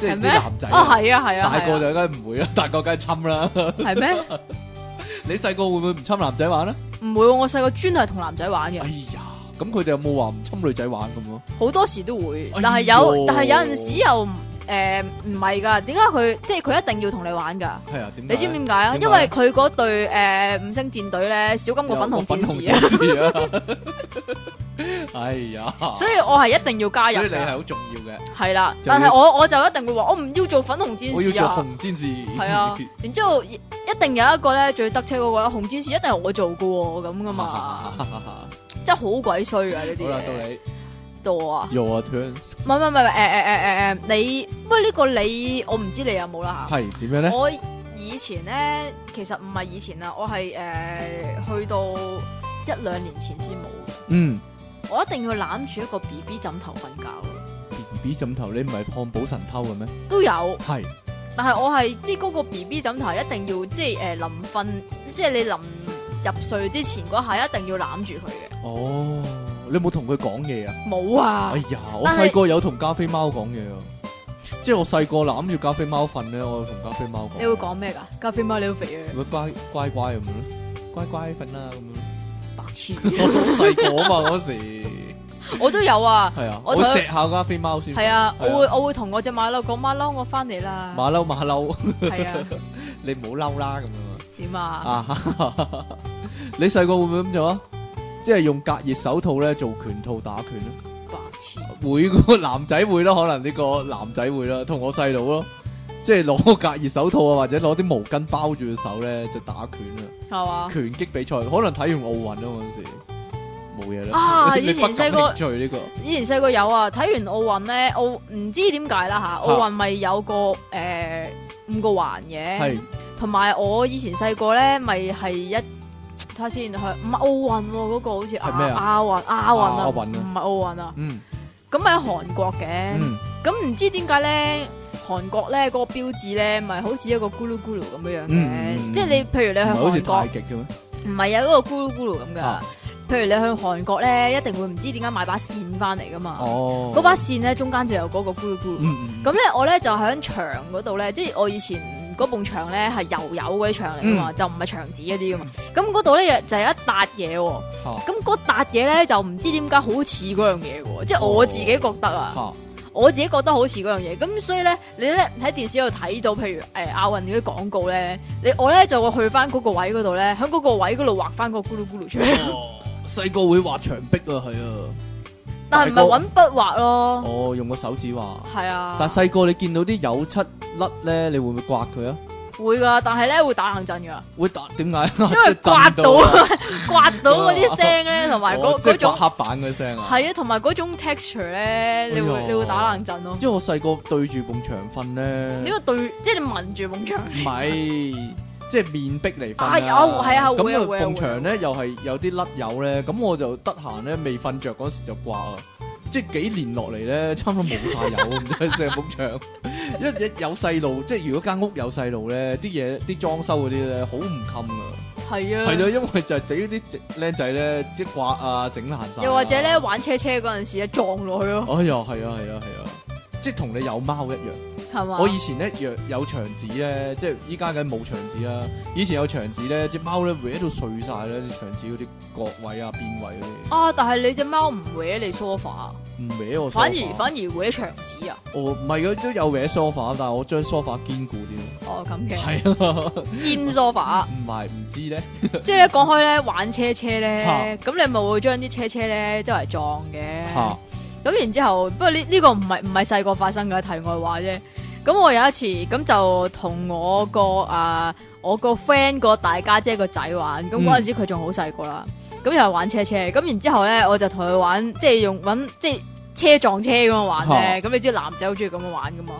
Speaker 1: 即係
Speaker 2: 係
Speaker 1: 啲
Speaker 2: 咩？
Speaker 1: 男仔
Speaker 2: 啊，係啊，係 啊，
Speaker 1: 大個
Speaker 2: 係啊
Speaker 1: 就梗係唔會啦，大個梗係侵啦。
Speaker 2: 係咩？
Speaker 1: 你細個會唔會唔侵男仔玩咧？啊
Speaker 2: 唔會喎，我細個專係啊同男仔玩嘅
Speaker 1: 哎，呀，咁佢哋有冇話唔侵女仔玩咁咯？
Speaker 2: 好多時都會
Speaker 1: 哎，
Speaker 2: 但係
Speaker 1: 呦
Speaker 2: 有，但係有陣時又唔誒唔係㗎。點解佢即係佢一定要同你玩㗎？
Speaker 1: 係啊，點解
Speaker 2: 你
Speaker 1: 呢？
Speaker 2: 知唔知點解啊？
Speaker 1: 點解
Speaker 2: 因為佢嗰隊誒五星戰隊咧，小金個粉紅戰士啊，
Speaker 1: 有個粉紅 戰士啊！哎呀，
Speaker 2: 所以啊我係一定要加入
Speaker 1: 所以你係
Speaker 2: 㗎，
Speaker 1: 好重要嘅，
Speaker 2: 係啦。
Speaker 1: 就要
Speaker 2: 但係我我就一定會話，我唔要做粉紅
Speaker 1: 我
Speaker 2: 戰
Speaker 1: 要
Speaker 2: 士
Speaker 1: 做
Speaker 2: 啊。
Speaker 1: 紅戰士。
Speaker 2: 係啊，然之後一一定有一個咧最得車嗰個咧，紅戰士一定係我做嘅喎，咁噶嘛，
Speaker 1: 好
Speaker 2: 真係好鬼衰啊呢啲
Speaker 1: 啦，到
Speaker 2: 嘢。
Speaker 1: 你
Speaker 2: 到我啊！
Speaker 1: your turns
Speaker 2: 唔係唔係唔係誒誒誒誒誒，你喂呢個你我唔知你有冇啦
Speaker 1: 係點樣
Speaker 2: 嚇。
Speaker 1: 咧？
Speaker 2: 我以前咧其實唔係以前啦，我係誒、去到一兩年前先冇嘅。
Speaker 1: 嗯
Speaker 2: 我一定要攬住一個 B B 枕頭瞓覺嘅
Speaker 1: ，B B 枕頭你唔係漢堡神偷嘅咩？
Speaker 2: 都有，
Speaker 1: 係
Speaker 2: 但係我係即係嗰個 B B 枕頭一定要即係誒臨瞓，即係你臨入睡之前嗰下一定要攬住佢嘅。
Speaker 1: 哦，你有冇同佢講嘢啊？
Speaker 2: 冇啊
Speaker 1: 哎，呀，我
Speaker 2: 但係
Speaker 1: 細個有同加菲貓講嘢啊，即係我細個攬住加菲貓瞓咧，我有同加菲貓講。
Speaker 2: 你會講咩㗎？咖啡貓你好肥啊，
Speaker 1: 佢乖乖乖咁樣咯，乖乖瞓啦咁樣 咯。
Speaker 2: 白痴！
Speaker 1: 我好細個 啊嘛嗰時，
Speaker 2: 我都有 啊，
Speaker 1: 係啊，我
Speaker 2: 我
Speaker 1: 會
Speaker 2: 同佢
Speaker 1: 錫下加菲貓先。
Speaker 2: 係啊，我
Speaker 1: 係啊
Speaker 2: 會我會同我只馬騮講馬騮，我翻嚟啦。
Speaker 1: 馬騮 馬騮，
Speaker 2: 係啊，
Speaker 1: 你唔好嬲啦咁樣
Speaker 2: 點 啊？
Speaker 1: 啊！ 啊你細個會唔會咁做啊？即係用隔熱手套咧做拳套打拳咧？
Speaker 2: 白痴！
Speaker 1: 會個男仔會咯，可能呢個男仔會啦，同我細佬咯。即係攞隔熱手套啊，或者攞啲毛巾包住隻手咧，就打拳啊。
Speaker 2: 系嘛？
Speaker 1: 拳擊比賽可能睇完奧運啊嗰陣時，冇嘢啦。
Speaker 2: 啊
Speaker 1: 你
Speaker 2: 以前
Speaker 1: 不
Speaker 2: 細
Speaker 1: 感
Speaker 2: 個
Speaker 1: 興趣呢個
Speaker 2: 以前細個有啊，睇完奧運咧，奧唔知點解啦吓，奧運咪有個诶、五個環嘅
Speaker 1: 係，
Speaker 2: 同埋我以前細個咧咪係一睇下先，係唔係奧運喎？嗰、個好似亞
Speaker 1: 係咩啊
Speaker 2: 亞運亞運啊，
Speaker 1: 亞運啊
Speaker 2: 唔係奧運啊，
Speaker 1: 嗯
Speaker 2: 咁咪喺韓國嘅，
Speaker 1: 嗯
Speaker 2: 咁唔、知點解咧？韓國咧嗰個標誌咧，咪好似一個咕嚕咕嚕咁樣樣嘅，
Speaker 1: 嗯
Speaker 2: 即係你譬如你去
Speaker 1: 唔係好似
Speaker 2: 韓國
Speaker 1: 太。極嘅咩？
Speaker 2: 唔係啊，嗰、個咕嚕咕嚕咁噶。
Speaker 1: 啊
Speaker 2: 譬如你去韓國咧，一定會唔知點解買把線翻嚟噶嘛。
Speaker 1: 哦，
Speaker 2: 嗰、把線咧中間就有嗰個咕嚕咕嚕。
Speaker 1: 嗯嗯
Speaker 2: 咁咧、我咧就喺牆嗰度咧，即係我以前嗰埲牆咧係油油嗰啲牆嚟
Speaker 1: 嗯
Speaker 2: 噶嘛，就唔係牆紙嗰啲噶嘛。咁嗰度咧就係一笪嘢喎。
Speaker 1: 嚇
Speaker 2: 咁嗰笪嘢咧就唔知點解好似嗰樣嘢喎，即係我自己覺得啊。
Speaker 1: 哦嚇
Speaker 2: 我自己覺得好似嗰樣嘢，咁所以咧，你咧喺電視度睇到，譬如誒、亞運嗰啲廣告咧，你我咧就會去翻嗰個位嗰度咧，喺嗰個位嗰度畫翻個咕嚕咕嚕出嚟，
Speaker 1: 哦細個會畫牆壁啊，係啊，
Speaker 2: 但係唔係揾筆畫咯，
Speaker 1: 哦，用個手指畫。
Speaker 2: 係、啊，
Speaker 1: 但細個你見到啲有漆甩咧，你會唔會刮佢啊？
Speaker 2: 會噶，但係咧會打冷震噶，
Speaker 1: 會打點解？啊
Speaker 2: 因為刮到
Speaker 1: 即係震啊
Speaker 2: 刮到嗰啲聲咧，同埋
Speaker 1: 哦
Speaker 2: 嗰
Speaker 1: 即
Speaker 2: 嗰
Speaker 1: 係刮
Speaker 2: 種
Speaker 1: 黑板嘅聲啊！
Speaker 2: 係啊，同埋嗰種 texture 咧，你會
Speaker 1: 哎呀
Speaker 2: 你會打冷震咯，
Speaker 1: 因為我細個對住埲牆瞓咧。
Speaker 2: 呢個對，即係你聞住埲牆，
Speaker 1: 唔係，即係面壁嚟瞓
Speaker 2: 啊有係啊會啊
Speaker 1: 咁
Speaker 2: 會
Speaker 1: 個
Speaker 2: 啊會
Speaker 1: 埲
Speaker 2: 啊
Speaker 1: 牆咧又係有啲甩油咧，咁我就得閒咧未瞓着嗰時就刮啊，即係幾年落 嚟咧， 差唔多冇晒油，唔知成埲牆。一一有細路，即係如果間屋有細路咧，啲嘢啲裝修嗰啲咧好唔襟啊。
Speaker 2: 係
Speaker 1: 係咯，
Speaker 2: 啊。
Speaker 1: 因為就係俾啲僆仔咧即係刮啊，整爛晒啊。
Speaker 2: 又或者咧玩車車嗰陣時咧撞落去咯，
Speaker 1: 哎呀，係啊，係啊，係啊，即係同你有貓一樣。
Speaker 2: 係嘛？
Speaker 1: 我以前咧若有牆紙咧，即係依家梗係冇牆紙啦。以前有牆紙咧，只貓咧搲到碎晒咧，啲牆紙嗰啲角位啊、邊位嗰啲，
Speaker 2: 啊！但係你只貓唔搲你 sofa，
Speaker 1: 唔搲我 sofa。
Speaker 2: 反而反而搲牆紙啊！
Speaker 1: 我唔係嘅，都有搲 sofa，但係我將 sofa 堅固啲。
Speaker 2: 哦咁嘅，
Speaker 1: 係啊，
Speaker 2: 堅 sofa，
Speaker 1: 唔係唔知咧，
Speaker 2: 即係咧講開咧玩車車
Speaker 1: 嚇
Speaker 2: 咧，咁你咪會將啲車車咧周圍撞嘅。
Speaker 1: 嚇
Speaker 2: 咁然之後，不過呢呢個唔係唔係細個發生嘅題外話啫。咁我有一次咁就同我個啊我個 friend 個大家姐個仔玩，咁
Speaker 1: 嗯
Speaker 2: 嗰陣時佢仲好細個啦，咁又係玩車車，咁然之後咧我就同佢玩，即係用揾即係車撞車咁樣玩
Speaker 1: 啊
Speaker 2: 咧，咁你知男仔好中意咁樣玩噶嘛，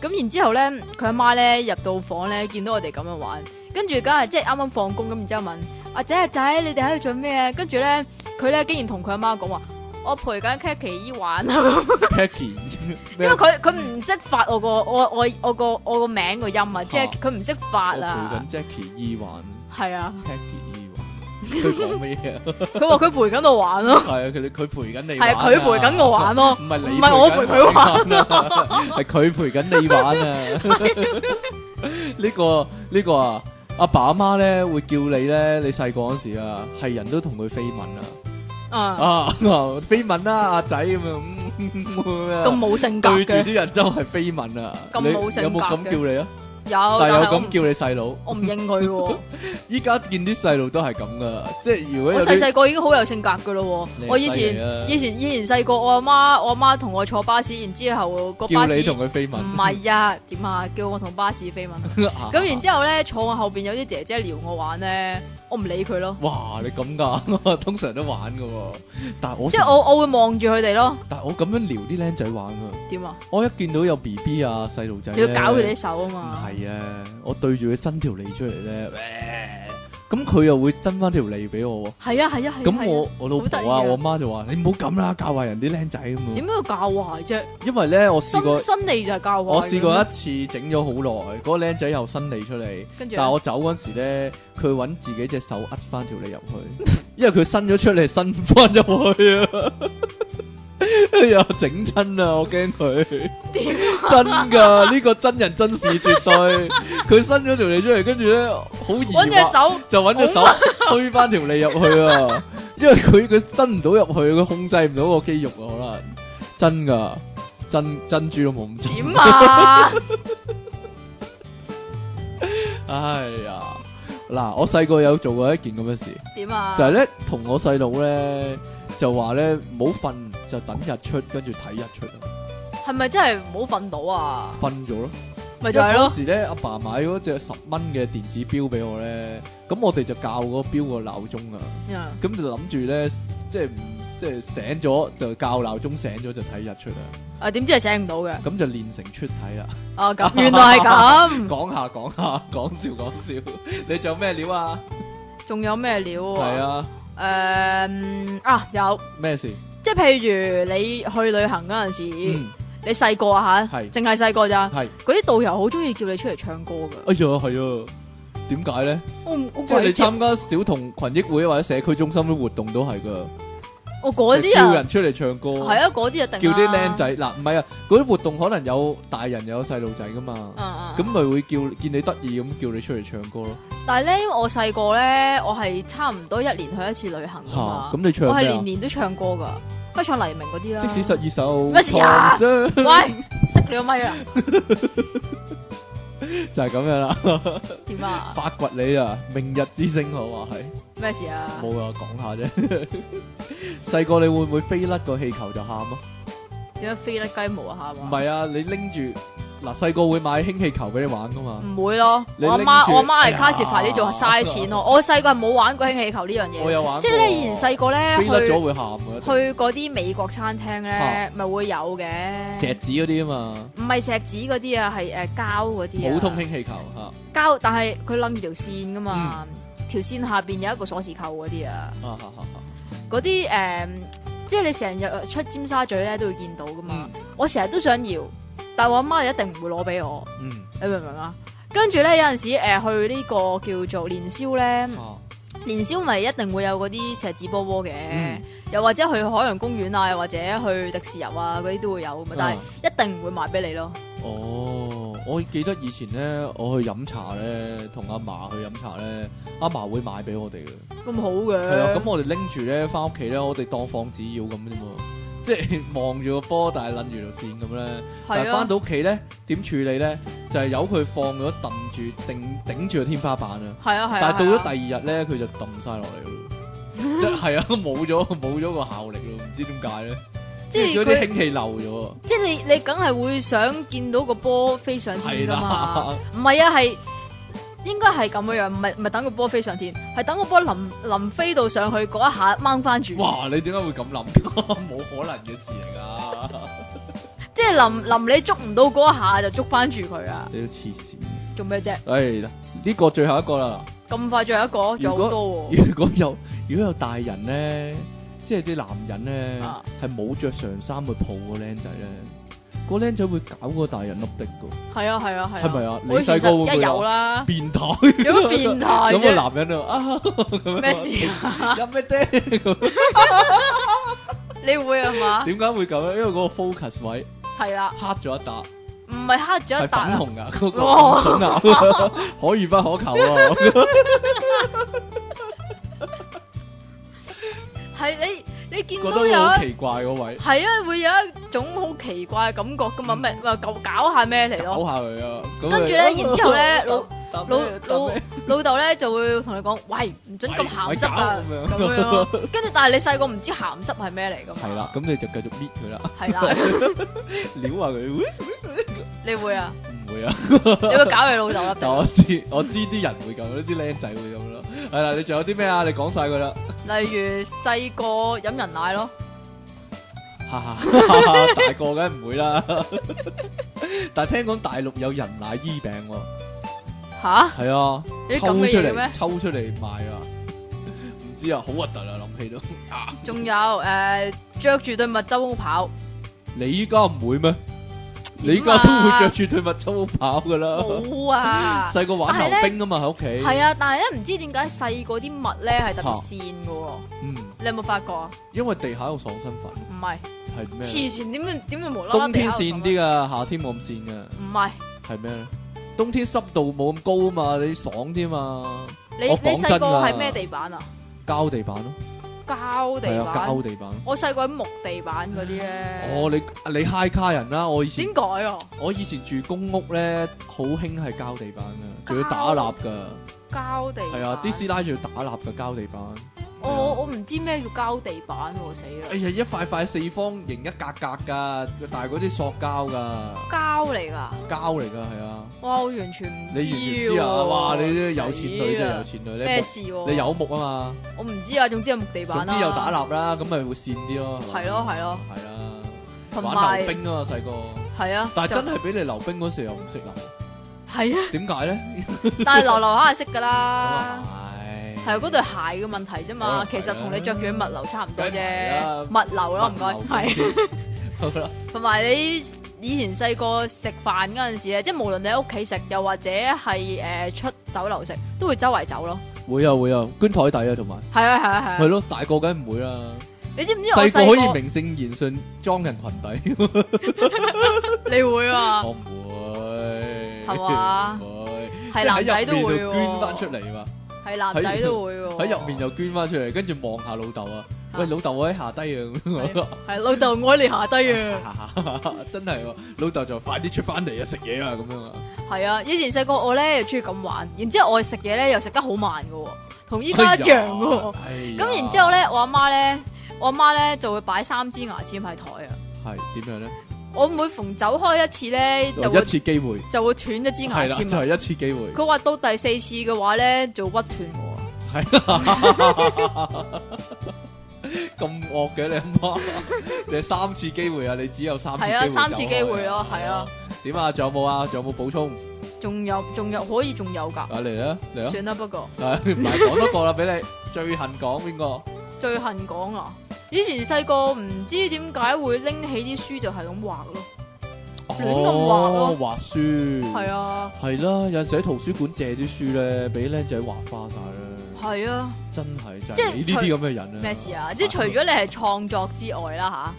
Speaker 2: 咁然之後咧佢阿媽咧入到房咧見到我哋咁樣玩，跟住梗係即係啱啱放工咁，然之後問阿仔阿仔你哋喺度做咩啊？跟住咧佢咧竟然同佢阿媽講話。我陪緊 k a k i 姨玩啊！
Speaker 1: ，Packy
Speaker 2: 因
Speaker 1: 咩啊
Speaker 2: 為佢啊佢唔識發我個我我我個我個名個音啊，Jack 佢唔識發
Speaker 1: 我
Speaker 2: 啊，
Speaker 1: 陪緊 Jackie 依玩
Speaker 2: 係啊，
Speaker 1: ，Packy 依玩，佢講咩 啊？
Speaker 2: 佢話佢陪緊我玩咯，
Speaker 1: 係啊，佢佢陪緊你玩
Speaker 2: 係
Speaker 1: 啊，
Speaker 2: 佢陪緊我玩咯
Speaker 1: 唔，係你
Speaker 2: 唔係我陪佢
Speaker 1: 玩 啊，係佢陪緊你玩 啊！呢個呢個啊，阿爸阿媽咧會叫你咧，你細個嗰時啊，係人都同佢飛吻啊，
Speaker 2: 啊，
Speaker 1: 啊 飛吻啦，阿仔咁樣嗯咁樣
Speaker 2: 咁
Speaker 1: 啊，
Speaker 2: 冇性格
Speaker 1: 對住
Speaker 2: 嘅，
Speaker 1: 啲人周係飛吻啊，
Speaker 2: 咁
Speaker 1: 你
Speaker 2: 冇性
Speaker 1: 有冇
Speaker 2: 格
Speaker 1: 咁
Speaker 2: 嘅
Speaker 1: 叫你啊？
Speaker 2: 有
Speaker 1: 但係
Speaker 2: 但
Speaker 1: 有
Speaker 2: 係我
Speaker 1: 咁
Speaker 2: 唔
Speaker 1: 叫你細佬，
Speaker 2: 我唔應佢 喎，
Speaker 1: 依家見啲細路都係咁噶，即係如果有
Speaker 2: 我細
Speaker 1: 啲
Speaker 2: 細個已經好有性格噶咯
Speaker 1: 你
Speaker 2: 喎，
Speaker 1: 係
Speaker 2: 我以
Speaker 1: 犀利
Speaker 2: 前
Speaker 1: 啊
Speaker 2: 以前以前細個我阿媽我阿媽同我坐巴士，然之後個巴
Speaker 1: 叫你
Speaker 2: 士
Speaker 1: 同佢飛吻，
Speaker 2: 唔係啊，點啊，叫我同巴士飛吻啊，咁然之後咧坐我後邊有啲姐姐撩我玩咧，我唔理佢咯，
Speaker 1: 哇！你咁噶， 通常都玩噶喎，但係我
Speaker 2: 即係我我會望住佢哋咯，
Speaker 1: 但係我咁樣撩啲僆仔玩噶，
Speaker 2: 點啊？
Speaker 1: 我一見到有 B B 啊細路仔
Speaker 2: 仲
Speaker 1: 咧，
Speaker 2: 要搞佢哋啲手啊
Speaker 1: 唔
Speaker 2: 嘛。
Speaker 1: 係啊，我對住佢伸條脷出嚟咧， 喂咁佢又會伸翻條脷俾我喎。
Speaker 2: 係啊係啊係啊。係啊
Speaker 1: 咁我我老婆啊，
Speaker 2: 好得意啊
Speaker 1: 我媽就話：你唔好咁啦，教壞人啲僆仔咁
Speaker 2: 點
Speaker 1: 樣。
Speaker 2: 樣教壞啫？
Speaker 1: 因為咧，我試過
Speaker 2: 新新嚟就係教壞。
Speaker 1: 我試過，一次整咗好耐，嗰個僆仔又伸脷出嚟，
Speaker 2: 跟住
Speaker 1: 但係我走嗰陣時咧，佢揾自己隻手扼翻條脷入去， 因為佢伸咗出嚟，伸翻入去啊！ 哎呀，整親啊！我驚佢。
Speaker 2: 點啊
Speaker 1: 真噶，呢、個真人真事絕對。佢伸咗條脷出嚟，跟住咧好疑
Speaker 2: 揾隻
Speaker 1: 惑，
Speaker 2: 手
Speaker 1: 就揾隻手推翻條脷入去啊！因為佢佢伸唔到入去，佢控制唔到個肌肉啊，可能真噶，真珍珠都冇咁真。
Speaker 2: 點 啊？
Speaker 1: 哎呀，嗱，我細個有做過一件咁嘅事，
Speaker 2: 點啊？
Speaker 1: 就係咧同我細佬咧就話咧唔好瞓，就等日出，跟住睇日出啊，
Speaker 2: 係咪真係唔好瞓到啊？
Speaker 1: 瞓咗咯。
Speaker 2: 咪就係咯
Speaker 1: 嗰。時咧，阿爸買嗰隻十蚊嘅電子錶俾我咧，咁我哋就校嗰個錶個鬧鐘啊，
Speaker 2: 啊
Speaker 1: 咁就諗住咧，即係唔即係醒咗就校鬧鐘，醒咗就睇日出啊，
Speaker 2: 啊，點知係醒唔到嘅？
Speaker 1: 咁就練成出體啦。
Speaker 2: 啊，咁 原來係咁。
Speaker 1: 講下講下，講笑講笑，你仲有咩料啊？
Speaker 2: 仲有咩料
Speaker 1: 係
Speaker 2: 啊？
Speaker 1: 啊，
Speaker 2: 誒嗯啊，有，
Speaker 1: 咩事？
Speaker 2: 即係譬如你去旅行嗰陣時，
Speaker 1: 嗯，
Speaker 2: 你細個啊吓，
Speaker 1: 係
Speaker 2: 淨係細個咋？
Speaker 1: 係，
Speaker 2: 嗰啲導遊好中意叫你出嚟唱歌㗎。
Speaker 1: 哎呀，係啊，點解咧？
Speaker 2: 我唔我
Speaker 1: 即係你
Speaker 2: 鬼知，
Speaker 1: 參加小童群益會或者社區中心啲活動都係噶，
Speaker 2: 我嗰
Speaker 1: 就叫
Speaker 2: 啲啊，
Speaker 1: 人出嚟唱歌，
Speaker 2: 係啊，嗰啲啊，
Speaker 1: 叫
Speaker 2: 定
Speaker 1: 啲僆，仔嗱，唔係啊，嗰啲活動可能有大人又有細路仔噶嘛，
Speaker 2: 嗯嗯，
Speaker 1: 咁咪會叫見你得意咁叫你出嚟唱歌咯。
Speaker 2: 但係咧，因為我細個咧，我係差唔多一年去一次旅行㗎嘛
Speaker 1: 嚇，，咁你
Speaker 2: 我
Speaker 1: 唱
Speaker 2: 係
Speaker 1: 咩
Speaker 2: 年
Speaker 1: 啊？
Speaker 2: 年都唱歌㗎，不唱黎明嗰啲啦。
Speaker 1: 即使十二首
Speaker 2: 乜事啊
Speaker 1: 唐僧
Speaker 2: 喂，熄你個咪啦，
Speaker 1: 就係咁樣啦，
Speaker 2: 點啊？
Speaker 1: 發掘你啊，明日之星我話係。
Speaker 2: 咩事啊？
Speaker 1: 冇啊，講下啫。細個你會唔會飛甩個氣球就喊啊？
Speaker 2: 點樣飛甩雞毛啊？
Speaker 1: 唔
Speaker 2: 嚇嘛？
Speaker 1: 係啊，你拎住嗱細個會買氫氣球俾你玩噶嘛。
Speaker 2: 唔會咯，
Speaker 1: 你
Speaker 2: 我阿
Speaker 1: 拎
Speaker 2: 媽
Speaker 1: 住
Speaker 2: 我阿媽
Speaker 1: 哎
Speaker 2: 係
Speaker 1: 呀
Speaker 2: 卡士牌呢做係嘥錢咯。我細個係冇玩過氫氣球呢樣
Speaker 1: 我
Speaker 2: 嘢，
Speaker 1: 有玩過。
Speaker 2: 即係咧以前細個咧
Speaker 1: 飛甩咗
Speaker 2: 去
Speaker 1: 會喊嘅。
Speaker 2: 去嗰啲美國餐廳咧，咪會有嘅
Speaker 1: 石，子嗰啲啊嘛，
Speaker 2: 唔係石子嗰啲啊，係誒膠嗰啲啊，
Speaker 1: 普通氫氣球嚇
Speaker 2: 膠，但係佢掕住條線噶嘛，
Speaker 1: 嗯
Speaker 2: 條線下邊有一個鎖匙扣嗰啲啊，
Speaker 1: 啊哈哈哈
Speaker 2: 嗰啲誒，即係你成日出尖沙咀咧都會見到噶嘛
Speaker 1: 嗯。
Speaker 2: 我成日都想要，但係我阿媽就一定唔會攞俾我。
Speaker 1: 嗯
Speaker 2: 你明唔明啊？跟住咧有陣時誒、呃去呢個叫做年宵咧，
Speaker 1: 啊
Speaker 2: 年宵咪一定會有嗰啲石子波波嘅，
Speaker 1: 嗯
Speaker 2: 又或者去海洋公園啊，又或者去迪士尼啊嗰啲都會有噶嘛，但
Speaker 1: 啊
Speaker 2: 係一定唔會賣俾你咯。
Speaker 1: 哦，我記得以前咧，我去飲茶咧，同阿嫲去飲茶咧，阿嫲會買俾我哋嘅。
Speaker 2: 咁好
Speaker 1: 係啊，
Speaker 2: 嘅
Speaker 1: 咁，我哋拎住咧翻屋企咧，我哋當放紙鷂咁啫嘛， 即係望住個波，但係攆住條線咁咧。但係
Speaker 2: 係啊
Speaker 1: 翻，到屋企咧，點處理咧？就係由佢放咗掟住頂頂住個天花板啊！
Speaker 2: 係 啊係啊。
Speaker 1: 但係到
Speaker 2: 係
Speaker 1: 咗
Speaker 2: 啊
Speaker 1: 第二日咧，佢就掟晒落嚟 咯，即係係啊，冇咗冇咗個效力咯，唔知點解咧？
Speaker 2: 即係
Speaker 1: 嗰啲
Speaker 2: 佢，
Speaker 1: 氫氣漏咗啊，
Speaker 2: 即係你你梗係會想見到個波飛上天
Speaker 1: 係
Speaker 2: 噶啊嘛？
Speaker 1: 啦，
Speaker 2: 唔係啊，係應該係咁樣樣，唔係唔係等個波飛上天，係等個波臨臨飛到上去嗰一下掹翻住。
Speaker 1: 哇！你點解會咁諗？ 冇可能嘅事嚟㗎，
Speaker 2: 即系臨臨你捉唔到嗰一下就捉翻住佢啊！
Speaker 1: 你都黐線！
Speaker 2: 做咩啫？
Speaker 1: 唉，呢個最後一個啦。
Speaker 2: 咁快最後一個，仲有好多喎。
Speaker 1: 如果有如果有大人咧，即係啲男人咧
Speaker 2: 啊，
Speaker 1: 係冇着上衫去抱個僆仔咧，個僆仔會搞個大人粒的噶，
Speaker 2: 係啊係啊係啊！
Speaker 1: 係咪啊？你
Speaker 2: 我以前
Speaker 1: 細個會唔
Speaker 2: 實
Speaker 1: 會
Speaker 2: 一 有
Speaker 1: 有
Speaker 2: 啦，
Speaker 1: 變態？
Speaker 2: 啊有乜變態啊
Speaker 1: 咁個
Speaker 2: 啫？
Speaker 1: 男人 就啊，咁樣
Speaker 2: 咩事 啊？
Speaker 1: 有咩爹？咁
Speaker 2: 你會係嘛？
Speaker 1: 點解會咁咧？因為嗰個 focus 位
Speaker 2: 係啦，
Speaker 1: 黑咗一笪，
Speaker 2: 唔係黑咗一
Speaker 1: 係粉
Speaker 2: 笪啊！
Speaker 1: 紅噶，嗰個
Speaker 2: 哇
Speaker 1: 粉 啊，可遇不可求啊！
Speaker 2: 係你你見
Speaker 1: 覺得
Speaker 2: 到有
Speaker 1: 會好
Speaker 2: 一
Speaker 1: 奇怪嗰位，
Speaker 2: 係啊，會有一種好奇怪嘅感覺噶嘛？
Speaker 1: 嗯
Speaker 2: 咪咪搞搞下咩嚟
Speaker 1: 搞
Speaker 2: 咯？
Speaker 1: 下佢啊！咁
Speaker 2: 跟住咧
Speaker 1: 佢
Speaker 2: 然之後咧老
Speaker 1: 搭
Speaker 2: 老
Speaker 1: 咩搭
Speaker 2: 老
Speaker 1: 咩
Speaker 2: 老豆咧就會同你講：喂，唔准咁鹹濕啊！
Speaker 1: 喂喂搞
Speaker 2: 咁樣咯。跟住但係你細個唔知鹹濕係咩嚟噶嘛？
Speaker 1: 係啦，，咁你就繼續搣 佢啦，
Speaker 2: 係啦，
Speaker 1: 撩下佢，唔
Speaker 2: 你會啊？
Speaker 1: 會啊？
Speaker 2: 你會搞你 老豆粒
Speaker 1: 但
Speaker 2: 定？
Speaker 1: 我知我知啲人會咁，啲僆仔會咁咯。係啦，你仲有啲咩啊？你講晒佢啦，
Speaker 2: 例如細個飲人奶咯，
Speaker 1: 哈哈哈哈 大個梗唔會啦。 但係聽講大陸有人奶醫病喎，
Speaker 2: 吓？
Speaker 1: 係啊，
Speaker 2: 有啲
Speaker 1: 抽
Speaker 2: 咁
Speaker 1: 出
Speaker 2: 嘅嘢嘅
Speaker 1: 嚟
Speaker 2: 咩？
Speaker 1: 抽出嚟賣啊，唔知啊，好核突啊，諗起都。啊
Speaker 2: 仲有誒，着住對襪周圍跑，
Speaker 1: 你依家唔會咩？你依家都會着住對襪周跑噶啦，
Speaker 2: 冇 啊！
Speaker 1: 細個玩
Speaker 2: 但係
Speaker 1: 溜
Speaker 2: 呢
Speaker 1: 冰啊嘛喺屋企。
Speaker 2: 係啊，但係咧唔知點解細個啲襪咧係特別
Speaker 1: 嚇
Speaker 2: 跣嘅喎，
Speaker 1: 嗯，
Speaker 2: 你有冇發覺啊？
Speaker 1: 因為地下有爽身粉。
Speaker 2: 唔係，
Speaker 1: 係咩咧？
Speaker 2: 黐線點會點會無啦啦
Speaker 1: 冬
Speaker 2: 地
Speaker 1: 天
Speaker 2: 下有
Speaker 1: 線
Speaker 2: 咁
Speaker 1: 啲啊噶，夏天冇咁線噶
Speaker 2: 樣，，唔係
Speaker 1: 係咩咧？冬天濕度冇咁高啊嘛，你爽啲嘛，
Speaker 2: 你
Speaker 1: 我講
Speaker 2: 你細個
Speaker 1: 真㗎
Speaker 2: 係咩地板啊？
Speaker 1: 膠地板咯，
Speaker 2: 膠
Speaker 1: 係
Speaker 2: 地
Speaker 1: 啊，
Speaker 2: 板。
Speaker 1: 膠地板。
Speaker 2: 我細個喺木地板嗰啲咧。
Speaker 1: 哦，你你 high 卡人啦，我以前
Speaker 2: 點解啊？
Speaker 1: 我以前住公屋咧，好興係膠地板噶，仲要
Speaker 2: 膠
Speaker 1: 打蠟噶，
Speaker 2: 膠地
Speaker 1: 係啊，啲
Speaker 2: 板
Speaker 1: 師奶仲要打蠟噶膠地板，
Speaker 2: 我我我唔知咩叫膠地板喎，死
Speaker 1: 哎
Speaker 2: 啦！
Speaker 1: 呀，一塊塊四方形一格格噶，但係嗰啲塑膠噶，
Speaker 2: 膠嚟㗎，
Speaker 1: 膠嚟噶係啊，
Speaker 2: 哇！我完全唔
Speaker 1: 你完全知啊！
Speaker 2: 喎
Speaker 1: 哇，你啲有錢女
Speaker 2: 死
Speaker 1: 真
Speaker 2: 啦
Speaker 1: 係有錢女
Speaker 2: 咩
Speaker 1: 咧，
Speaker 2: 事喎？
Speaker 1: 你有木啊
Speaker 2: 我唔知啊，總之有木地
Speaker 1: 嘛，
Speaker 2: 板啦。
Speaker 1: 總之有打啊蠟啦，咁咪會跣啲咯，係嘛
Speaker 2: 係咯係咯，
Speaker 1: 係啊，
Speaker 2: 同
Speaker 1: 玩
Speaker 2: 埋
Speaker 1: 溜冰啊嘛細個，
Speaker 2: 係啊，
Speaker 1: 但係
Speaker 2: 就
Speaker 1: 真係俾你溜冰嗰時又唔識溜，
Speaker 2: 係啊，
Speaker 1: 點解咧？
Speaker 2: 但係流流下係識㗎
Speaker 1: 咁
Speaker 2: 啦。
Speaker 1: 啊
Speaker 2: 係啊嗰對鞋嘅問題啫嘛，
Speaker 1: 可能係
Speaker 2: 其
Speaker 1: 啦
Speaker 2: 實同你着住啲物流差唔多啫
Speaker 1: 啊梗係啦，
Speaker 2: 物流咯唔該，係
Speaker 1: 係。好啦，
Speaker 2: 同埋你以前細個食飯嗰陣時咧，即係無論你喺屋企食，又或者係誒出酒樓食，都會周圍走咯。
Speaker 1: 會啊會啊，捐台底啊，同埋
Speaker 2: 係啊係啊係
Speaker 1: 係
Speaker 2: 啊，
Speaker 1: 咯，大個梗唔會啦。
Speaker 2: 你知唔知我
Speaker 1: 細
Speaker 2: 細
Speaker 1: 個可
Speaker 2: 個
Speaker 1: 以名正言順裝人 裙底，
Speaker 2: 你會啊？
Speaker 1: 我唔會，
Speaker 2: 係嘛
Speaker 1: 唔會，即係
Speaker 2: 係
Speaker 1: 喺
Speaker 2: 男仔都
Speaker 1: 入面
Speaker 2: 會
Speaker 1: 就
Speaker 2: 喎，
Speaker 1: 捐翻出，嚟嘛，
Speaker 2: 係男仔都會喎，
Speaker 1: 喺入面又捐翻出嚟，跟住望下老豆啊，
Speaker 2: 啊
Speaker 1: 喂老豆我喺下低啊咁
Speaker 2: 係老豆我喺你下 低啊。
Speaker 1: 樣， 真係喎，老豆就快啲出翻嚟啊食嘢啊咁樣啊，
Speaker 2: 係啊，以前細個我咧又中意咁玩，然之後我食嘢咧又食得好慢嘅喎，同依
Speaker 1: 哎
Speaker 2: 家一樣嘅喎。
Speaker 1: 喎
Speaker 2: 咁然之後咧，我阿媽咧，我阿媽咧就會擺三支牙籤喺台啊。
Speaker 1: 係點樣咧？我
Speaker 2: 我每逢走開一次咧，就
Speaker 1: 一
Speaker 2: 會
Speaker 1: 次機會，
Speaker 2: 就會斷一支牙
Speaker 1: 係啦，就
Speaker 2: 籤啊。
Speaker 1: 係一次機會。
Speaker 2: 佢話到第四次嘅話咧，就屈斷我
Speaker 1: 哦
Speaker 2: 啊。
Speaker 1: 咁惡嘅你阿媽， 你三次機會啊，你只有哦三次
Speaker 2: 係啊
Speaker 1: 機會
Speaker 2: 三次
Speaker 1: 走
Speaker 2: 機會咯
Speaker 1: 開
Speaker 2: 係啊。
Speaker 1: 點啊？仲有冇啊？仲有冇補充？
Speaker 2: 仲有仲有可以仲有㗎，
Speaker 1: 啊嚟啦嚟啦，
Speaker 2: 算啦。不過
Speaker 1: 啊 唔係講多個啦，俾你最恨講邊個？
Speaker 2: 最恨講啊，以前細個唔知點解會拎起啲書就係咁畫咯。亂咁畫咯
Speaker 1: 哦畫書
Speaker 2: 係啊，
Speaker 1: 係啦，有陣時喺圖書館借啲書咧，俾僆仔畫花晒啦，
Speaker 2: 係啊。
Speaker 1: 真係就
Speaker 2: 即
Speaker 1: 係
Speaker 2: 係
Speaker 1: 你呢啲咁嘅人啊！
Speaker 2: 咩事啊？即係除咗你係創作之外啦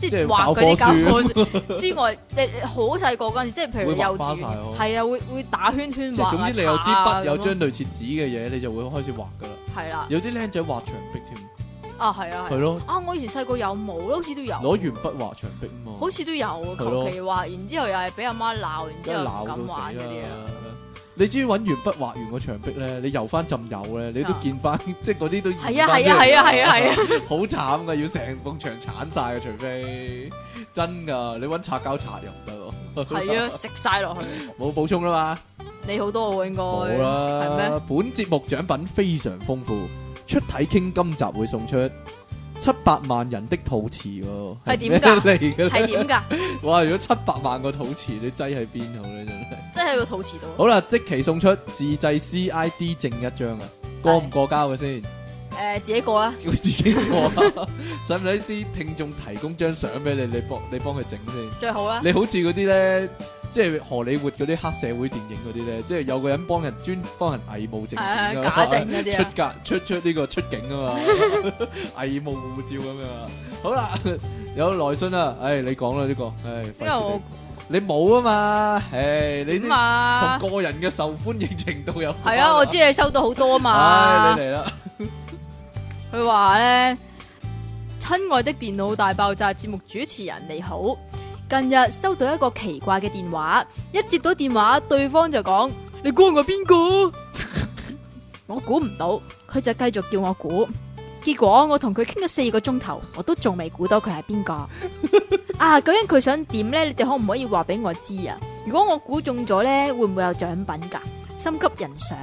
Speaker 2: 吓，即
Speaker 1: 即係
Speaker 2: 係畫嗰啲
Speaker 1: 教科
Speaker 2: 教 科書之外，你你好細個嗰陣時，即係譬如
Speaker 1: 會畫
Speaker 2: 幼
Speaker 1: 花
Speaker 2: 稚
Speaker 1: 晒
Speaker 2: 園
Speaker 1: 咯，
Speaker 2: 係啊，會會打圈圈
Speaker 1: 即係
Speaker 2: 畫
Speaker 1: 總
Speaker 2: 啊
Speaker 1: 之你有支
Speaker 2: 擦啊
Speaker 1: 筆，有
Speaker 2: 咁
Speaker 1: 張類似紙嘅嘢，你就會開始畫噶啦。
Speaker 2: 咯係啦，
Speaker 1: 有啲僆仔畫牆壁添，
Speaker 2: 啊係啊
Speaker 1: 係
Speaker 2: 係
Speaker 1: 咯，
Speaker 2: 啊！我以前細個有冇咯，好似都有，
Speaker 1: 攞鉛筆畫牆壁啊嘛。
Speaker 2: 好似都有，
Speaker 1: 咯
Speaker 2: 求其畫，然之後又係俾阿媽鬧，然
Speaker 1: 梗
Speaker 2: 之
Speaker 1: 係
Speaker 2: 後唔
Speaker 1: 鬧
Speaker 2: 敢
Speaker 1: 到
Speaker 2: 玩
Speaker 1: 死
Speaker 2: 嗰啲啊。
Speaker 1: 啦！你知揾鉛筆畫完個牆壁咧，你油翻浸油咧，你都
Speaker 2: 啊
Speaker 1: 見翻， 即係嗰啲都
Speaker 2: 係啊係啊係啊係啊係
Speaker 1: 啊， 好慘噶，要成埲牆鏟晒嘅，除非真噶，你揾擦膠擦又唔得喎。
Speaker 2: 係啊，，食晒落去，
Speaker 1: 冇補充啦嘛，
Speaker 2: 你好多喎應該，
Speaker 1: 冇啦，
Speaker 2: 係咩？？
Speaker 1: 本節目獎品非常豐富，出體傾今集會送出七百萬人的肚臍喎，
Speaker 2: 係
Speaker 1: 咩
Speaker 2: 點㗎
Speaker 1: 嚟嘅咧？
Speaker 2: 係點㗎？
Speaker 1: 哇！如果七百萬個肚臍，你擠喺邊好咧？真係。
Speaker 2: 即係喺個肚臍度，
Speaker 1: 好啦，即期送出自製 CID 正一張啊，過唔過交嘅先？
Speaker 2: 誒 自己過啦，
Speaker 1: 要自己過啊， 使唔使啲聽眾提供張相俾你？你幫你幫佢整先。
Speaker 2: 最好啦，
Speaker 1: 你好似嗰啲咧，即係荷里活嗰啲黑社會電影嗰啲咧，即係有個人幫人專幫人偽冒證件
Speaker 2: 係啊
Speaker 1: 㗎嘛
Speaker 2: 假證嗰 啲
Speaker 1: 出
Speaker 2: 啊，
Speaker 1: 格出出呢個出境啊嘛， 偽冒護照咁樣啊。好啦，有來信啊，唉，你講啦呢個，唉，費事
Speaker 2: 因為我
Speaker 1: 你你冇啊嘛，唉，你
Speaker 2: 點
Speaker 1: 啲
Speaker 2: 啊？
Speaker 1: 同個人嘅受歡迎程度有
Speaker 2: 系啊，我知啊你收到好多嘛
Speaker 1: 唉，你。嚟啦，
Speaker 2: 佢話咧，親愛的電腦大爆炸節目主持人你好，近日收到一個奇怪嘅電話，一接到電話，對方就講：你估我邊個？我估唔到，佢就繼續叫我估。結果我同佢傾咗四個鐘頭，我都仲未估到佢係邊個。啊，究竟佢想點呢？你哋可唔可以話俾我知啊？如果我估中咗呢，會唔會有獎品噶？心急人上。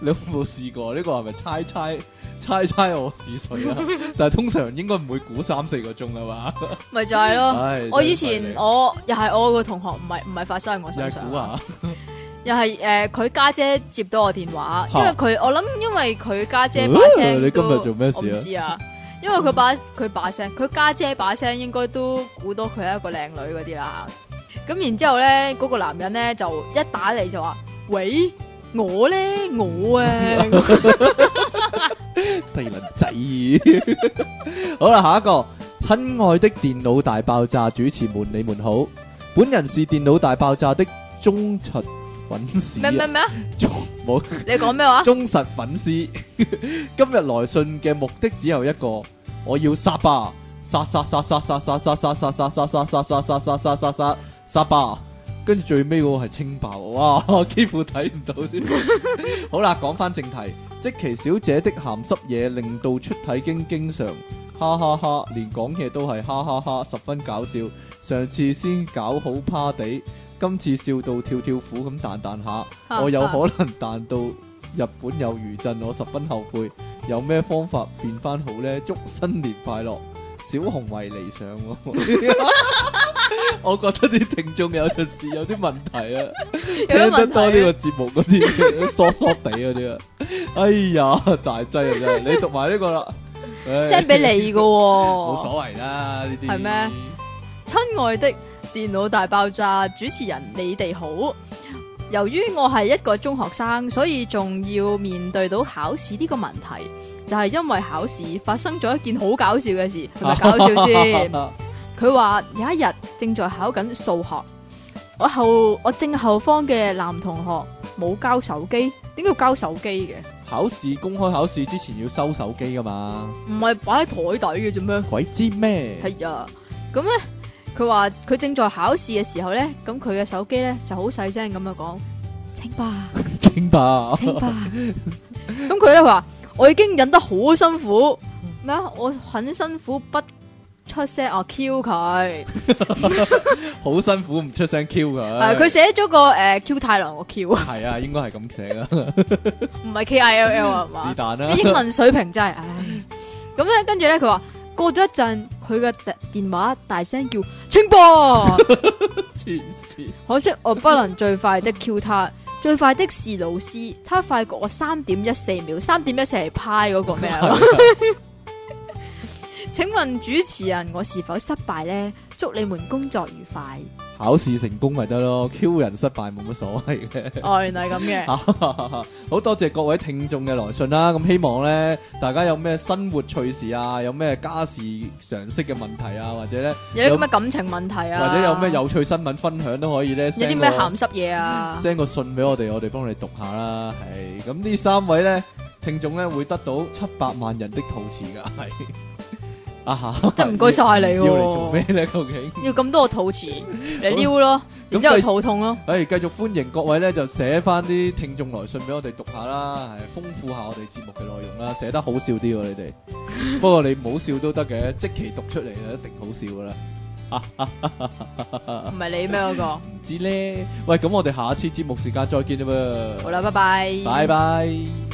Speaker 1: 你有冇試過呢個係咪猜猜猜猜我是 誰啊？但係通常應該唔會估三四個鐘啊嘛。
Speaker 2: 咪就係咯。
Speaker 1: 唉
Speaker 2: 我以
Speaker 1: 真係
Speaker 2: 前
Speaker 1: 犀利
Speaker 2: 我又係我個同學，唔係唔係發生喺我
Speaker 1: 又
Speaker 2: 身
Speaker 1: 係估
Speaker 2: 上，
Speaker 1: 啊，
Speaker 2: 又係誒佢家姐接到我電話，
Speaker 1: 嚇
Speaker 2: 因為佢我諗因為佢家姐把
Speaker 1: 呃
Speaker 2: 聲
Speaker 1: 你今
Speaker 2: 都
Speaker 1: 日做咩事啊
Speaker 2: 我唔知啊，因為佢把佢把聲，佢家姐把聲應該都估到佢係一個靚女嗰啲啦。咁然之後咧，嗰個男人咧就一打嚟就話：喂，我 咧我啊，
Speaker 1: 低能仔。 好啦，下一個，親愛的電腦大爆炸主持們，你們好。本人是電腦大爆炸的忠實粉絲
Speaker 2: 咩咩
Speaker 1: 啊，
Speaker 2: 咩啊？
Speaker 1: 忠冇。
Speaker 2: 你講 咩話？
Speaker 1: 忠實粉絲，今日來信嘅目的只有一個，我要沙巴，沙沙沙沙沙沙沙沙沙沙沙沙沙沙沙沙沙沙沙沙巴，跟住最尾嗰個係清爆，哇，幾乎睇唔到啲。好啦，講翻正題，即其小姐的鹹濕嘢令到出體經經常哈哈哈，連講嘢都係哈哈哈，十分搞笑。上次先搞好趴地，今次笑到跳跳虎咁彈彈下，
Speaker 2: 啊
Speaker 1: 我有可能彈到日本有餘震，我十分後悔。有咩方法變翻好呢？祝新年快樂，小紅為理想喎、 我覺得啲聽眾有陣時有啲問題啊。聽
Speaker 2: 有
Speaker 1: 得
Speaker 2: 乜
Speaker 1: 多呢
Speaker 2: 問題
Speaker 1: 個
Speaker 2: 啊？
Speaker 1: 節目嗰 啲疏疏地嗰啲啊，哎呀大劑啊真係，你讀埋呢個啦
Speaker 2: send 俾你噶
Speaker 1: 冇
Speaker 2: 喎。
Speaker 1: 所謂啦呢啲
Speaker 2: 係咩？親愛的電腦大爆炸主持人，你哋好。由於我係一個中學生，所以仲要面對到考試呢個問題，就係、因為考試發生咗一件好搞笑嘅事，係咪搞笑先？佢話有一日正在考緊數學，我後我正後方嘅男同學冇交手機，點解要交手機嘅？
Speaker 1: 考試公開考試之前要收手機噶嘛？
Speaker 2: 唔係擺喺台底嘅啫咩？
Speaker 1: 鬼知咩？
Speaker 2: 係啊，咁咧佢話佢正在考試嘅時候咧，咁佢嘅手機咧就好細聲咁樣講，清吧，
Speaker 1: 清吧，
Speaker 2: 清吧。 咁佢咧話我已經忍得好辛苦，咩啊？我很辛苦不出聲，我 Q 佢，
Speaker 1: 好辛苦唔出聲 Q 佢。
Speaker 2: 誒佢寫咗個誒 Q 太郎個 Q 啊，
Speaker 1: 係啊，應該係咁寫噶，
Speaker 2: 唔係 K I L L 啊 係
Speaker 1: 是
Speaker 2: 嘛？
Speaker 1: 但啦
Speaker 2: 啲。英文水平真係，唉。咁咧跟住咧佢話過咗一陣，佢嘅電電話大聲叫清吧。
Speaker 1: 黐線，
Speaker 2: 可惜我不能最快的 Q 他，最快的是老師，他快過我三點一四秒，三點一四係派嗰個咩 啊？請問主持人，我是否失敗呢？祝你們工作愉快。
Speaker 1: 考試成功咪得咯，Q 人失敗冇乜所謂嘅。
Speaker 2: 哦，原來係咁 嘅，
Speaker 1: 好多謝各位聽眾嘅來信啦，咁希望呢，大家有咩生活趣事啊，有咩家事常識嘅問題啊，或者呢，
Speaker 2: 有啲咁嘅感情問題啊，
Speaker 1: 或者有咩有趣新聞分享都可以呢。
Speaker 2: 有啲
Speaker 1: send
Speaker 2: 咩
Speaker 1: 個
Speaker 2: 鹹濕嘢啊？
Speaker 1: send 個信俾我哋，我哋幫你讀下啦。係咁呢三位呢，聽眾呢會得到七百萬人的陶瓷噶，係啊哈，
Speaker 2: 真係唔該晒你
Speaker 1: 要
Speaker 2: 喎
Speaker 1: 要嚟做咩呢？究竟？
Speaker 2: 要咁多個肚臍嚟撩咯，然之後肚痛咯，
Speaker 1: 誒，繼續歡迎各位咧，就寫翻啲聽眾來信俾我哋讀下啦，係豐富下我哋節目嘅內容啦，寫得好笑啲喎你哋。不過你唔好笑都得嘅，即期讀出嚟就一定好笑噶啦。啊
Speaker 2: 唔係你咩嗰個？
Speaker 1: 唔知咧，喂，咁我哋下次節目時間再見啦噃，
Speaker 2: 好啦，拜拜。
Speaker 1: 拜拜。